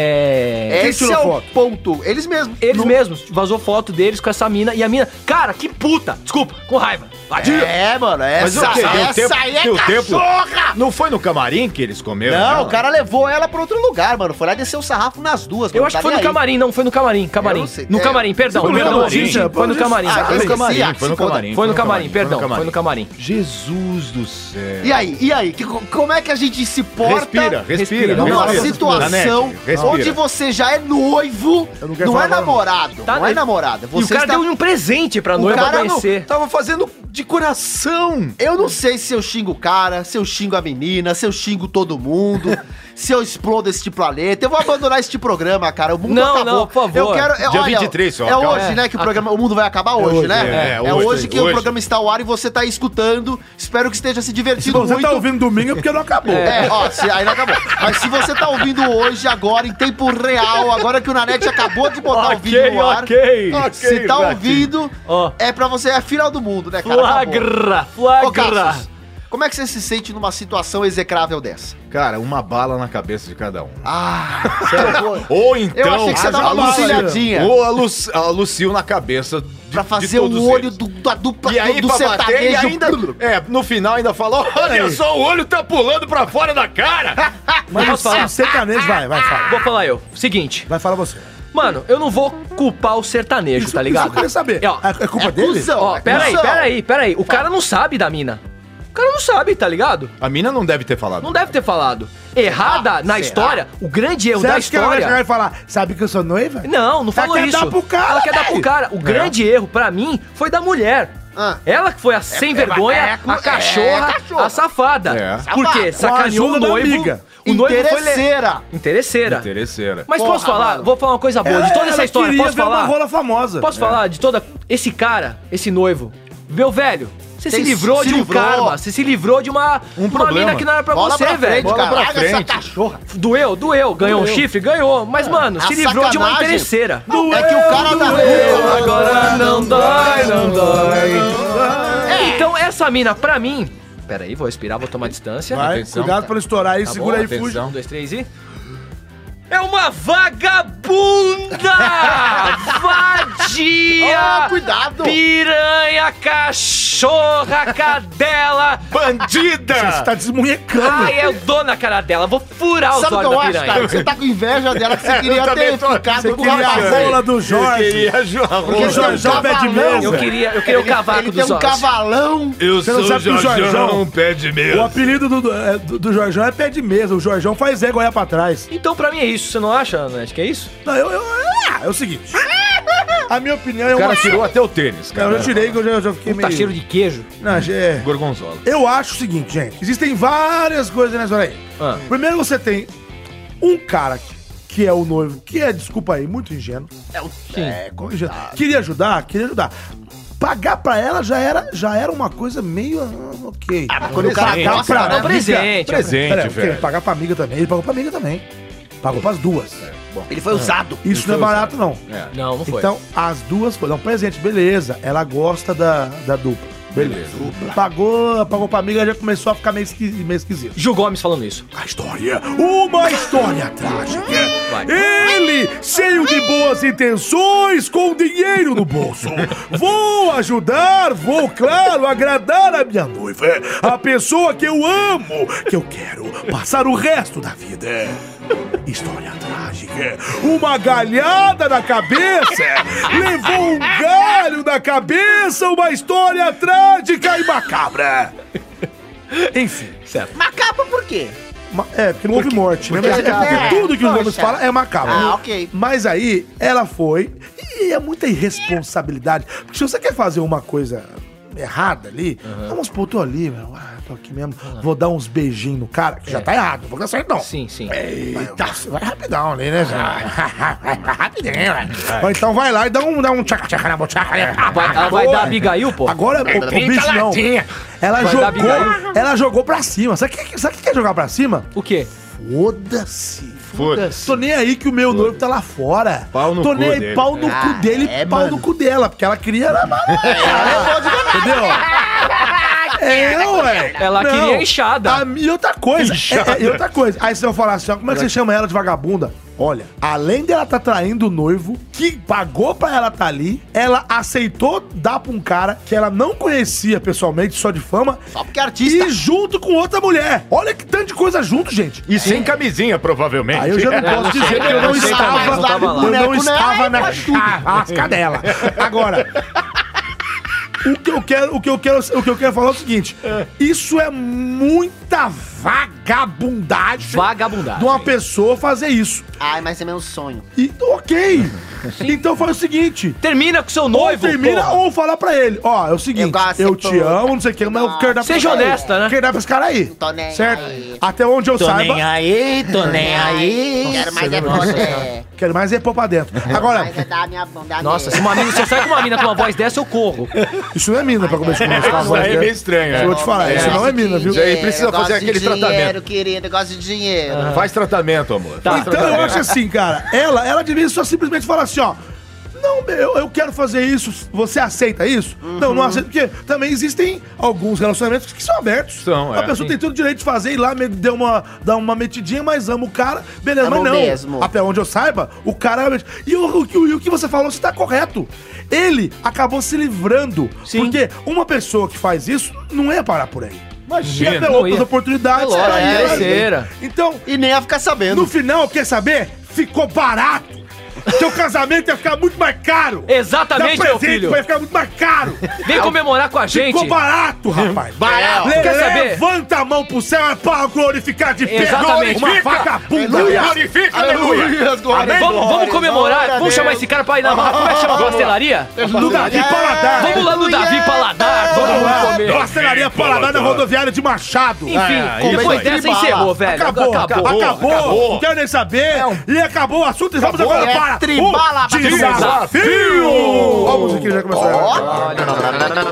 Speaker 2: De...
Speaker 4: Esse é o ponto. Eles mesmos.
Speaker 2: Eles
Speaker 4: Não-
Speaker 2: mesmos. Vazou foto deles com essa mina. E a mina. Cara, que puta! Desculpa, com raiva. Vadia.
Speaker 4: É, mano.
Speaker 1: Mas
Speaker 4: Essa,
Speaker 1: o quê? Deu
Speaker 4: essa
Speaker 1: tempo-
Speaker 4: aí é
Speaker 1: deu tempo?
Speaker 4: cachorra!
Speaker 1: Não foi no camarim que eles comeram?
Speaker 4: Não, o cara levou ela pra outro lugar, mano. Foi lá descer o sarrafo nas duas.
Speaker 2: Eu
Speaker 4: mano.
Speaker 2: acho que
Speaker 4: Tá
Speaker 2: foi no
Speaker 4: nem aí.
Speaker 2: camarim, não, foi no camarim, camarim.
Speaker 4: não sei.
Speaker 2: No
Speaker 4: É,
Speaker 2: camarim, perdão.
Speaker 3: foi no
Speaker 2: perdão,
Speaker 3: camarim,
Speaker 2: gente,
Speaker 3: pelo
Speaker 2: Foi no
Speaker 3: menos-
Speaker 2: camarim.
Speaker 4: Ah, eu
Speaker 2: Foi no
Speaker 4: esqueci,
Speaker 2: camarim.
Speaker 4: ah,
Speaker 1: Foi no
Speaker 4: se foda.
Speaker 1: camarim.
Speaker 2: Foi no camarim, perdão, foi no camarim.
Speaker 1: Jesus do céu.
Speaker 4: E aí, e aí? Que, co- como é que a gente se porta
Speaker 1: Respira, respira.
Speaker 2: respira.
Speaker 4: numa
Speaker 1: respira.
Speaker 4: situação
Speaker 1: Nanete, respira.
Speaker 4: onde você já é noivo,
Speaker 3: Eu não quero
Speaker 4: não é
Speaker 3: falar nada.
Speaker 4: namorado,
Speaker 2: Tá,
Speaker 4: não é
Speaker 2: né?
Speaker 4: namorada.
Speaker 2: E
Speaker 4: Você
Speaker 2: o cara
Speaker 4: está-
Speaker 2: deu um presente pra
Speaker 1: O
Speaker 2: noiva
Speaker 1: cara não-
Speaker 2: conhecer.
Speaker 1: tava fazendo de coração.
Speaker 4: Eu não sei se eu xingo o cara, se eu xingo a menina, se eu xingo todo mundo, se eu explodo este planeta. Eu vou abandonar este programa, cara. O mundo
Speaker 2: Não,
Speaker 4: acabou.
Speaker 2: não, por favor.
Speaker 4: Eu quero. é,
Speaker 1: Dia
Speaker 4: olha,
Speaker 1: 23 só,
Speaker 4: É
Speaker 1: calma.
Speaker 4: hoje, né? Que o programa. O mundo vai acabar hoje,
Speaker 3: hoje,
Speaker 4: né?
Speaker 1: é,
Speaker 4: É,
Speaker 1: é hoje,
Speaker 4: hoje,
Speaker 1: é
Speaker 4: que
Speaker 1: hoje.
Speaker 4: o programa está ao ar e você está escutando. Espero que esteja se
Speaker 3: Se
Speaker 4: divertindo
Speaker 3: você
Speaker 4: muito.
Speaker 3: tá ouvindo domingo é porque não acabou.
Speaker 4: É, ó, se, aí não acabou. Mas se você tá ouvindo hoje, agora, em tempo real, agora que o Nanete acabou de botar o vídeo no ar.
Speaker 2: ok.
Speaker 4: Se tá ouvindo,
Speaker 2: Ó.
Speaker 4: é pra você, é final do mundo, né, cara? Acabou.
Speaker 2: Flagra,
Speaker 4: Ô,
Speaker 2: flagra.
Speaker 4: Cassius, como é que você se sente numa situação execrável dessa?
Speaker 1: Cara, uma bala na cabeça de cada um. [LAUGHS]
Speaker 4: Ah,
Speaker 1: Ou então,
Speaker 4: eu achei que você
Speaker 1: a
Speaker 4: tava
Speaker 1: Luci-
Speaker 4: alucinadinha.
Speaker 1: Ou a, Lu, a Lucil na cabeça
Speaker 4: pra
Speaker 1: de
Speaker 4: fazer
Speaker 1: todos
Speaker 4: o olho
Speaker 1: eles.
Speaker 4: do, da dupla
Speaker 1: E aí,
Speaker 4: do
Speaker 1: pra bater, e
Speaker 4: sertanejo.
Speaker 1: ainda. É, no final ainda falou: olha
Speaker 3: Aí.
Speaker 1: só, o olho tá pulando pra fora da cara.
Speaker 3: Mas
Speaker 2: Posso falar?
Speaker 3: você, sertanejo, vai, vai, fala.
Speaker 2: Vou falar eu. Seguinte,
Speaker 3: Vai, fala você.
Speaker 2: mano, eu não vou culpar o sertanejo, tá
Speaker 3: Isso eu
Speaker 2: ligado?
Speaker 3: queria saber.
Speaker 2: É, ó,
Speaker 3: É, é culpa dele?
Speaker 4: Cusão,
Speaker 2: Ó,
Speaker 4: é
Speaker 2: peraí,
Speaker 4: cuzão.
Speaker 2: peraí, peraí. O cara não sabe da mina. O cara não sabe, tá ligado?
Speaker 1: A mina não deve ter falado.
Speaker 2: Não deve ter falado. Errada na história, o grande erro
Speaker 3: Você
Speaker 2: da
Speaker 3: acha que é ela vai chegar
Speaker 2: história.
Speaker 3: e falar, sabe que eu sou noiva?
Speaker 2: Não, não falou
Speaker 3: quer
Speaker 2: isso.
Speaker 3: dar pro cara,
Speaker 2: ela quer dar pro
Speaker 3: velho.
Speaker 2: cara. O grande erro, pra mim, foi da mulher.
Speaker 4: Ah.
Speaker 2: Ela que foi a sem vergonha, a cachorra, a safada.
Speaker 1: É.
Speaker 2: Porque sacaneou
Speaker 3: ajuda
Speaker 2: o
Speaker 3: da
Speaker 2: noivo.
Speaker 3: amiga.
Speaker 2: O noivo foi le...
Speaker 4: Interesseira.
Speaker 2: interesseira.
Speaker 1: Interesseira.
Speaker 2: Mas posso falar? Vou falar uma
Speaker 3: É.
Speaker 2: coisa boa de toda essa história.
Speaker 3: queria
Speaker 2: Posso
Speaker 3: ver uma
Speaker 2: falar?
Speaker 3: rola famosa.
Speaker 2: Posso falar de toda. Esse cara, esse noivo. Meu velho, você se
Speaker 4: Tem-
Speaker 2: livrou
Speaker 4: se
Speaker 2: de um
Speaker 4: livrou.
Speaker 2: karma. Você se livrou de uma.
Speaker 1: Um
Speaker 2: uma
Speaker 1: problema.
Speaker 2: mina que não era pra
Speaker 4: Bola
Speaker 2: você,
Speaker 4: pra
Speaker 2: velho.
Speaker 4: frente, caralho, essa
Speaker 1: frente.
Speaker 4: cachorra.
Speaker 2: Doeu, doeu. Ganhou um
Speaker 4: Doeu. É.
Speaker 2: chifre, ganhou. Mas, mano,
Speaker 4: A
Speaker 2: se livrou de uma
Speaker 4: sacanagem.
Speaker 2: interesseira.
Speaker 4: é que o cara
Speaker 3: tá
Speaker 4: da rua.
Speaker 2: Agora não dói, não
Speaker 4: É.
Speaker 2: dói. Então, essa mina, pra mim. Pera aí, vou respirar, vou tomar distância.
Speaker 3: Vai,
Speaker 1: Atenção,
Speaker 3: cuidado
Speaker 1: tá.
Speaker 3: pra não estourar aí, segura aí,
Speaker 1: atenção.
Speaker 3: fuja.
Speaker 2: Um, dois, três e. É uma
Speaker 4: [LAUGHS]
Speaker 2: vagabunda! Vadia!
Speaker 4: Ah, Cuidado.
Speaker 2: Piranha, cachorra, cadela!
Speaker 1: Bandida!
Speaker 3: Você tá desmunhecando.
Speaker 2: Ai, é eu dou na cara dela, vou furar os
Speaker 4: Sabe o que
Speaker 2: olhos
Speaker 4: eu
Speaker 2: da
Speaker 4: acho, cara?
Speaker 2: piranha.
Speaker 4: Você tá com inveja dela que você
Speaker 1: Eu
Speaker 4: queria
Speaker 1: também
Speaker 4: ter
Speaker 1: tô-
Speaker 4: ficado
Speaker 1: você
Speaker 4: com o
Speaker 1: queria-
Speaker 3: a
Speaker 4: rapaz.
Speaker 3: rola do Jorge.
Speaker 1: Eu queria João.
Speaker 4: Porque
Speaker 3: o Jorge é
Speaker 4: tem um
Speaker 3: pé de
Speaker 4: cavalão.
Speaker 3: mesa.
Speaker 2: Eu queria, eu queria o cavaco
Speaker 4: Ele tem
Speaker 2: dos
Speaker 4: um
Speaker 2: olhos.
Speaker 4: cavalão.
Speaker 1: Eu
Speaker 3: Você não
Speaker 1: sou
Speaker 3: sabe que o
Speaker 1: Jorjão
Speaker 3: Jorjão-
Speaker 1: pé de
Speaker 3: O
Speaker 1: meia.
Speaker 3: apelido do, do, é, do- do Jorjão é pé de mesa. O Jorjão faz ego olhar pra trás.
Speaker 2: Então, pra mim é isso, você não acha, Nath, que é isso?
Speaker 3: Não, eu, eu- ah, é o seguinte. A minha opinião é
Speaker 1: O
Speaker 3: uma...
Speaker 1: cara tirou até o tênis,
Speaker 3: Não,
Speaker 1: cara.
Speaker 3: eu já tirei que eu já, eu já fiquei meio...
Speaker 2: Tá cheiro de queijo.
Speaker 3: Não, é...
Speaker 1: Gorgonzola.
Speaker 3: Eu acho o seguinte, gente. Existem várias coisas nessa hora aí.
Speaker 2: Ah.
Speaker 3: Primeiro você tem um cara que é o noivo, que é, desculpa aí, muito ingênuo.
Speaker 4: É o é,
Speaker 3: Como já- Queria ajudar, queria ajudar. Pagar pra ela já era, já era uma coisa meio. ah, ok.
Speaker 4: Quando o cara
Speaker 3: Pagar
Speaker 4: gosta,
Speaker 3: pra
Speaker 4: né?
Speaker 2: É um presente. é um
Speaker 1: Presente,
Speaker 3: Peraí,
Speaker 1: velho.
Speaker 3: porque pagar pra amiga também. Ele pagou pra amiga também. Pagou pras duas.
Speaker 4: Ele foi usado.
Speaker 3: Isso não é barato, não.
Speaker 2: presente. Não, não foi.
Speaker 3: Então, as duas foram. É um presente, beleza. Ela gosta da, da dupla. Beleza. Pagou, pagou pra amiga, já começou a ficar meio, esqui- meio esquisito.
Speaker 2: Gil Gomes falando isso.
Speaker 3: A história, uma história trágica.
Speaker 2: Vai.
Speaker 3: Ele, cheio de boas intenções, com dinheiro no bolso. Vou ajudar, vou, claro, agradar a minha noiva, a pessoa que eu amo, que eu quero passar o resto da vida. História trágica. Uma galhada na cabeça levou um galho na cabeça, uma história trágica e macabra. Enfim.
Speaker 4: Macabro por quê?
Speaker 3: Ma- É, porque não houve morte, né?
Speaker 4: porque
Speaker 3: Mas é
Speaker 4: é-
Speaker 3: porque tudo que os
Speaker 4: poxa.
Speaker 3: homens falam é macabro.
Speaker 4: Ah, ok.
Speaker 3: Mas aí, ela foi. E é muita irresponsabilidade. Porque se você quer fazer uma coisa errada ali, vamos supor, tô ali, meu. Ah, tô aqui mesmo. Vou dar uns beijinhos no cara, que já tá errado. Não vou dar certo, não.
Speaker 2: Sim, sim.
Speaker 3: Eita, você vai rapidão ali, né, gente? [LAUGHS] Vai rapidinho, né? Ou então vai lá e dá um, dá um tchaca-tchaca na bochaca. [LAUGHS] né? Ah,
Speaker 2: Vai, ela vai dar Abigail, pô?
Speaker 3: Agora, o, o bicho não. Ela
Speaker 2: Vai dar
Speaker 3: jogou, ela jogou pra cima. Sabe o que, sabe o que é jogar pra cima?
Speaker 2: O quê?
Speaker 3: Foda-se.
Speaker 1: Foda-se.
Speaker 3: Tô nem aí que o meu noivo tá lá fora.
Speaker 1: Pau no
Speaker 3: Tô
Speaker 1: cu
Speaker 3: nem aí,
Speaker 1: dele.
Speaker 3: pau no
Speaker 4: Ah,
Speaker 3: cu dele
Speaker 4: é,
Speaker 3: e pau no cu dela, porque ela queria era mal.
Speaker 4: [LAUGHS]
Speaker 3: Entendeu? É, ué.
Speaker 2: Ela queria a enxada.
Speaker 3: A, mi- e outra coisa, é, é, e outra coisa. Aí você vai falar assim, ó, como é que você chama ela de vagabunda? Olha, além dela tá traindo o noivo, que pagou pra ela tá ali, ela aceitou dar pra um cara que ela não conhecia pessoalmente, só de fama,
Speaker 4: Só porque é artista.
Speaker 3: e junto com outra mulher. Olha que tanto de coisa junto, gente.
Speaker 1: E sem camisinha, provavelmente.
Speaker 3: Aí Ah, eu
Speaker 6: É
Speaker 3: já não posso dizer que eu não
Speaker 2: não sei,
Speaker 3: estava,
Speaker 2: mas não tava lá. Ah,
Speaker 3: eu não
Speaker 4: Boneco, né?
Speaker 3: estava
Speaker 4: Ai,
Speaker 3: na
Speaker 4: pode tudo.
Speaker 3: casca dela. Agora, o que eu quero, o que eu quero, o que eu quero falar é o seguinte: isso é muita vagabundagem de
Speaker 2: Vagabundagem.
Speaker 3: uma pessoa fazer isso.
Speaker 4: Ai, mas é meu sonho.
Speaker 3: E ok. Então faz o seguinte.
Speaker 2: Termina com seu
Speaker 3: Ou
Speaker 2: noivo,
Speaker 3: termina
Speaker 2: pô.
Speaker 3: ou fala pra ele, ó, é o seguinte,
Speaker 4: gosto,
Speaker 3: eu, te
Speaker 4: pô.
Speaker 3: amo, não sei o que, mas eu quero dar pra
Speaker 2: Seja
Speaker 3: esse cara aí.
Speaker 2: honesta, né?
Speaker 3: Quero dar pra esse cara aí.
Speaker 4: tô nem
Speaker 3: certo?
Speaker 4: aí.
Speaker 3: Até onde eu
Speaker 8: Tô
Speaker 3: saiba,
Speaker 8: nem aí, tô
Speaker 4: É
Speaker 8: nem aí.
Speaker 4: Quero mais é você.
Speaker 3: quero mais é pôr pra dentro. Agora,
Speaker 4: Mas é dar a minha bunda
Speaker 2: Nossa, se
Speaker 4: nele.
Speaker 2: uma mina, se eu sair com uma mina com uma voz dessa, eu corro.
Speaker 3: Isso não é mina pra comer com uma
Speaker 1: Isso
Speaker 3: voz
Speaker 1: aí é meio
Speaker 3: dessa.
Speaker 1: estranho,
Speaker 3: Eu vou te
Speaker 1: é.
Speaker 3: falar,
Speaker 4: Eu
Speaker 3: isso não é
Speaker 4: gosto de
Speaker 3: mina, viu?
Speaker 1: Já-
Speaker 4: dinheiro,
Speaker 1: Aí precisa
Speaker 4: eu
Speaker 1: fazer
Speaker 4: gosto
Speaker 1: aquele
Speaker 4: de dinheiro,
Speaker 1: tratamento.
Speaker 4: querido, eu gosto de dinheiro.
Speaker 1: Faz tratamento, amor.
Speaker 2: Tá.
Speaker 3: Então eu acho assim, cara, ela, ela devia só simplesmente falar assim, ó. Não eu, eu, eu quero fazer isso, você aceita isso? Não,
Speaker 2: Uhum.
Speaker 3: não aceito, porque também existem alguns relacionamentos que são abertos.
Speaker 1: São, é.
Speaker 3: A pessoa tem todo o direito de fazer, ir lá, me- deu uma, dar uma metidinha, mas ama o cara, beleza,
Speaker 4: Amam
Speaker 3: mas não.
Speaker 4: mesmo.
Speaker 3: Até onde eu saiba, o cara... E o, o que- e o que você falou, você tá correto. Ele acabou se livrando, porque uma pessoa que faz isso não ia parar por aí.
Speaker 1: Imagina.
Speaker 3: Ia ter
Speaker 2: Não
Speaker 3: outras
Speaker 2: ia.
Speaker 3: oportunidades.
Speaker 2: É lógico,
Speaker 3: pra
Speaker 2: é
Speaker 3: ela.
Speaker 2: terceira.
Speaker 3: Então,
Speaker 4: E nem ia ficar sabendo.
Speaker 3: no final, quer saber? Ficou barato. Seu casamento ia ficar muito mais caro.
Speaker 2: Exatamente,
Speaker 3: Dá um
Speaker 2: meu
Speaker 3: presente,
Speaker 2: filho.
Speaker 3: Vai ficar muito mais
Speaker 2: [LAUGHS]
Speaker 3: caro.
Speaker 2: Vem comemorar com a gente. Hum,
Speaker 3: Ficou barato, rapaz.
Speaker 4: Barato.
Speaker 3: Le-
Speaker 2: Quer saber?
Speaker 3: Levanta a mão pro céu, é pra glorificar de pé.
Speaker 2: Exatamente.
Speaker 3: Uma
Speaker 2: Glorifica.
Speaker 3: vagabunda.
Speaker 1: Glorifica, aleluia.
Speaker 4: glória.
Speaker 2: Vamos, vamos
Speaker 4: Glória,
Speaker 2: comemorar.
Speaker 4: glória a
Speaker 2: Vamos
Speaker 4: Deus.
Speaker 2: chamar esse cara pra ir na barra. Como é que chama? Pastelaria?
Speaker 3: Do Davi Paladar.
Speaker 2: Vamos lá no
Speaker 4: Aleluia.
Speaker 2: Davi Paladar.
Speaker 3: Vamos
Speaker 2: Vamos lá.
Speaker 3: lá. Pastelaria Paladar na rodoviária de Machado. É.
Speaker 2: Enfim,
Speaker 4: isso
Speaker 2: depois
Speaker 4: aí.
Speaker 2: dessa
Speaker 4: Bala.
Speaker 2: encerrou, velho.
Speaker 3: Acabou, acabou, acabou,
Speaker 1: acabou.
Speaker 3: Não quero nem saber. E acabou o assunto. E vamos agora
Speaker 4: É
Speaker 3: para
Speaker 4: tribala,
Speaker 3: o desafio. Ó, a musiquinha já começou.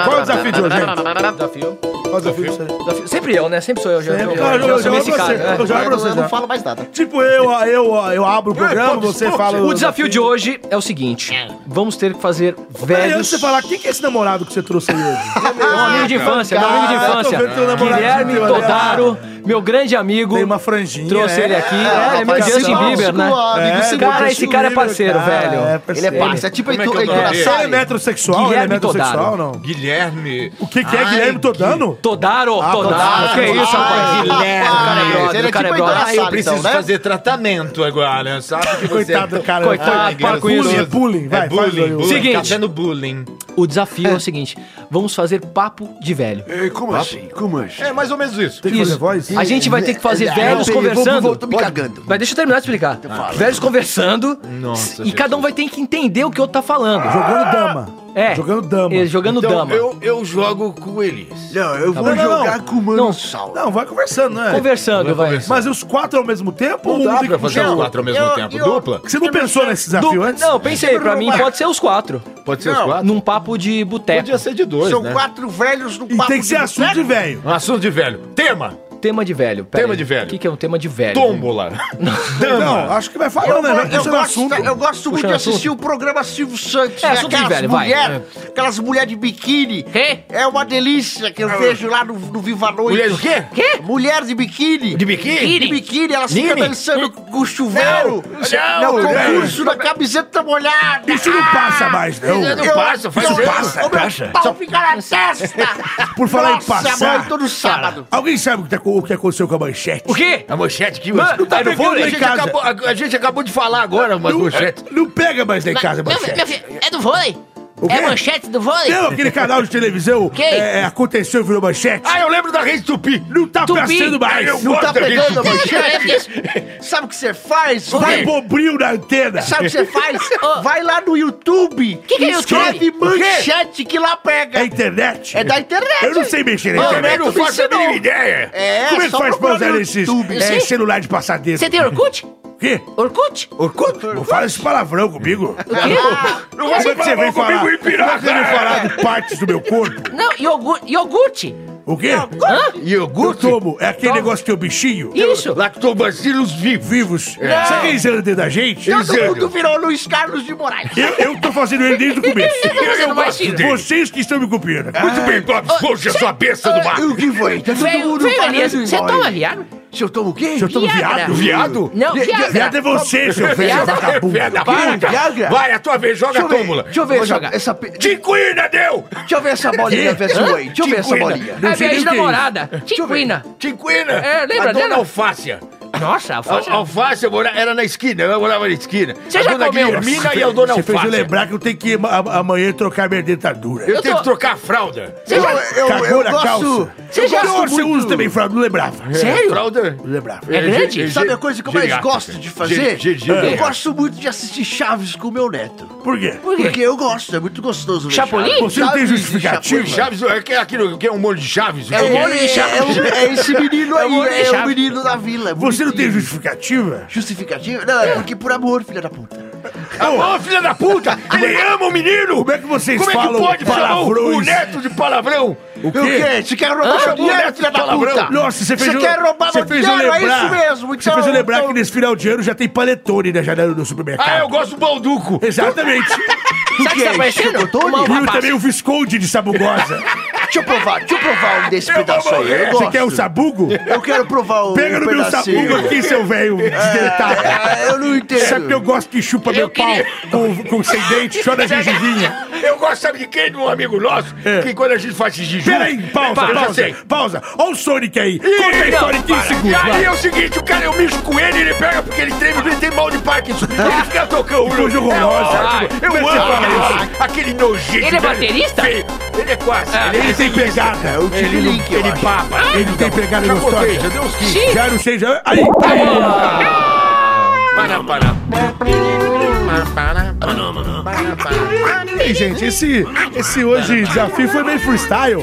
Speaker 3: Qual é o desafio de hoje, gente?
Speaker 2: Desafio.
Speaker 3: Qual é o desafio de hoje?
Speaker 2: Desafio. Sempre eu, né? Sempre sou eu. Já,
Speaker 3: Sempre,
Speaker 2: eu,
Speaker 3: cara,
Speaker 2: eu,
Speaker 3: eu- eu-
Speaker 2: assumi
Speaker 3: eu-
Speaker 2: esse
Speaker 3: eu-
Speaker 2: cara,
Speaker 3: eu-
Speaker 2: né?
Speaker 3: eu- já é pra
Speaker 4: Eu
Speaker 3: vocês,
Speaker 4: não
Speaker 3: ó.
Speaker 4: falo mais nada.
Speaker 3: Tipo, eu, eu, eu abro o programa, você fala...
Speaker 2: O desafio de hoje é o seguinte: vamos ter que fazer
Speaker 3: Peraí,
Speaker 2: velhos.
Speaker 3: antes de você falar, quem que é esse namorado que você trouxe
Speaker 2: [LAUGHS]
Speaker 3: aí hoje?
Speaker 2: É um amigo de infância, meu amigo de
Speaker 3: Ah, Cara, eu tô
Speaker 2: infância.
Speaker 3: vendo teu namorado
Speaker 2: Guilherme
Speaker 3: de olhar.
Speaker 2: Todaro, meu grande amigo.
Speaker 3: Tem uma franjinha,
Speaker 2: Trouxe
Speaker 3: né?
Speaker 2: ele aqui.
Speaker 4: Ah,
Speaker 2: É, ele é meu
Speaker 4: rapaz,
Speaker 2: Justin
Speaker 4: sim,
Speaker 2: Bieber, né?
Speaker 4: sim, amigo, sim,
Speaker 2: Cara,
Speaker 4: amigo,
Speaker 2: esse cara é parceiro,
Speaker 3: cara, é
Speaker 2: velho.
Speaker 3: parceiro.
Speaker 4: Ele é parceiro. É tipo
Speaker 1: Como é que é o nome dele?
Speaker 4: Heitor
Speaker 1: Ele
Speaker 4: é
Speaker 3: Ele é metrosexual? Ele é
Speaker 2: Guilherme
Speaker 3: metrosexual
Speaker 2: Todaro.
Speaker 3: ou não?
Speaker 1: Guilherme.
Speaker 3: O que que é Guilherme Todano?
Speaker 2: Todaro,
Speaker 3: Ah,
Speaker 2: Todaro.
Speaker 6: Todaro.
Speaker 2: Que isso, rapaz?
Speaker 6: Ai,
Speaker 2: Guilherme. O cara é brother,
Speaker 4: Ele é
Speaker 2: o cara é
Speaker 4: tipo
Speaker 2: brother.
Speaker 4: Heitor
Speaker 6: Aí eu
Speaker 4: Assado,
Speaker 6: preciso
Speaker 4: então, né?
Speaker 6: fazer tratamento agora, sabe? Que você
Speaker 3: Coitado do cara.
Speaker 2: Coitado,
Speaker 3: Bullying,
Speaker 2: para com isso.
Speaker 3: É bullying, vai.
Speaker 6: é bullying, bullying.
Speaker 2: Seguinte.
Speaker 6: Tá sendo bullying.
Speaker 2: O desafio é o seguinte: vamos fazer papo de velho.
Speaker 4: Como assim? Como assim?
Speaker 6: É mais ou menos isso.
Speaker 3: Tem que fazer voz?
Speaker 2: A gente vai ter que fazer
Speaker 4: Não,
Speaker 2: velhos
Speaker 4: eu vou-
Speaker 2: conversando.
Speaker 4: vou- tô me cagando.
Speaker 2: Mas deixa eu terminar de explicar. Velhos conversando.
Speaker 6: Nossa,
Speaker 2: e cada um vai ter que entender o que o outro tá falando.
Speaker 3: Jogando dama.
Speaker 2: É.
Speaker 3: Jogando dama.
Speaker 2: É, jogando dama.
Speaker 6: Eu, eu jogo com eles.
Speaker 4: Não, eu vou
Speaker 3: bom. Não,
Speaker 4: jogar
Speaker 3: não.
Speaker 4: com o Mano Sal.
Speaker 3: Não, vai conversando, né?
Speaker 2: Conversando, vai.
Speaker 3: Mas os quatro ao mesmo tempo?
Speaker 6: Não
Speaker 3: ou um
Speaker 6: dá
Speaker 3: tem
Speaker 6: pra
Speaker 3: que-
Speaker 6: fazer os quatro ao mesmo
Speaker 4: eu-
Speaker 6: tempo.
Speaker 4: eu-
Speaker 6: Dupla?
Speaker 3: Você não pensou nesse
Speaker 2: Du-
Speaker 3: desafio antes?
Speaker 2: Não, pensei, pra mim pode ser os quatro.
Speaker 6: Pode ser os quatro?
Speaker 2: Num papo de boteco.
Speaker 6: Podia ser de dois,
Speaker 4: São
Speaker 6: né?
Speaker 4: quatro velhos no
Speaker 3: é. E tem que ser assunto de velho.
Speaker 6: Um assunto de velho. Tema.
Speaker 2: Tema de velho.
Speaker 6: Tema de velho.
Speaker 2: O que, que é um tema de velho?
Speaker 3: [LAUGHS]
Speaker 6: Tômbola.
Speaker 3: Não, acho que vai
Speaker 4: Eu,
Speaker 3: falando, né?
Speaker 4: go-
Speaker 3: Vai
Speaker 4: eu
Speaker 3: puxando
Speaker 4: gosto, é
Speaker 3: assunto.
Speaker 4: eu gosto muito
Speaker 2: Puxando
Speaker 4: de assistir
Speaker 2: assunto.
Speaker 4: o programa Silvio Santos.
Speaker 2: É,
Speaker 4: né?
Speaker 2: assunto de
Speaker 4: aquelas
Speaker 2: velho, vai.
Speaker 4: mulher, Aquelas mulheres de biquíni.
Speaker 2: Quê?
Speaker 4: É uma delícia que eu vejo lá no, no Viva a Noite.
Speaker 6: Mulher do Ah. quê?
Speaker 4: Quê? Mulher de biquíni.
Speaker 6: De biquíni?
Speaker 4: De biquíni. Elas ficam
Speaker 6: Nini?
Speaker 4: dançando com o chuveiro.
Speaker 3: É.
Speaker 6: Não,
Speaker 4: no
Speaker 6: não.
Speaker 4: concurso da camiseta molhada. Ah!
Speaker 3: Isso não passa mais, não.
Speaker 4: Eu-
Speaker 6: Não passa, faz
Speaker 4: eu-
Speaker 6: o passa,
Speaker 4: o meu
Speaker 6: passa.
Speaker 4: pau fica na testa.
Speaker 3: Por falar em
Speaker 4: Nossa,
Speaker 3: passar-
Speaker 4: mãe, todo sábado.
Speaker 3: Alguém sabe o que, tá- o que aconteceu com a manchete?
Speaker 2: O quê?
Speaker 6: A manchete que
Speaker 2: Mano,
Speaker 6: você-
Speaker 2: tá
Speaker 6: Ai, não
Speaker 3: pegando
Speaker 6: vou,
Speaker 3: lá
Speaker 6: a,
Speaker 3: em
Speaker 6: gente
Speaker 3: casa.
Speaker 6: acabou, a- a gente acabou de falar agora uma
Speaker 3: Não,
Speaker 6: manchete.
Speaker 3: não pega mais lá em casa, a
Speaker 10: Meu,
Speaker 3: manchete.
Speaker 10: meu filho, é do vôlei?
Speaker 3: O
Speaker 10: É
Speaker 3: quê?
Speaker 10: manchete do vôlei?
Speaker 3: Não, aquele canal de televisão
Speaker 10: Quem?
Speaker 3: é, aconteceu e virou manchete.
Speaker 6: Ah, eu lembro da Rede Tupi.
Speaker 3: Não tá
Speaker 10: Tupi.
Speaker 3: passando mais.
Speaker 6: Eu
Speaker 3: Não
Speaker 6: gosto
Speaker 3: tá
Speaker 4: Tá
Speaker 6: da Rede
Speaker 4: pegando a
Speaker 6: Tupi.
Speaker 4: manchete? Sabe o que você faz?
Speaker 3: Vai bobril na antena.
Speaker 4: Sabe o que você faz? Vai lá no YouTube.
Speaker 10: Que que é
Speaker 4: e Escreve
Speaker 10: YouTube?
Speaker 4: manchete que lá pega.
Speaker 3: É internet?
Speaker 4: É da internet.
Speaker 3: Eu não sei mexer na
Speaker 4: Ah,
Speaker 3: internet.
Speaker 4: eu não faço a
Speaker 6: Não
Speaker 4: mínima
Speaker 6: tenho ideia.
Speaker 4: É,
Speaker 3: Como é que
Speaker 4: só
Speaker 3: faz pra
Speaker 4: procura
Speaker 3: usar
Speaker 4: no
Speaker 3: esses
Speaker 4: YouTube.
Speaker 3: é, celular de passar dedo?
Speaker 10: Você tem Orkut?
Speaker 3: O quê?
Speaker 10: Orkut?
Speaker 3: Orkut? Não fala esse palavrão comigo.
Speaker 10: O quê?
Speaker 3: Não vai que você vem falar. Comigo, Como é que você vem falar de partes do meu corpo?
Speaker 10: Não, iogurte. iogurte.
Speaker 3: O quê? Eu
Speaker 6: Iogurte?
Speaker 3: tomo. É aquele negócio que é o bichinho.
Speaker 10: Isso.
Speaker 6: Lactobacilos vivos.
Speaker 3: Vivos. Sabe quem anda dentro da gente?
Speaker 4: Todo
Speaker 6: Sério?
Speaker 4: mundo virou Luiz Carlos de Moraes.
Speaker 3: Eu, eu tô fazendo ele desde o começo.
Speaker 10: tô fazendo mais
Speaker 3: gosto
Speaker 10: isso.
Speaker 3: dele. Vocês que estão me copiando.
Speaker 6: Muito bem, Bob Esponja, sua besta do mar.
Speaker 4: O que foi? Tá todo
Speaker 10: Veio,
Speaker 4: mundo
Speaker 10: veio
Speaker 4: falando
Speaker 10: aliás. Você
Speaker 2: tá
Speaker 4: igual.
Speaker 2: um
Speaker 10: toma viado?
Speaker 4: Se eu tomo o quê?
Speaker 3: Se eu tô tá no
Speaker 10: Viagra.
Speaker 3: viado.
Speaker 6: Viado?
Speaker 10: Não,
Speaker 3: Vi- vi- Viado é
Speaker 10: viado.
Speaker 3: você, seu
Speaker 1: é
Speaker 3: velho
Speaker 10: Viado.
Speaker 3: vagabundo.
Speaker 6: Viada,
Speaker 4: Viagra.
Speaker 6: puta. Vai, é a tua vez, joga
Speaker 4: Deixa
Speaker 6: a
Speaker 4: eu ver,
Speaker 6: tômula.
Speaker 4: Deixa eu ver
Speaker 10: Vou
Speaker 4: essa,
Speaker 10: jogar.
Speaker 4: essa pe-
Speaker 6: Ticuína, deu!
Speaker 4: Deixa eu ver [LAUGHS] essa bolinha, verso
Speaker 10: Hã?
Speaker 4: 8. Deixa eu ver essa
Speaker 6: Ticuína.
Speaker 2: Ah,
Speaker 4: bolinha.
Speaker 10: A minha
Speaker 3: nem o que é
Speaker 10: ex-namorada. Ticuina.
Speaker 6: Ticuína.
Speaker 10: É, lembra
Speaker 6: a dona
Speaker 10: dela?
Speaker 6: Alfácia.
Speaker 10: Nossa, a
Speaker 6: A,
Speaker 10: força.
Speaker 6: a Alfácia eu mora- era na esquina, eu morava na esquina.
Speaker 10: Você
Speaker 6: a
Speaker 10: já
Speaker 6: dona
Speaker 10: comeu?
Speaker 6: Guilhermina e a dona
Speaker 3: Você fez eu
Speaker 6: Alfácia.
Speaker 3: lembrar que eu tenho que ir a- amanhã trocar minha dentadura.
Speaker 6: Eu,
Speaker 10: Eu
Speaker 6: tenho
Speaker 10: tô-
Speaker 6: que trocar a fralda.
Speaker 10: Você já-
Speaker 4: Eu,
Speaker 3: Cagou
Speaker 4: eu
Speaker 3: na
Speaker 4: gosto...
Speaker 3: calça.
Speaker 4: Eu
Speaker 10: já-
Speaker 4: gosto
Speaker 3: Nossa, eu
Speaker 4: muito-
Speaker 3: uso também fralda, não lembrava.
Speaker 10: Sério?
Speaker 6: Fralda.
Speaker 3: Não lembrava.
Speaker 10: É grande?
Speaker 6: ge-
Speaker 4: Sabe a coisa que eu mais
Speaker 6: geriátrica.
Speaker 4: gosto de fazer?
Speaker 6: Ge- ge-
Speaker 4: Eu
Speaker 6: geriátrica.
Speaker 4: gosto muito de assistir Chaves com o meu neto.
Speaker 3: Por quê?
Speaker 10: Por quê?
Speaker 4: Porque eu gosto, é muito gostoso. ver
Speaker 10: Chapolin?
Speaker 4: Chaves.
Speaker 3: Você não tem
Speaker 4: Chaves e
Speaker 3: justificativa?
Speaker 4: Chapolin.
Speaker 6: Chaves, é que- aquilo que é um molho de Chaves.
Speaker 4: É,
Speaker 6: o que
Speaker 4: o olho de Chaves. É, o- é esse menino aí,
Speaker 10: olho de
Speaker 4: é, o
Speaker 10: Chaves.
Speaker 4: menino da vila. é
Speaker 3: Você não tem
Speaker 4: bonitinho.
Speaker 3: justificativa?
Speaker 4: justificativa? Não, é porque por amor, filha da puta.
Speaker 6: Alô, filha É um da puta!
Speaker 3: Ah,
Speaker 6: Ele ama o menino!
Speaker 3: Como é que vocês
Speaker 6: Como é que
Speaker 3: falam
Speaker 6: pode chamar o- o
Speaker 1: né?
Speaker 3: palavrões?
Speaker 6: neto de palavrão? Ah,
Speaker 3: O
Speaker 4: Eu
Speaker 3: quê?
Speaker 4: Você quer roubar meu dinheiro, filha da
Speaker 6: Palavrão.
Speaker 4: puta?
Speaker 3: Nossa, você fez
Speaker 4: Você
Speaker 3: eu-
Speaker 4: quer roubar
Speaker 3: você
Speaker 4: meu
Speaker 3: fez eu
Speaker 4: dinheiro? É
Speaker 3: lembrar-
Speaker 4: isso mesmo.
Speaker 3: Você
Speaker 4: Então,
Speaker 3: fez eu lembrar
Speaker 4: então- Ah,
Speaker 3: que nesse final de ano já tem paletone na janela do
Speaker 4: [LAUGHS]
Speaker 3: supermercado.
Speaker 6: Ah, eu gosto do balduco!
Speaker 3: Exatamente.
Speaker 9: Sabe o que tá
Speaker 4: é
Speaker 9: parecendo? Uma uva
Speaker 3: E
Speaker 9: passa.
Speaker 3: também o Visconde de Sabugosa.
Speaker 4: Deixa eu provar, deixa [LAUGHS] eu Um provar um desse
Speaker 3: Eu
Speaker 4: pedaço
Speaker 3: vou
Speaker 4: aí. Eu
Speaker 3: É Você
Speaker 4: gosto.
Speaker 3: quer o sabugo?
Speaker 4: Eu quero provar o.
Speaker 3: Pega no meu sabugo aqui, seu velho desdentado.
Speaker 4: É, eu não entendo.
Speaker 3: Sabe que eu gosto que chupa meu pau com, com sem dente, só na gengivinha?
Speaker 6: Eu gosto, sabe de quem? De um amigo nosso, que quando a gente faz esse jejum...
Speaker 3: É. Peraí, pausa,
Speaker 6: Eu já
Speaker 3: pausa,
Speaker 4: assim.
Speaker 6: sei.
Speaker 3: pausa. Olha o Sonic aí. Conta a história em 15
Speaker 6: E
Speaker 3: segundos.
Speaker 6: aí
Speaker 3: vai.
Speaker 6: é o seguinte, o cara, eu mijo com ele, ele pega porque ele treme, ele tem mal de Parkinson. Ele fica tocando.
Speaker 3: Cujo
Speaker 6: É
Speaker 3: horrorosa.
Speaker 6: ótimo. Eu
Speaker 3: Mas
Speaker 6: amo
Speaker 3: olha
Speaker 6: aquele,
Speaker 3: isso.
Speaker 6: nojo- aquele nojinho.
Speaker 9: Ele é
Speaker 6: dele.
Speaker 9: baterista?
Speaker 6: Feio. Ele é quase. ele,
Speaker 3: Ele tem pegada.
Speaker 4: É o Tim Link, eu
Speaker 6: ele
Speaker 4: acho.
Speaker 6: baba.
Speaker 3: Ele tem pegada
Speaker 6: Ah, então. Já
Speaker 3: gostosa.
Speaker 6: contei, já deu uns 15.
Speaker 3: Já não sei, já... Aí,
Speaker 6: Para, para.
Speaker 3: Ei, gente, esse, [LAUGHS] esse hoje desafio foi meio freestyle.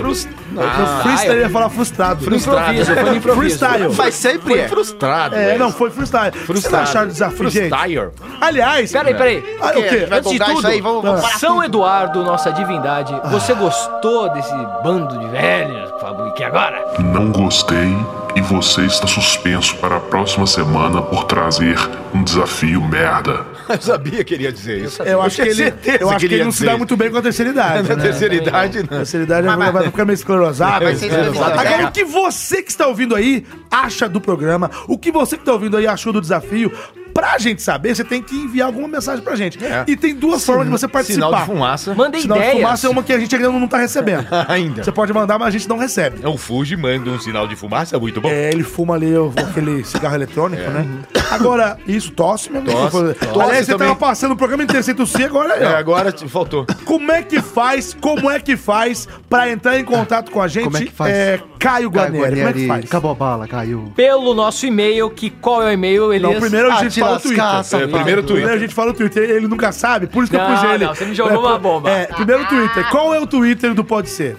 Speaker 3: Eu freestyle, eu ia falar frustrado.
Speaker 2: Improviso, foi no improviso.
Speaker 3: Freestyle.
Speaker 4: Mas sempre é.
Speaker 6: Frustrado.
Speaker 3: É, não, foi freestyle. Vocês não acharam o desafio, gente?
Speaker 6: Frustrado.
Speaker 3: [LAUGHS] Aliás...
Speaker 2: Peraí, peraí.
Speaker 3: Ah, o quê?
Speaker 4: Vai
Speaker 2: Antes de
Speaker 4: colocar
Speaker 2: tudo,
Speaker 4: isso aí, vamos, vamos parar.
Speaker 2: São Eduardo, nossa divindade,
Speaker 3: Ah.
Speaker 2: você gostou desse bando de velhos, Fabrício, que agora?
Speaker 7: Não gostei e você está suspenso para a próxima semana por trazer um desafio merda.
Speaker 1: Eu sabia que ele ia dizer isso.
Speaker 6: É,
Speaker 3: Eu acho que
Speaker 1: tinha
Speaker 3: ele,
Speaker 1: certeza
Speaker 3: eu acho que
Speaker 1: ele
Speaker 3: ele
Speaker 1: ia
Speaker 3: não se
Speaker 1: dizer
Speaker 3: dá
Speaker 1: isso.
Speaker 3: muito bem com a terceira idade,
Speaker 1: Na
Speaker 3: né?
Speaker 6: é.
Speaker 1: terceira idade,
Speaker 3: A
Speaker 1: não.
Speaker 3: terceira idade
Speaker 4: Mas-
Speaker 3: vai ficar meio esclerosado.
Speaker 4: Vai ser esclerosado.
Speaker 3: Agora, o que você que está ouvindo aí acha do programa, o que você que está ouvindo aí achou do desafio, pra gente saber, você tem que enviar alguma mensagem pra gente. E tem duas formas de você participar.
Speaker 1: Sinal de fumaça.
Speaker 2: Mandem
Speaker 3: Sinal de
Speaker 2: ideias.
Speaker 3: fumaça é uma que a gente ainda não tá recebendo.
Speaker 1: [LAUGHS] Ainda.
Speaker 3: Você pode mandar, mas a gente não recebe.
Speaker 6: é
Speaker 1: O Fuji manda um sinal de fumaça muito bom.
Speaker 3: É, ele fuma ali o- aquele cigarro eletrônico, né? Agora, isso, tosse mesmo.
Speaker 1: É. Tosse, tosse
Speaker 3: Aliás, você
Speaker 1: também.
Speaker 3: tava passando o programa inteiro sem tossir, agora
Speaker 1: É,
Speaker 3: ó.
Speaker 1: agora te faltou.
Speaker 3: Como é que faz? Como é que faz pra entrar em contato com a gente?
Speaker 4: Como é que faz?
Speaker 3: É, Caio Guarnieri, como é que faz?
Speaker 4: Acabou a bala, caiu.
Speaker 2: Pelo nosso e-mail, que qual é o e-mail, Elias?
Speaker 3: Não, primeiro a
Speaker 4: Ah,
Speaker 3: gente
Speaker 4: te
Speaker 3: fala o
Speaker 4: lascar,
Speaker 3: Twitter.
Speaker 4: São
Speaker 1: É, primeiro
Speaker 4: Paulo.
Speaker 1: Twitter.
Speaker 3: Primeiro a gente fala o Twitter, ele nunca sabe, por isso que eu pus
Speaker 2: Não,
Speaker 3: ele.
Speaker 2: não, você me jogou uma bomba.
Speaker 3: É, primeiro o Twitter. Qual é o Twitter do Pode Ser?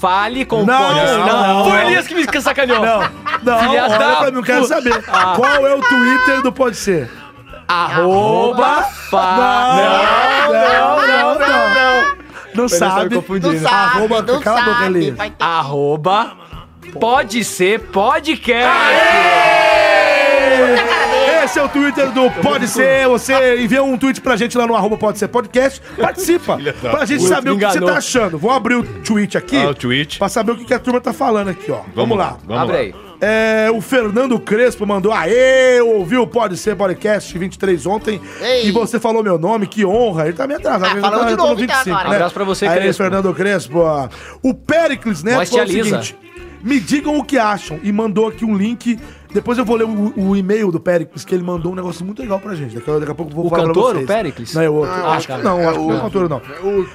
Speaker 2: Fale com
Speaker 3: Não,
Speaker 2: o Pode Ser.
Speaker 3: não,
Speaker 2: Foi
Speaker 3: não.
Speaker 2: o Elias que me sacaneou.
Speaker 3: Não, não,
Speaker 2: Filha
Speaker 3: olha
Speaker 2: da
Speaker 3: pra mim, eu quero
Speaker 2: puta.
Speaker 3: saber.
Speaker 2: Ah.
Speaker 3: Qual é o Twitter do Pode Ser?
Speaker 2: Arroba fa...
Speaker 3: Não, não, não, não. Não sabe.
Speaker 10: Não sabe,
Speaker 3: tá Arroba,
Speaker 10: não
Speaker 3: cala a boca, Ah,
Speaker 10: sabe.
Speaker 3: Elias.
Speaker 10: Vai ter
Speaker 2: Arroba... Pode ser podcast.
Speaker 3: Esse é o Twitter do Pode Ser. Você envia um tweet pra gente lá no arroba Pode Ser Podcast. Participa. pra gente
Speaker 2: puta,
Speaker 3: saber o
Speaker 2: me
Speaker 3: que você
Speaker 2: enganou.
Speaker 3: tá achando. Vou abrir o tweet aqui.
Speaker 1: Ah, o tweet.
Speaker 3: Pra saber o que que a turma tá falando aqui, ó. Vamos, lá.
Speaker 1: Vamos
Speaker 2: Abre
Speaker 1: lá.
Speaker 2: aí.
Speaker 3: É, o Fernando Crespo mandou, aê, eu ouvi o Pode Ser Podcast 23 ontem
Speaker 10: Ei.
Speaker 3: e você falou meu nome, que honra. Ele tá meio atrasado.
Speaker 10: Ah,
Speaker 3: ele
Speaker 10: falou
Speaker 3: tá-
Speaker 10: de
Speaker 3: ele tá no
Speaker 10: novo, então, agora.
Speaker 2: Abraço pra você,
Speaker 3: Aê,
Speaker 2: Crespo.
Speaker 3: Fernando Crespo. ó. O Pericles Neto
Speaker 2: Mostre
Speaker 3: falou
Speaker 2: a
Speaker 3: o
Speaker 2: Lisa.
Speaker 3: seguinte, me digam o que acham e mandou aqui um link... Depois eu vou ler o, o e-mail do Pericles, que ele mandou um negócio muito legal pra gente. Daqui, a- daqui a pouco eu vou
Speaker 2: O
Speaker 3: falar
Speaker 2: cantor,
Speaker 3: pra vocês.
Speaker 2: o Pericles?
Speaker 3: Não, é outro.
Speaker 2: Ah,
Speaker 3: acho
Speaker 2: tá.
Speaker 3: que não, acho que não é o cantor, não.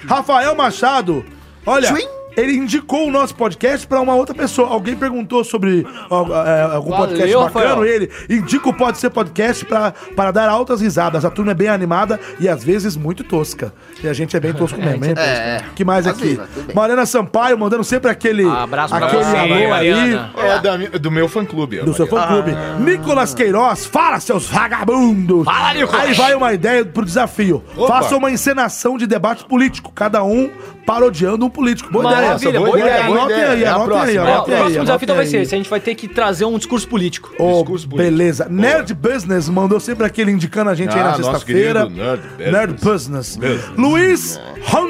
Speaker 3: Rafael Machado, olha,
Speaker 4: Tchim.
Speaker 3: ele indicou o nosso podcast pra uma outra pessoa. Alguém perguntou sobre ó, é, algum
Speaker 2: Valeu,
Speaker 3: podcast bacana,
Speaker 2: Rafael.
Speaker 3: ele indica o Pode Ser Podcast pra, para dar altas risadas. A turma é bem animada e às vezes muito tosca. E a gente é bem tosco mesmo, hein?
Speaker 4: É,
Speaker 3: tosco. que mais
Speaker 4: às
Speaker 3: aqui?
Speaker 4: vezes, mas tudo bem.
Speaker 3: Mariana Sampaio mandando sempre aquele,
Speaker 2: Abraço pra
Speaker 3: aquele
Speaker 2: você,
Speaker 3: alô aí.
Speaker 2: Mariana.
Speaker 1: É da mi- do meu fã-clube. ó,
Speaker 3: Do seu fã-clube.
Speaker 1: Ah.
Speaker 3: Nicolas Queiroz, fala, seus vagabundos!
Speaker 2: Fala, Nicolas!
Speaker 3: Aí vai uma ideia pro desafio.
Speaker 1: Opa!
Speaker 3: Faça uma encenação de debate político, cada um parodiando um político. Boa ideia.
Speaker 2: Maravilha,
Speaker 3: boa
Speaker 2: boa
Speaker 3: ideia.
Speaker 2: ideia, boa
Speaker 3: Anotem
Speaker 1: ideia.
Speaker 3: aí,
Speaker 1: É a
Speaker 3: anotem aí,
Speaker 1: próxima,
Speaker 2: Ó, O
Speaker 3: anotem Tá aí.
Speaker 2: próximo desafio
Speaker 3: anotem
Speaker 2: então vai ser
Speaker 3: aí.
Speaker 2: esse. A gente vai ter que trazer um discurso político.
Speaker 3: Ô,
Speaker 1: Discurso bonito.
Speaker 3: beleza.
Speaker 1: Boa.
Speaker 3: Nerd Business mandou sempre aquele indicando a gente aí
Speaker 1: Ah,
Speaker 3: na
Speaker 1: nosso
Speaker 3: sexta-feira.
Speaker 1: querido Nerd Business.
Speaker 3: Nerd Business.
Speaker 1: Business.
Speaker 3: Luiz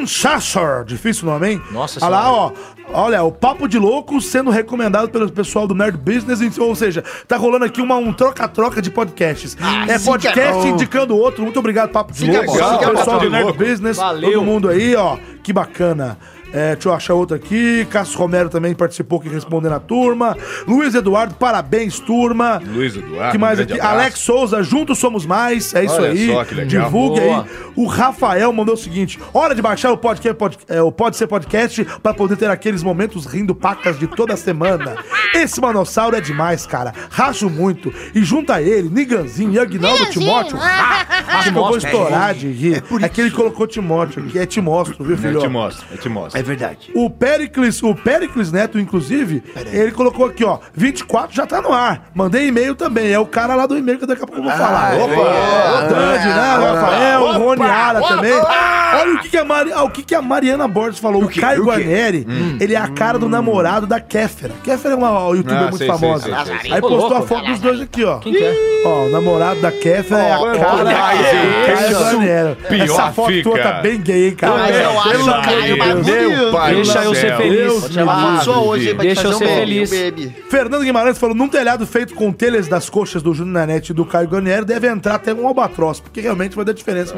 Speaker 3: Hanchasser. Difícil o nome, hein?
Speaker 2: Nossa
Speaker 3: Olha lá, ó.
Speaker 2: Senhora.
Speaker 3: Olha, o Papo de Louco sendo recomendado pelo pessoal do Nerd Business. Ou seja, tá rolando aqui uma, um troca-troca de podcasts.
Speaker 4: Ah,
Speaker 3: é
Speaker 4: sim que é
Speaker 3: podcast
Speaker 4: bom.
Speaker 3: indicando o outro. Muito obrigado, Papo de
Speaker 4: Sim que é
Speaker 3: Louco.
Speaker 4: bom, sim que é bom.
Speaker 3: pessoal
Speaker 1: Papo
Speaker 3: do
Speaker 1: de
Speaker 3: Nerd
Speaker 1: Louco.
Speaker 3: Business.
Speaker 2: Valeu.
Speaker 3: Todo mundo aí, ó. Que bacana. É, deixa eu achar outro aqui. Cássio Romero também participou aqui respondendo a turma. Luiz Eduardo, parabéns, turma.
Speaker 1: Luiz Eduardo,
Speaker 3: Que mais
Speaker 1: um
Speaker 3: aqui?
Speaker 1: grande abraço.
Speaker 3: Alex Souza, juntos somos mais. É isso
Speaker 1: Olha
Speaker 3: aí.
Speaker 1: só que legal.
Speaker 3: Divulgue
Speaker 2: Boa.
Speaker 3: aí. O Rafael mandou o seguinte: hora de baixar o podcast, pod- é, o Pode Ser Podcast pra poder ter aqueles momentos rindo pacas de toda semana. Esse manossauro é demais, cara. Racho muito. E junta ele, Niganzinho e Agnaldo
Speaker 10: Niganzinho,
Speaker 3: Timóteo. Ah,
Speaker 10: [LAUGHS]
Speaker 3: acho que eu vou estourar de rir. É, que ele colocou Timóteo aqui. É Timóteo, viu, filho?
Speaker 1: Eu te mostro, eu te mostro.
Speaker 4: É verdade.
Speaker 3: O Pericles, o Pericles Neto, inclusive, ele colocou aqui, ó, 24 já tá no ar. Mandei e-mail também. É o cara lá do e-mail que daqui a pouco
Speaker 1: Ah,
Speaker 3: eu vou falar.
Speaker 1: é.
Speaker 3: Opa! O Dandy, né? O Rafael, o Rony Ara também. Olha o que, que a Mari- ah, o que que a Mariana Borges falou. O, Caio Guarneri,
Speaker 1: Hum.
Speaker 3: ele é a cara do namorado da Kéfera. Kéfera é uma ó, youtuber
Speaker 1: Ah,
Speaker 3: muito
Speaker 1: sei, sei,
Speaker 3: famosa.
Speaker 1: sei, sei, sei.
Speaker 3: Aí
Speaker 2: Ô,
Speaker 3: postou a
Speaker 2: louco.
Speaker 3: foto dos dois aqui, ó.
Speaker 2: Quem que é?
Speaker 3: Ó, o namorado da Kéfera é a cara Isso.
Speaker 1: Pior
Speaker 3: Essa foto
Speaker 1: fica.
Speaker 3: tua tá bem gay, hein, cara?
Speaker 4: Mas eu acho,
Speaker 3: Pelo
Speaker 4: Caio,
Speaker 3: amor de
Speaker 4: bagulho.
Speaker 1: Meu pai
Speaker 2: Deixa
Speaker 1: do
Speaker 2: eu ser
Speaker 1: céu.
Speaker 2: feliz.
Speaker 3: Deus
Speaker 4: Ela
Speaker 3: me
Speaker 2: Ah,
Speaker 4: falou só hoje, hein, pra te
Speaker 2: Deixa eu
Speaker 4: fazer um
Speaker 2: ser
Speaker 4: baby, um
Speaker 2: feliz.
Speaker 4: baby.
Speaker 3: Fernando Guimarães falou: num telhado feito com telhas das coxas do Júnior Nanete e do Caio Guarnieri, deve entrar até um albatroz, porque realmente vai dar diferença.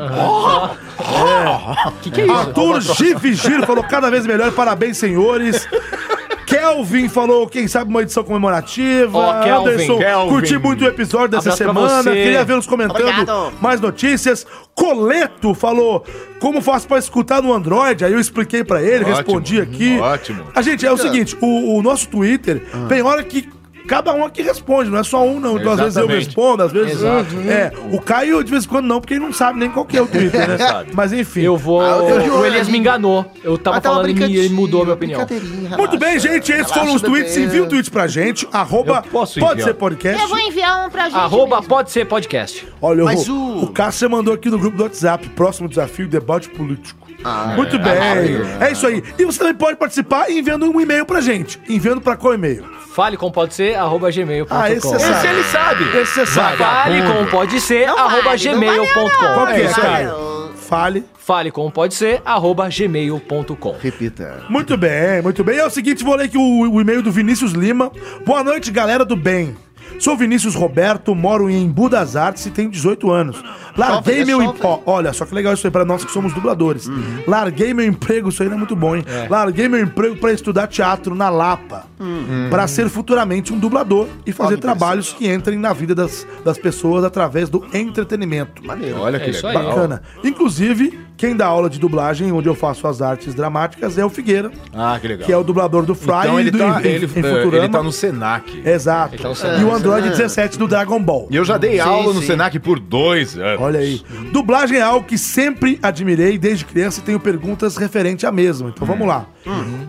Speaker 2: Que que é isso?
Speaker 3: Arthur Gif Giro falou: cada vez melhor, parabéns, senhores. Kelvin falou, quem sabe uma edição comemorativa.
Speaker 5: Ó, Kelvin,
Speaker 1: Kelvin.
Speaker 3: curti muito o episódio dessa
Speaker 5: Abraço pra
Speaker 3: semana.
Speaker 5: você.
Speaker 3: Queria vê-los comentando
Speaker 4: Obrigado.
Speaker 3: mais notícias. Coleto falou, como faço pra escutar no Android? Aí eu expliquei pra ele,
Speaker 1: Ótimo, Uhum,
Speaker 3: respondi aqui.
Speaker 1: ótimo. Ah.
Speaker 3: A gente, é o seguinte, o, o nosso Twitter tem hora que cada um aqui responde, não é só um não. Então às vezes eu
Speaker 1: Exatamente.
Speaker 3: respondo, às vezes... É, o Caio de vez em quando não, porque ele não sabe nem qual que é o Twitter, né? Mas enfim.
Speaker 2: Eu vou.
Speaker 4: Ah, eu vi
Speaker 2: o
Speaker 4: hoje.
Speaker 2: Elias me enganou. Eu tava
Speaker 4: Mas tava
Speaker 2: falando e me- ele
Speaker 4: brincadinho,
Speaker 2: mudou a minha opinião.
Speaker 4: brincadeirinha, relaxa.
Speaker 3: Muito bem, gente, esses
Speaker 4: Relaxa,
Speaker 3: foram os
Speaker 4: bebê.
Speaker 3: tweets. Envia o tweet pra gente. Arroba
Speaker 1: Eu posso
Speaker 3: pode
Speaker 1: enviar.
Speaker 3: ser podcast.
Speaker 10: Eu vou enviar um pra gente.
Speaker 2: Arroba
Speaker 10: mesmo.
Speaker 2: pode ser podcast.
Speaker 3: Olha,
Speaker 4: Mas
Speaker 3: o,
Speaker 4: o-
Speaker 3: o Cássio mandou aqui no grupo do WhatsApp. Próximo desafio, debate político.
Speaker 4: Ah, é.
Speaker 3: Muito bem.
Speaker 4: né?
Speaker 3: É isso aí. E você também pode participar enviando um e-mail pra gente. Enviando pra qual e-mail?
Speaker 2: Fale com pode ser, arroba gmail.com.
Speaker 3: Ah, esse é
Speaker 2: Fale
Speaker 3: sabe.
Speaker 1: ele sabe.
Speaker 3: Esse você sabe.
Speaker 2: com pode ser,
Speaker 10: Não
Speaker 2: arroba
Speaker 10: vale, não vale,
Speaker 3: Qual
Speaker 2: gmail.com.
Speaker 3: que é,
Speaker 1: isso aí.
Speaker 3: Caio? Fale.
Speaker 2: Fale com pode ser, arroba gmail.com.
Speaker 4: Repita.
Speaker 3: Muito bem, muito bem. É o seguinte, vou ler aqui o, o e-mail do Vinícius Lima. Boa noite, galera do bem. Sou Vinícius Roberto, moro em Embu das Artes e tenho 18 anos. Larguei
Speaker 4: Jovem, é
Speaker 3: meu
Speaker 4: jovem.
Speaker 3: emprego. Olha, só que legal isso aí pra nós que somos dubladores. Larguei meu emprego, isso aí não é muito bom, hein? Larguei meu emprego pra estudar teatro na Lapa. Pra ser futuramente um dublador e fazer trabalhos Uhum. que entrem na vida das, das pessoas através do entretenimento.
Speaker 1: Olha que
Speaker 5: É isso aí.
Speaker 1: legal.
Speaker 3: Bacana. Inclusive, quem dá aula de dublagem, onde eu faço as artes dramáticas, é o Figueira,
Speaker 1: Ah, que legal.
Speaker 3: que é o dublador do Fry
Speaker 1: então
Speaker 3: e
Speaker 1: ele
Speaker 3: do
Speaker 1: tá,
Speaker 3: em-
Speaker 1: ele, eh,
Speaker 3: em Futurama.
Speaker 1: ele tá no Senac.
Speaker 3: Exato. e o Android 17 do Dragon Ball.
Speaker 1: E eu já dei aula no
Speaker 4: sim.
Speaker 1: Senac por dois anos.
Speaker 3: Olha aí. Dublagem é algo que sempre admirei desde criança e tenho perguntas referente à mesma. Então vamos lá.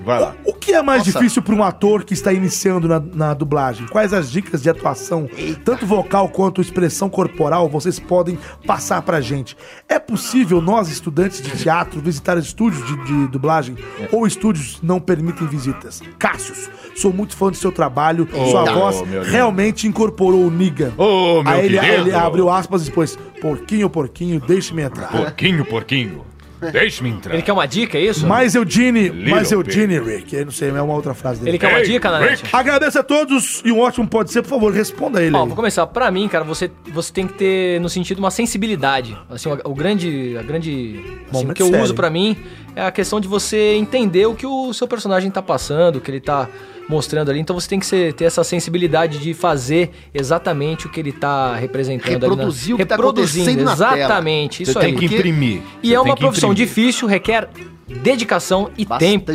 Speaker 1: Vai lá.
Speaker 3: O que é mais difícil para um ator que está iniciando na, na dublagem? Quais as dicas de atuação, tanto vocal quanto expressão corporal, vocês podem passar pra gente? É possível nós, estudantes de teatro, visitar estúdios de, de dublagem
Speaker 1: É.
Speaker 3: ou estúdios não permitem visitas? Cassius, sou muito fã do seu trabalho, sua voz
Speaker 1: meu lindo.
Speaker 3: realmente incorporou o Niga.
Speaker 1: Ô, meu
Speaker 3: Aí ele,
Speaker 1: querido.
Speaker 3: ele abriu aspas e depois, porquinho, porquinho, deixe-me entrar.
Speaker 1: Porquinho, porquinho. Deixe-me entrar.
Speaker 2: Ele quer uma dica, é isso?
Speaker 3: Mas Eudine,
Speaker 1: Little
Speaker 3: mas Eudine, Rick, eu não sei, é uma outra frase dele.
Speaker 2: Ele quer uma
Speaker 1: Ei,
Speaker 2: dica, Nanete?
Speaker 3: Agradeço a todos e um ótimo pode ser, por favor, responda ele.
Speaker 2: Ó,
Speaker 3: aí.
Speaker 2: vou começar. Pra mim, cara, você, você tem que ter, no sentido, uma sensibilidade. Assim, o, o grande... A grande assim,
Speaker 3: Momento
Speaker 2: o que eu
Speaker 3: sério.
Speaker 2: uso pra mim é a questão de você entender o que o seu personagem tá passando, o que ele tá mostrando ali. Então você tem que ser- ter essa sensibilidade de fazer exatamente o que ele tá representando. ali na-
Speaker 4: Reproduzir o que tá
Speaker 2: Reproduzindo,
Speaker 4: acontecendo na tela.
Speaker 2: Exatamente,
Speaker 1: Você
Speaker 2: isso
Speaker 1: tem
Speaker 2: aí.
Speaker 1: que imprimir.
Speaker 2: E
Speaker 1: Você
Speaker 2: é uma
Speaker 1: tem que
Speaker 2: profissão
Speaker 1: imprimir.
Speaker 2: difícil, requer dedicação e
Speaker 4: Bastante.
Speaker 2: tempo.
Speaker 1: E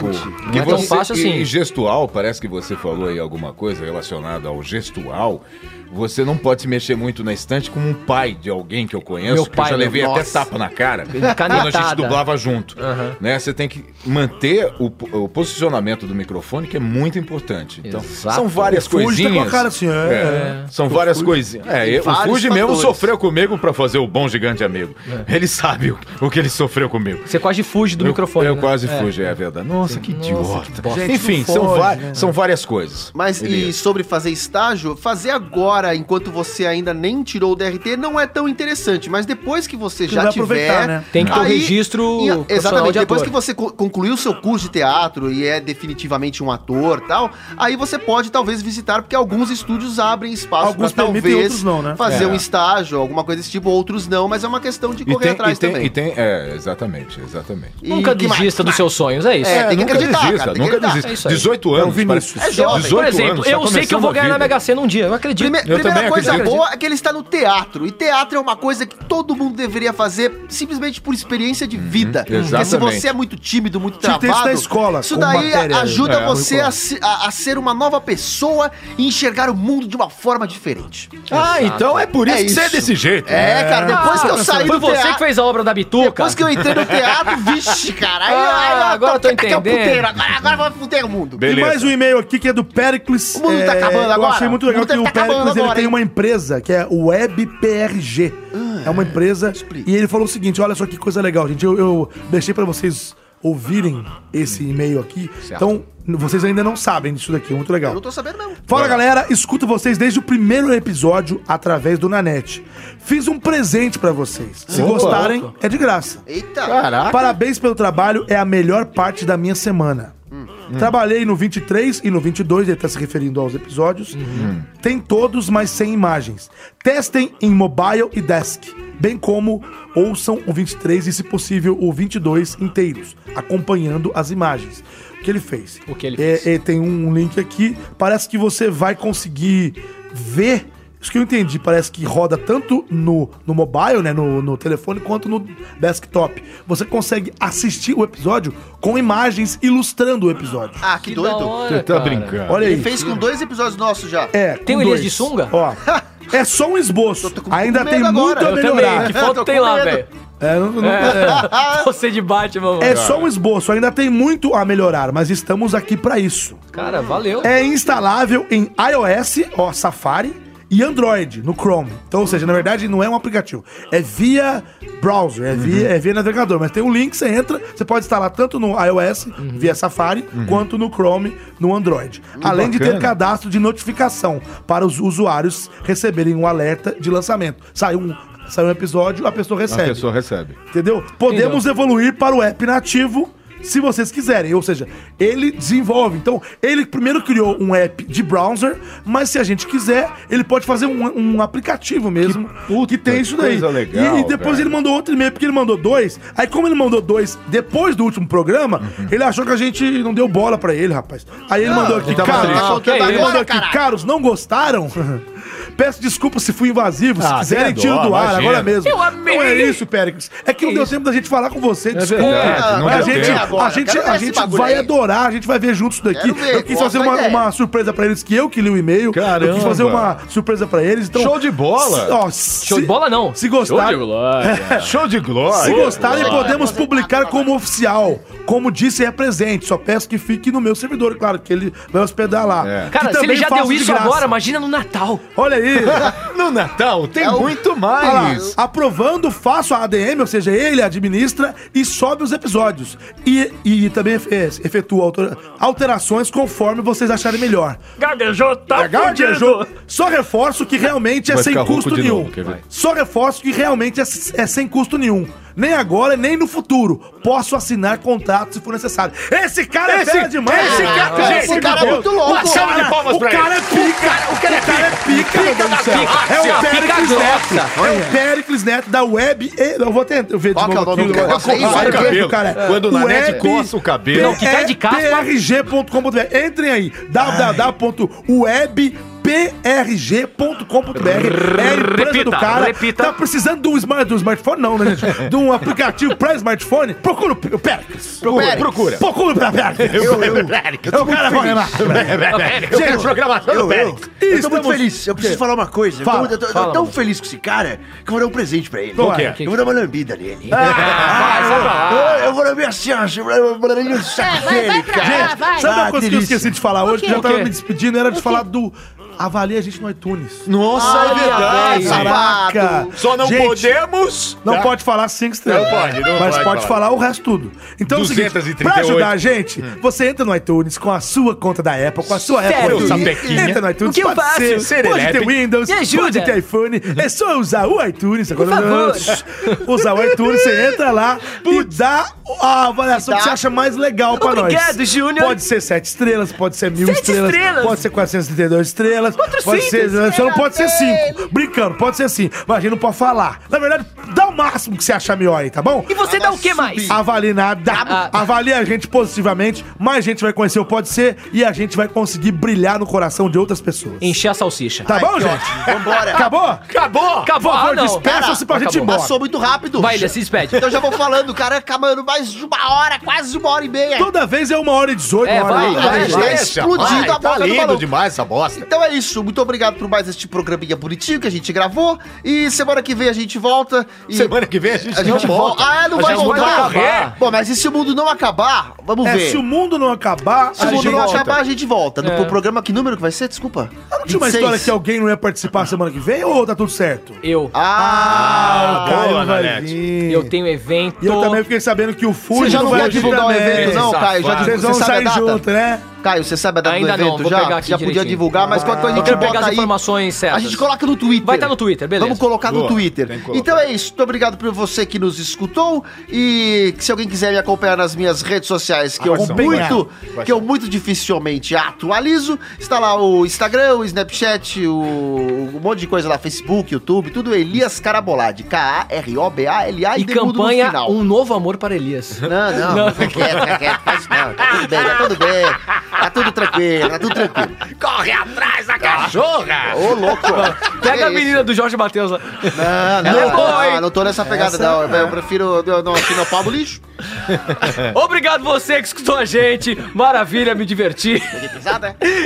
Speaker 2: Não é tão
Speaker 1: você-
Speaker 2: fácil
Speaker 1: e-
Speaker 2: assim.
Speaker 1: E gestual, parece que você falou aí alguma coisa relacionada ao gestual. Você não pode se mexer muito na estante como um pai de alguém que eu conheço.
Speaker 2: Meu
Speaker 1: que
Speaker 2: pai,
Speaker 1: eu já
Speaker 2: meu-
Speaker 1: levei até
Speaker 2: nossa.
Speaker 1: tapa na cara. Quando a
Speaker 2: Canetada.
Speaker 1: gente dublava junto. Né? Você tem que manter o, po- o posicionamento do microfone, que é muito importante. Então,
Speaker 2: Exato.
Speaker 1: são várias
Speaker 3: Fuji tá
Speaker 1: coisinhas.
Speaker 3: com a cara assim, é,
Speaker 1: É, São várias coisinhas. É, eu- o
Speaker 4: vários
Speaker 1: Fuji mesmo
Speaker 4: fatores.
Speaker 1: sofreu comigo pra fazer o bom gigante amigo.
Speaker 2: É.
Speaker 1: Ele sabe o, o que ele sofreu comigo.
Speaker 2: Você quase fuge do
Speaker 1: Eu-
Speaker 2: microfone.
Speaker 1: Eu
Speaker 2: né?
Speaker 1: quase fujo, é, verdade. Nossa, que idiota.
Speaker 3: Gente,
Speaker 1: Enfim,
Speaker 3: não
Speaker 1: são,
Speaker 3: foge,
Speaker 1: va-
Speaker 3: né?
Speaker 1: são várias coisas.
Speaker 4: Mas e
Speaker 1: Beleza.
Speaker 4: sobre fazer estágio, fazer agora, enquanto você ainda nem tirou o DRT, não é tão interessante. Mas depois que você
Speaker 3: Você
Speaker 4: já
Speaker 3: vai aproveitar,
Speaker 4: tiver...
Speaker 3: né?
Speaker 2: Tem que ter o
Speaker 4: Aí,
Speaker 2: registro.
Speaker 4: e-
Speaker 2: profissional
Speaker 4: exatamente.
Speaker 2: de
Speaker 4: Depois que
Speaker 2: ator.
Speaker 4: você co- concluiu o seu curso de teatro e é definitivamente um ator tal, aí você pode talvez visitar, porque alguns estúdios abrem espaço
Speaker 3: Alguns
Speaker 4: para
Speaker 3: permitem,
Speaker 4: talvez
Speaker 3: outros não, né?
Speaker 4: fazer
Speaker 1: É.
Speaker 4: um estágio, alguma coisa desse tipo, outros não, mas é uma questão de
Speaker 1: E
Speaker 4: correr
Speaker 1: tem,
Speaker 4: atrás
Speaker 1: e tem,
Speaker 4: também.
Speaker 1: e tem- é, exatamente, exatamente.
Speaker 4: E
Speaker 2: Nunca
Speaker 4: que mais?
Speaker 2: desista dos seus sonhos, é isso.
Speaker 4: É, tem que
Speaker 1: nunca
Speaker 4: acreditar,
Speaker 1: desista,
Speaker 4: cara, tem que
Speaker 1: nunca
Speaker 4: acreditar.
Speaker 1: desista.
Speaker 2: É isso aí.
Speaker 1: 18 anos,
Speaker 3: Vinícius.
Speaker 1: parece-
Speaker 4: É jovem.
Speaker 1: 18
Speaker 2: Por exemplo,
Speaker 1: anos, tá
Speaker 2: eu sei que eu
Speaker 1: começando
Speaker 2: vou
Speaker 1: a
Speaker 2: ganhar na
Speaker 1: vida.
Speaker 2: Mega Sena um dia, eu acredito.
Speaker 4: Prime-
Speaker 1: Eu
Speaker 4: primeira
Speaker 1: também
Speaker 4: coisa
Speaker 1: acredito.
Speaker 4: boa é que ele está no teatro. E teatro é uma coisa que todo mundo deveria fazer simplesmente por experiência de vida. Porque se
Speaker 1: exatamente.
Speaker 4: você é muito tímido, muito
Speaker 3: Tinha que ter isso
Speaker 4: travado,
Speaker 3: na escola,
Speaker 4: isso
Speaker 3: com
Speaker 4: daí
Speaker 3: matéria,
Speaker 4: ajuda
Speaker 3: é,
Speaker 4: você
Speaker 3: curricular.
Speaker 4: a, se- a- a ser uma nova pessoa e enxergar o mundo de uma forma diferente.
Speaker 1: Ah, então é por isso
Speaker 4: É
Speaker 1: que você é
Speaker 4: isso.
Speaker 1: desse jeito.
Speaker 4: É, cara, depois que eu saí
Speaker 2: Ah, Foi
Speaker 4: do
Speaker 2: você
Speaker 4: teatro.
Speaker 2: que fez a obra da Bituca.
Speaker 4: Depois que eu entrei no teatro, vixe, cara. Aí,
Speaker 2: Ah,
Speaker 4: aí, ó,
Speaker 2: agora eu tô
Speaker 4: aqui é o
Speaker 2: entendendo.
Speaker 4: puteiro, Agora, agora vai fuder o mundo.
Speaker 1: Beleza.
Speaker 3: E mais um e-mail aqui que é do Pericles. É,
Speaker 4: O mundo tá acabando
Speaker 3: Eu
Speaker 4: agora.
Speaker 3: achei muito
Speaker 4: O
Speaker 3: legal
Speaker 4: mundo
Speaker 3: que
Speaker 4: tá
Speaker 3: o
Speaker 4: acabando
Speaker 3: Pericles ele
Speaker 4: agora,
Speaker 3: tem
Speaker 4: hein? Ah,
Speaker 3: uma empresa que é WebPRG. é uma empresa.
Speaker 4: explica.
Speaker 3: E ele falou o seguinte: olha só que coisa legal, gente. Eu, eu deixei pra vocês ouvirem esse e-mail aqui. Então, n- vocês ainda não sabem disso daqui, é muito legal.
Speaker 4: Eu não tô sabendo, não.
Speaker 3: Fala galera, escuto vocês desde o primeiro episódio através do Nanete. Fiz um presente pra vocês. Se
Speaker 4: Opa.
Speaker 3: gostarem, é de graça.
Speaker 4: Eita!
Speaker 3: Parabéns pelo trabalho, é a melhor parte da minha semana. Trabalhei no 23 e no 22, ele tá se referindo aos episódios. Tem todos, mas sem imagens. Testem em mobile e desk. Bem como ouçam o 23 e, se possível, o 22 inteiros, acompanhando as imagens. O que ele fez? O que ele fez? tem um link aqui. Parece que você vai conseguir ver. Isso que eu entendi, parece que roda tanto no, no mobile, né? No, no telefone, quanto no desktop. Você consegue assistir o episódio com imagens ilustrando o episódio.
Speaker 4: Ah, que, doido.
Speaker 3: Você tá cara. brincando. Olha
Speaker 4: Olha aí. Ah,
Speaker 3: aí.
Speaker 4: Ele fez um com dois episódios nossos já.
Speaker 3: É, com dois. Ó. É só um esboço. Ainda
Speaker 4: medo
Speaker 3: tem muito
Speaker 4: agora.
Speaker 3: a
Speaker 4: Eu
Speaker 3: melhorar.
Speaker 4: também, que foto Tô tem com
Speaker 3: [LAUGHS]
Speaker 4: lá, medo. velho?
Speaker 3: É, não,
Speaker 2: [LAUGHS]
Speaker 3: não,
Speaker 5: É. Você de Batman, mano.
Speaker 3: Ah. é. É só um esboço, ainda tem muito a melhorar, mas estamos aqui pra isso.
Speaker 5: Cara, valeu.
Speaker 3: É instalável em iOS, ó, Safari e Android, no Chrome. Então, ou seja, na verdade não é um aplicativo. É via browser, é via,
Speaker 1: Uhum.
Speaker 3: é via navegador. Mas tem um link, você entra, você pode instalar tanto no iOS,
Speaker 1: Uhum.
Speaker 3: via Safari, quanto no Chrome, no Android. Além de ter
Speaker 11: bacana.
Speaker 3: cadastro de notificação para os usuários receberem um alerta de lançamento. Sai um, sai um episódio, a pessoa recebe.
Speaker 1: A pessoa recebe.
Speaker 3: Entendeu? Podemos evoluir para o app nativo se vocês quiserem. Ou seja, ele desenvolve. Então, ele primeiro criou um app de browser, mas se a gente quiser, ele pode fazer um, um aplicativo mesmo que, tem isso daí.
Speaker 1: coisa legal,
Speaker 3: e, e depois
Speaker 1: velho.
Speaker 3: ele mandou outro e-mail, porque ele mandou dois. Aí, como ele mandou dois depois do último programa, ele achou que a gente não deu bola pra ele, rapaz. Aí ele
Speaker 1: Uhum. Não,
Speaker 3: mandou aqui,
Speaker 1: ele tava
Speaker 3: caros,
Speaker 1: triste.
Speaker 3: não,
Speaker 1: Que isso,
Speaker 3: mandou aqui,
Speaker 1: caralho.
Speaker 3: caros, não
Speaker 1: [LAUGHS]
Speaker 3: gostaram? Peço desculpa se fui invasivo, se
Speaker 1: Ah,
Speaker 3: quiserem,
Speaker 1: tem
Speaker 3: tiro
Speaker 1: dó,
Speaker 3: do ar
Speaker 1: imagina.
Speaker 3: agora mesmo.
Speaker 1: Eu amei.
Speaker 3: Não é isso, Péricles. É que não deu tempo da gente falar com você, desculpa.
Speaker 1: É verdade, não
Speaker 3: a
Speaker 1: deu
Speaker 3: gente,
Speaker 1: tempo.
Speaker 3: a
Speaker 1: Agora,
Speaker 3: gente,
Speaker 1: quero ver
Speaker 3: a
Speaker 1: esse
Speaker 3: gente
Speaker 1: bagulho
Speaker 3: vai
Speaker 1: aí.
Speaker 3: adorar, a gente vai ver juntos isso daqui.
Speaker 1: Quero ver,
Speaker 3: Eu quis
Speaker 1: gosto
Speaker 3: fazer
Speaker 1: da
Speaker 3: uma,
Speaker 1: ideia.
Speaker 3: uma surpresa pra eles, que eu que li o e-mail. Eu quis fazer uma surpresa pra eles. Então,
Speaker 1: Show de bola.
Speaker 3: se- ó,
Speaker 1: Show de bola não.
Speaker 3: Se gostar.
Speaker 1: Show de
Speaker 2: É,
Speaker 1: glória. Show de glória.
Speaker 3: Se gostarem,
Speaker 1: Glória.
Speaker 3: podemos publicar como oficial. Como disse, é presente. Só peço que fique no meu servidor, claro, que ele vai hospedar lá.
Speaker 1: É.
Speaker 3: Que
Speaker 5: Cara, se ele
Speaker 3: também
Speaker 5: já
Speaker 3: faço
Speaker 5: deu
Speaker 3: de
Speaker 5: isso
Speaker 3: graça.
Speaker 5: agora, imagina no Natal.
Speaker 3: Olha aí.
Speaker 1: [LAUGHS] no Natal tem
Speaker 3: É o-
Speaker 4: Ah,
Speaker 1: muito
Speaker 3: Olha
Speaker 1: mais.
Speaker 3: lá,
Speaker 4: tá
Speaker 3: aprovando, faço a ADM, ou seja, ele administra e sobe os episódios. E, e também efe- efetua alter- alterações conforme vocês acharem melhor.
Speaker 9: Gaguejou, tá
Speaker 3: Gaguejou. Só reforço que realmente é
Speaker 1: Vai
Speaker 3: sem
Speaker 1: ficar
Speaker 3: custo
Speaker 1: rouco de
Speaker 3: nenhum.
Speaker 1: novo, quer ver?
Speaker 3: Vai. Só reforço que realmente é, é sem custo nenhum. Nem agora, nem no futuro. Posso assinar contrato se for necessário. Esse cara é fera demais!
Speaker 11: esse cara-
Speaker 3: pelo
Speaker 11: gente,
Speaker 3: amor de
Speaker 11: cara é
Speaker 3: Deus.
Speaker 11: muito louco.
Speaker 3: Uma salva de palmas
Speaker 11: O
Speaker 3: pra
Speaker 11: cara
Speaker 3: ele. O cara- o cara é pica! meu Deus do céu.
Speaker 11: galáxia,
Speaker 3: É o Péricles
Speaker 11: pica
Speaker 3: Neto!
Speaker 11: grossa.
Speaker 3: É o Péricles Neto da Web. e- Eu vou tentar ver de
Speaker 1: Qual que é o
Speaker 3: novo
Speaker 1: nome do
Speaker 3: aqui.
Speaker 1: negócio?
Speaker 3: Eu vou-
Speaker 1: Coça o
Speaker 3: eu vou-
Speaker 1: cabelo.
Speaker 3: cara.
Speaker 1: Quando o Nanete
Speaker 3: Web-
Speaker 1: coça o cabelo. Não, que cai de caspa.
Speaker 3: prg.com.br. Entrem aí, www.webprg.com.br É a empresa do
Speaker 11: Repita,
Speaker 3: cara.
Speaker 11: repita.
Speaker 3: Tá precisando do, smart, do smartphone, não, né, gente? De um aplicativo pra smartphone? Procura o P- o Péricles.
Speaker 11: Procura, procura.
Speaker 3: Procura. Procura pra Péricles.
Speaker 11: Eu- eu-
Speaker 3: É o cara vai lembrar.
Speaker 11: Eu quero programação do Péricles.
Speaker 4: Eu tô
Speaker 11: Estamos-
Speaker 4: muito feliz. Eu preciso
Speaker 11: Quê?
Speaker 4: falar uma coisa. Eu tô-
Speaker 11: Fala,
Speaker 4: eu tô, eu tô
Speaker 11: fala,
Speaker 4: tão
Speaker 11: mano.
Speaker 4: feliz com esse cara que eu vou dar um presente pra ele.
Speaker 11: Qual que é?
Speaker 4: Eu vou dar uma lambida nele.
Speaker 11: Ah, [LAUGHS] vai, vai pra lá.
Speaker 4: eu, eu vou lamber assim, ó. Eu vou lamber o
Speaker 11: É,
Speaker 4: saco
Speaker 11: vai- vai
Speaker 4: dele,
Speaker 11: pra lá,
Speaker 4: cara.
Speaker 11: vai.
Speaker 3: Sabe uma
Speaker 4: Ah,
Speaker 3: coisa que
Speaker 4: delícia.
Speaker 3: eu esqueci de falar hoje, que
Speaker 4: quê?
Speaker 3: já
Speaker 4: O
Speaker 3: tava
Speaker 4: quê?
Speaker 3: me despedindo, era de falar do. Avalia a gente no iTunes.
Speaker 1: Nossa,
Speaker 11: é verdade,
Speaker 3: Caraca.
Speaker 11: sapato. Só não podemos-
Speaker 3: Não
Speaker 11: Tá.
Speaker 3: pode falar cinco estrelas.
Speaker 11: Não pode, não
Speaker 3: Mas
Speaker 11: pode
Speaker 3: pode
Speaker 11: falar.
Speaker 3: falar o resto tudo. Então, é o seguinte,
Speaker 11: 238.
Speaker 3: pra ajudar a
Speaker 11: Hum.
Speaker 3: gente, você entra no iTunes com a sua conta da Apple, com a sua
Speaker 11: Sério?
Speaker 3: Apple iTunes.
Speaker 11: Sapequinha.
Speaker 3: Entra no iTunes,
Speaker 11: O que eu
Speaker 3: pode
Speaker 11: faço?
Speaker 3: ser,
Speaker 11: Ser
Speaker 3: pode ter
Speaker 11: elétrico.
Speaker 3: Windows,
Speaker 11: Me ajuda.
Speaker 3: pode ter iPhone. É só usar o iTunes. Agora,
Speaker 11: favor.
Speaker 3: usar o iTunes, você entra lá e dá a avaliação que você acha mais legal pra nós.
Speaker 11: Obrigado, Júnior.
Speaker 3: Pode ser sete estrelas, pode ser mil
Speaker 11: Sete
Speaker 3: estrelas,
Speaker 11: estrelas.
Speaker 3: pode ser 432 estrelas, pode ser,
Speaker 11: estrelas
Speaker 3: só não pode ser cinco. Brincando, pode ser cinco, mas a gente não pode falar. Na verdade, dá o máximo que você achar melhor aí, tá bom? E
Speaker 5: você dá o que mais?
Speaker 3: Avalie nada. Avalie a gente positivamente, mais gente vai conhecer o Pode Ser e a gente vai conseguir brilhar no coração de outras pessoas.
Speaker 5: Encher a salsicha.
Speaker 3: Tá bom,
Speaker 5: que
Speaker 3: gente?
Speaker 5: ótimo.
Speaker 4: Vambora.
Speaker 3: Acabou?
Speaker 4: Acabou.
Speaker 5: Acabou.
Speaker 4: Por favor,
Speaker 5: Ah, não.
Speaker 4: despeça-se pra
Speaker 5: Cara,
Speaker 4: gente ir
Speaker 5: acabou.
Speaker 4: embora. Passou muito rápido.
Speaker 5: Vai, Elias, se despede.
Speaker 4: Então já vou falando, cara. Acabando mais de uma hora, quase uma hora e meia.
Speaker 3: Toda vez é uma hora e dezoito,
Speaker 4: É,
Speaker 3: uma hora
Speaker 4: vai,
Speaker 3: e
Speaker 4: vai, vai, vai, explodindo a boca
Speaker 6: Tá
Speaker 4: do
Speaker 6: lindo
Speaker 4: balão.
Speaker 6: demais essa bosta.
Speaker 4: Então é isso. Muito obrigado por mais este programinha bonitinho que a gente gravou. E semana que vem a gente volta. E
Speaker 1: semana que vem a gente,
Speaker 4: A gente volta. Ah, não
Speaker 1: A
Speaker 4: vai
Speaker 1: gente
Speaker 4: voltar?
Speaker 1: acabar.
Speaker 4: Bom, mas e se o mundo não acabar? Vamos
Speaker 3: É,
Speaker 4: ver.
Speaker 3: se o mundo não acabar,
Speaker 4: Se o
Speaker 3: a
Speaker 4: mundo
Speaker 3: gente
Speaker 4: não
Speaker 3: volta.
Speaker 4: acabar, a gente volta. No
Speaker 3: É.
Speaker 4: pro programa, que número que vai ser? Desculpa.
Speaker 3: Não tinha uma
Speaker 4: 26.
Speaker 3: história é que alguém não ia participar semana que vem ou tá tudo certo?
Speaker 2: Eu.
Speaker 4: Ah,
Speaker 3: o Caio
Speaker 2: boa,
Speaker 3: não vai
Speaker 2: Nanete.
Speaker 3: vir.
Speaker 2: Eu tenho evento.
Speaker 3: E eu também fiquei sabendo que o Fuji
Speaker 4: Você já não
Speaker 3: vai
Speaker 4: quer
Speaker 3: vir
Speaker 4: divulgar o
Speaker 3: também.
Speaker 4: evento, não, Caio? Já divulga-
Speaker 3: Vocês vão
Speaker 4: você sabe a
Speaker 3: sair
Speaker 4: data?
Speaker 3: junto, né?
Speaker 4: Caio, você sabe a data
Speaker 2: Ainda
Speaker 4: do evento
Speaker 2: não, vou
Speaker 4: já?
Speaker 2: pegar aqui
Speaker 4: já podia
Speaker 2: direitinho.
Speaker 4: divulgar, mas qualquer coisa
Speaker 2: Eu
Speaker 4: a gente
Speaker 2: quero
Speaker 4: bota
Speaker 2: pegar as
Speaker 4: aí.
Speaker 2: informações certas.
Speaker 4: A gente coloca no Twitter.
Speaker 2: Vai estar no Twitter, beleza.
Speaker 4: Vamos colocar no
Speaker 2: Boa,
Speaker 4: Twitter.
Speaker 2: tem que colocar.
Speaker 4: Então é isso. Muito obrigado por você que nos escutou e que se alguém quiser me acompanhar nas minhas redes sociais, que eu
Speaker 1: Vai ser,
Speaker 4: muito,
Speaker 1: vai ser.
Speaker 4: que eu muito dificilmente atualizo, está lá o Instagram, o Snapchat, o um monte de coisa lá, Facebook, YouTube, tudo Elias Carabolade, K A R O B A L A
Speaker 2: E campanha Um Novo Amor para Elias.
Speaker 4: Não, não, não, quero, não quero, faz não, tá tudo bem, tá tudo bem, tá tudo tranquilo, tá tudo tranquilo.
Speaker 12: Corre atrás da cachorra!
Speaker 4: Ô, louco! É
Speaker 2: Pega a menina do Jorge Matheus lá.
Speaker 4: Não, não,
Speaker 2: Ela é boa,
Speaker 4: não,
Speaker 2: hein?
Speaker 4: não tô nessa pegada,
Speaker 2: Essa-
Speaker 4: não. Eu prefiro. Eu não, aqui não palmo lixo.
Speaker 2: Obrigado você que escutou a gente. Maravilha, me diverti.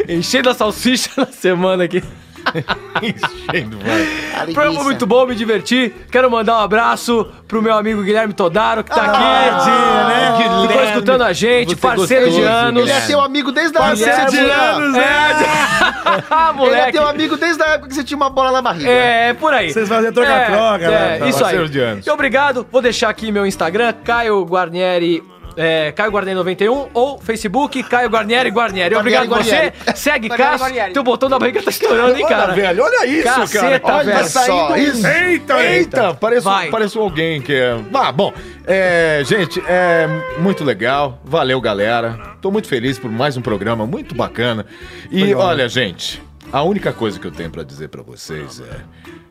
Speaker 4: é?
Speaker 2: Enchendo a salsicha na semana aqui.
Speaker 1: Enchendo,
Speaker 2: vai. Programa muito um bom, me diverti. Quero mandar um abraço pro meu amigo Guilherme Todaro, que tá aqui.
Speaker 1: tadinho, né?
Speaker 2: Ficou
Speaker 1: Guilherme.
Speaker 2: escutando a gente,
Speaker 1: Você
Speaker 2: parceiro
Speaker 1: gostoso,
Speaker 2: de anos.
Speaker 4: Ele é teu amigo desde a
Speaker 2: Parceiro
Speaker 4: época.
Speaker 2: de anos, né? Ah,
Speaker 4: Ele é
Speaker 2: [LAUGHS] moleque.
Speaker 4: teu amigo desde a época que você tinha uma bola na barriga.
Speaker 2: É, é por aí.
Speaker 4: Vocês faziam troca-troca,
Speaker 2: é,
Speaker 4: né?
Speaker 2: É, isso
Speaker 1: Parceiro
Speaker 2: aí.
Speaker 1: de anos.
Speaker 2: E obrigado. Vou deixar aqui meu Instagram, Caio Guarnieri. é, Caio Guarnieri 91 ou Facebook Caio Guarnieri Guarnieri. Obrigado
Speaker 1: Guarnieri,
Speaker 2: você. Segue
Speaker 1: Guarnieri,
Speaker 2: Cássio.
Speaker 1: Guarnieri.
Speaker 2: Teu botão da barriga tá estourando, hein,
Speaker 1: Olha,
Speaker 2: cara?
Speaker 1: velho, olha isso, cara.
Speaker 2: Caceta,
Speaker 1: Olha,
Speaker 2: velho.
Speaker 1: tá saindo um-
Speaker 3: Eita,
Speaker 1: Eita, eita. Parece, um- parece um alguém que é... Ah, bom. É, gente, é muito legal. Valeu, galera. Tô muito feliz por mais um programa muito bacana. E olha, gente, a única coisa que eu tenho pra dizer pra vocês é...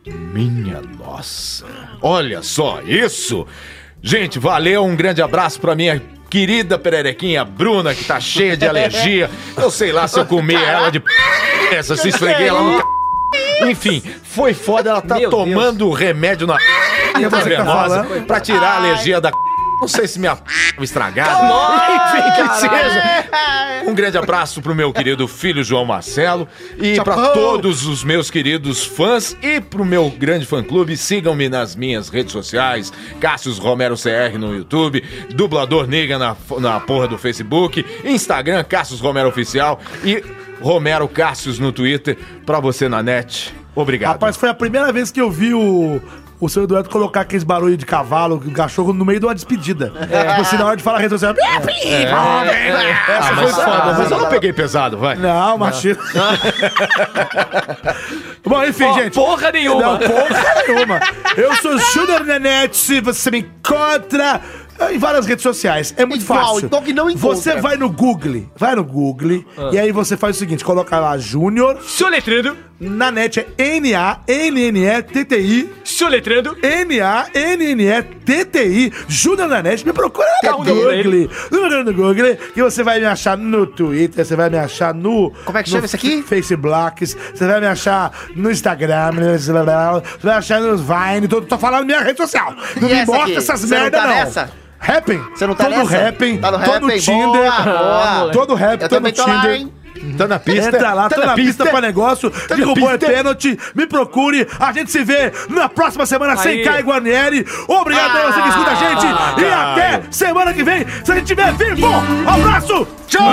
Speaker 1: Minha nossa. Olha só isso. Gente, valeu. Um grande abraço pra minha... Querida pererequinha Bruna, que tá cheia de alergia. Eu sei lá se eu comi ela de p. Essa, se esfreguei ela no c. Enfim, foi foda, ela tá tomando remédio na
Speaker 3: E você que tá
Speaker 1: intravenosa
Speaker 3: falando?
Speaker 1: pra tirar a alergia da c****. Não sei se minha p... estragada. Enfim, que seja. Um grande abraço pro meu querido filho João Marcelo e pra todos os meus queridos fãs e pro meu grande fã-clube. Sigam-me nas minhas redes sociais, Cássius Romero CR no YouTube, Dublador Nega na, f- na porra do Facebook, Instagram Cássius Romero Oficial e Romero Cássius no Twitter. Pra você na net, obrigado.
Speaker 3: Rapaz, foi a primeira vez que eu vi o. O seu Eduardo colocar aqueles barulhos de cavalo, de cachorro, no meio de uma despedida. É. Tipo, assim, na hora de falar a rede social.
Speaker 1: É, é. Ah, mas foda, mas eu não peguei pesado, vai.
Speaker 3: [LAUGHS] Não, machismo. [LAUGHS] Bom, enfim, gente.
Speaker 2: Porra nenhuma.
Speaker 3: Não, porra nenhuma. Eu sou Júnior Nanete, você me encontra ah, em várias redes sociais. É muito
Speaker 4: Igual,
Speaker 3: fácil.
Speaker 4: então que não encontra. Ah.
Speaker 3: Você vai no Google, vai no Google, e aí você faz o seguinte, coloca lá Júnior...
Speaker 2: Soletrando.
Speaker 3: Nanete é N-A-N-N-E-T-T-I...
Speaker 2: Soletrando.
Speaker 3: N-A-N-N-E-T-T-I... Júnior Nanete, me procura lá no
Speaker 2: Dá um nome pra
Speaker 3: Google. No no Google, que você vai me achar no Twitter, você vai me achar no... Como
Speaker 4: é que chama isso aqui?
Speaker 3: Face Blocks, você vai me achar no Instagram, você vai achar no Vine, tô, tô falando minha rede social. Não
Speaker 4: E
Speaker 3: me
Speaker 4: essa
Speaker 3: mostra
Speaker 4: aqui?
Speaker 3: essas
Speaker 4: Você
Speaker 3: merda
Speaker 4: não tá
Speaker 3: não.
Speaker 4: nessa?
Speaker 3: Happn. Você
Speaker 4: não tá
Speaker 3: todo
Speaker 4: nessa?
Speaker 3: Happn,
Speaker 4: Tá no
Speaker 3: todo
Speaker 4: Happn?
Speaker 3: Tinder,
Speaker 4: Boa, boa.
Speaker 3: todo Happn,
Speaker 4: Eu
Speaker 3: todo
Speaker 4: também tô lá,
Speaker 3: Tinder.
Speaker 4: hein?
Speaker 1: Tá na pista?
Speaker 3: Entra lá,
Speaker 1: Tá
Speaker 3: tá,
Speaker 1: na
Speaker 3: na,
Speaker 1: pista?
Speaker 3: pista, pra negócio.
Speaker 1: Tá na
Speaker 3: Derrubou é
Speaker 1: pista?
Speaker 3: pênalti, me procure. A gente se vê na próxima semana sem
Speaker 1: Aí. Ah,
Speaker 3: Caio Guarnieri. Obrigado aí, você que escuta a gente. e
Speaker 1: Caio.
Speaker 3: até semana que vem, se a gente estiver vivo. Abraço, tchau!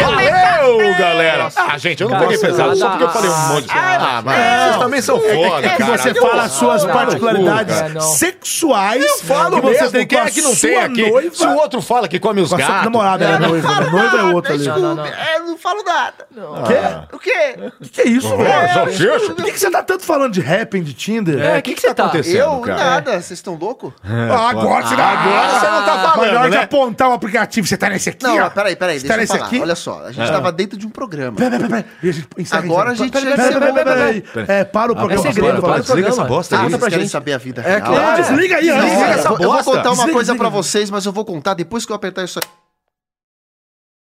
Speaker 1: Valeu, galera! Ah, gente, eu não peguei
Speaker 3: Nossa,
Speaker 1: pesado, só porque eu falei um monte de. Ah, mas vocês também são foda,
Speaker 3: é que
Speaker 1: cara.
Speaker 3: Você
Speaker 1: Deu
Speaker 3: fala
Speaker 1: um-
Speaker 3: as suas
Speaker 1: Não,
Speaker 3: particularidades
Speaker 1: cara, não.
Speaker 3: sexuais.
Speaker 1: Eu falo
Speaker 3: que você
Speaker 1: mesmo,
Speaker 3: tem
Speaker 1: quem
Speaker 3: com
Speaker 1: é
Speaker 3: a
Speaker 1: que não tem
Speaker 3: sua
Speaker 1: aqui?
Speaker 3: noiva.
Speaker 1: Se o outro fala que come os
Speaker 3: Com a sua
Speaker 1: gatos...
Speaker 3: namorada, né? Noiva, né? noiva é outra ali.
Speaker 4: Desculpa, é, não falo nada.
Speaker 3: Quê?
Speaker 4: O quê?
Speaker 3: O que é isso,
Speaker 1: Porra,
Speaker 3: velho?
Speaker 1: salsicha?
Speaker 3: Por que, que você tá tanto falando de rapping de Tinder?
Speaker 1: É, que que você tá acontecendo,
Speaker 4: Eu?
Speaker 1: cara?
Speaker 4: Nada, vocês estão loucos?
Speaker 3: Ah, agora você tá-
Speaker 1: É, Agora você não tá
Speaker 3: Mas na hora
Speaker 1: falando,
Speaker 3: de
Speaker 1: né?
Speaker 3: apontar o aplicativo, você tá nesse aqui,
Speaker 4: Não,
Speaker 3: ó.
Speaker 4: mas peraí, peraí,
Speaker 3: Você tá
Speaker 4: deixa eu
Speaker 3: nesse
Speaker 4: falar.
Speaker 3: aqui?
Speaker 4: Olha só, a gente
Speaker 3: Ah.
Speaker 4: tava dentro de um programa.
Speaker 3: Peraí, peraí, peraí. E a gente encerra,
Speaker 4: Agora a
Speaker 3: encerra.
Speaker 4: gente já
Speaker 3: Peraí, peraí,
Speaker 4: encerrou.
Speaker 3: peraí, peraí, peraí. É, para o programa.
Speaker 4: É segredo,
Speaker 3: agora,
Speaker 4: para o
Speaker 1: Desliga essa
Speaker 4: programa.
Speaker 1: bosta
Speaker 4: Ah,
Speaker 1: aí.
Speaker 4: vocês
Speaker 1: Conta pra
Speaker 4: querem
Speaker 1: gente.
Speaker 4: saber a vida
Speaker 1: É
Speaker 4: real?
Speaker 1: claro. Desliga aí,
Speaker 4: Não,
Speaker 1: desliga
Speaker 4: eu
Speaker 1: essa
Speaker 4: vou- Eu vou
Speaker 1: bosta.
Speaker 4: contar uma
Speaker 3: Desliga,
Speaker 4: coisa pra
Speaker 3: desliga.
Speaker 4: vocês, mas eu vou contar depois que eu apertar isso aqui.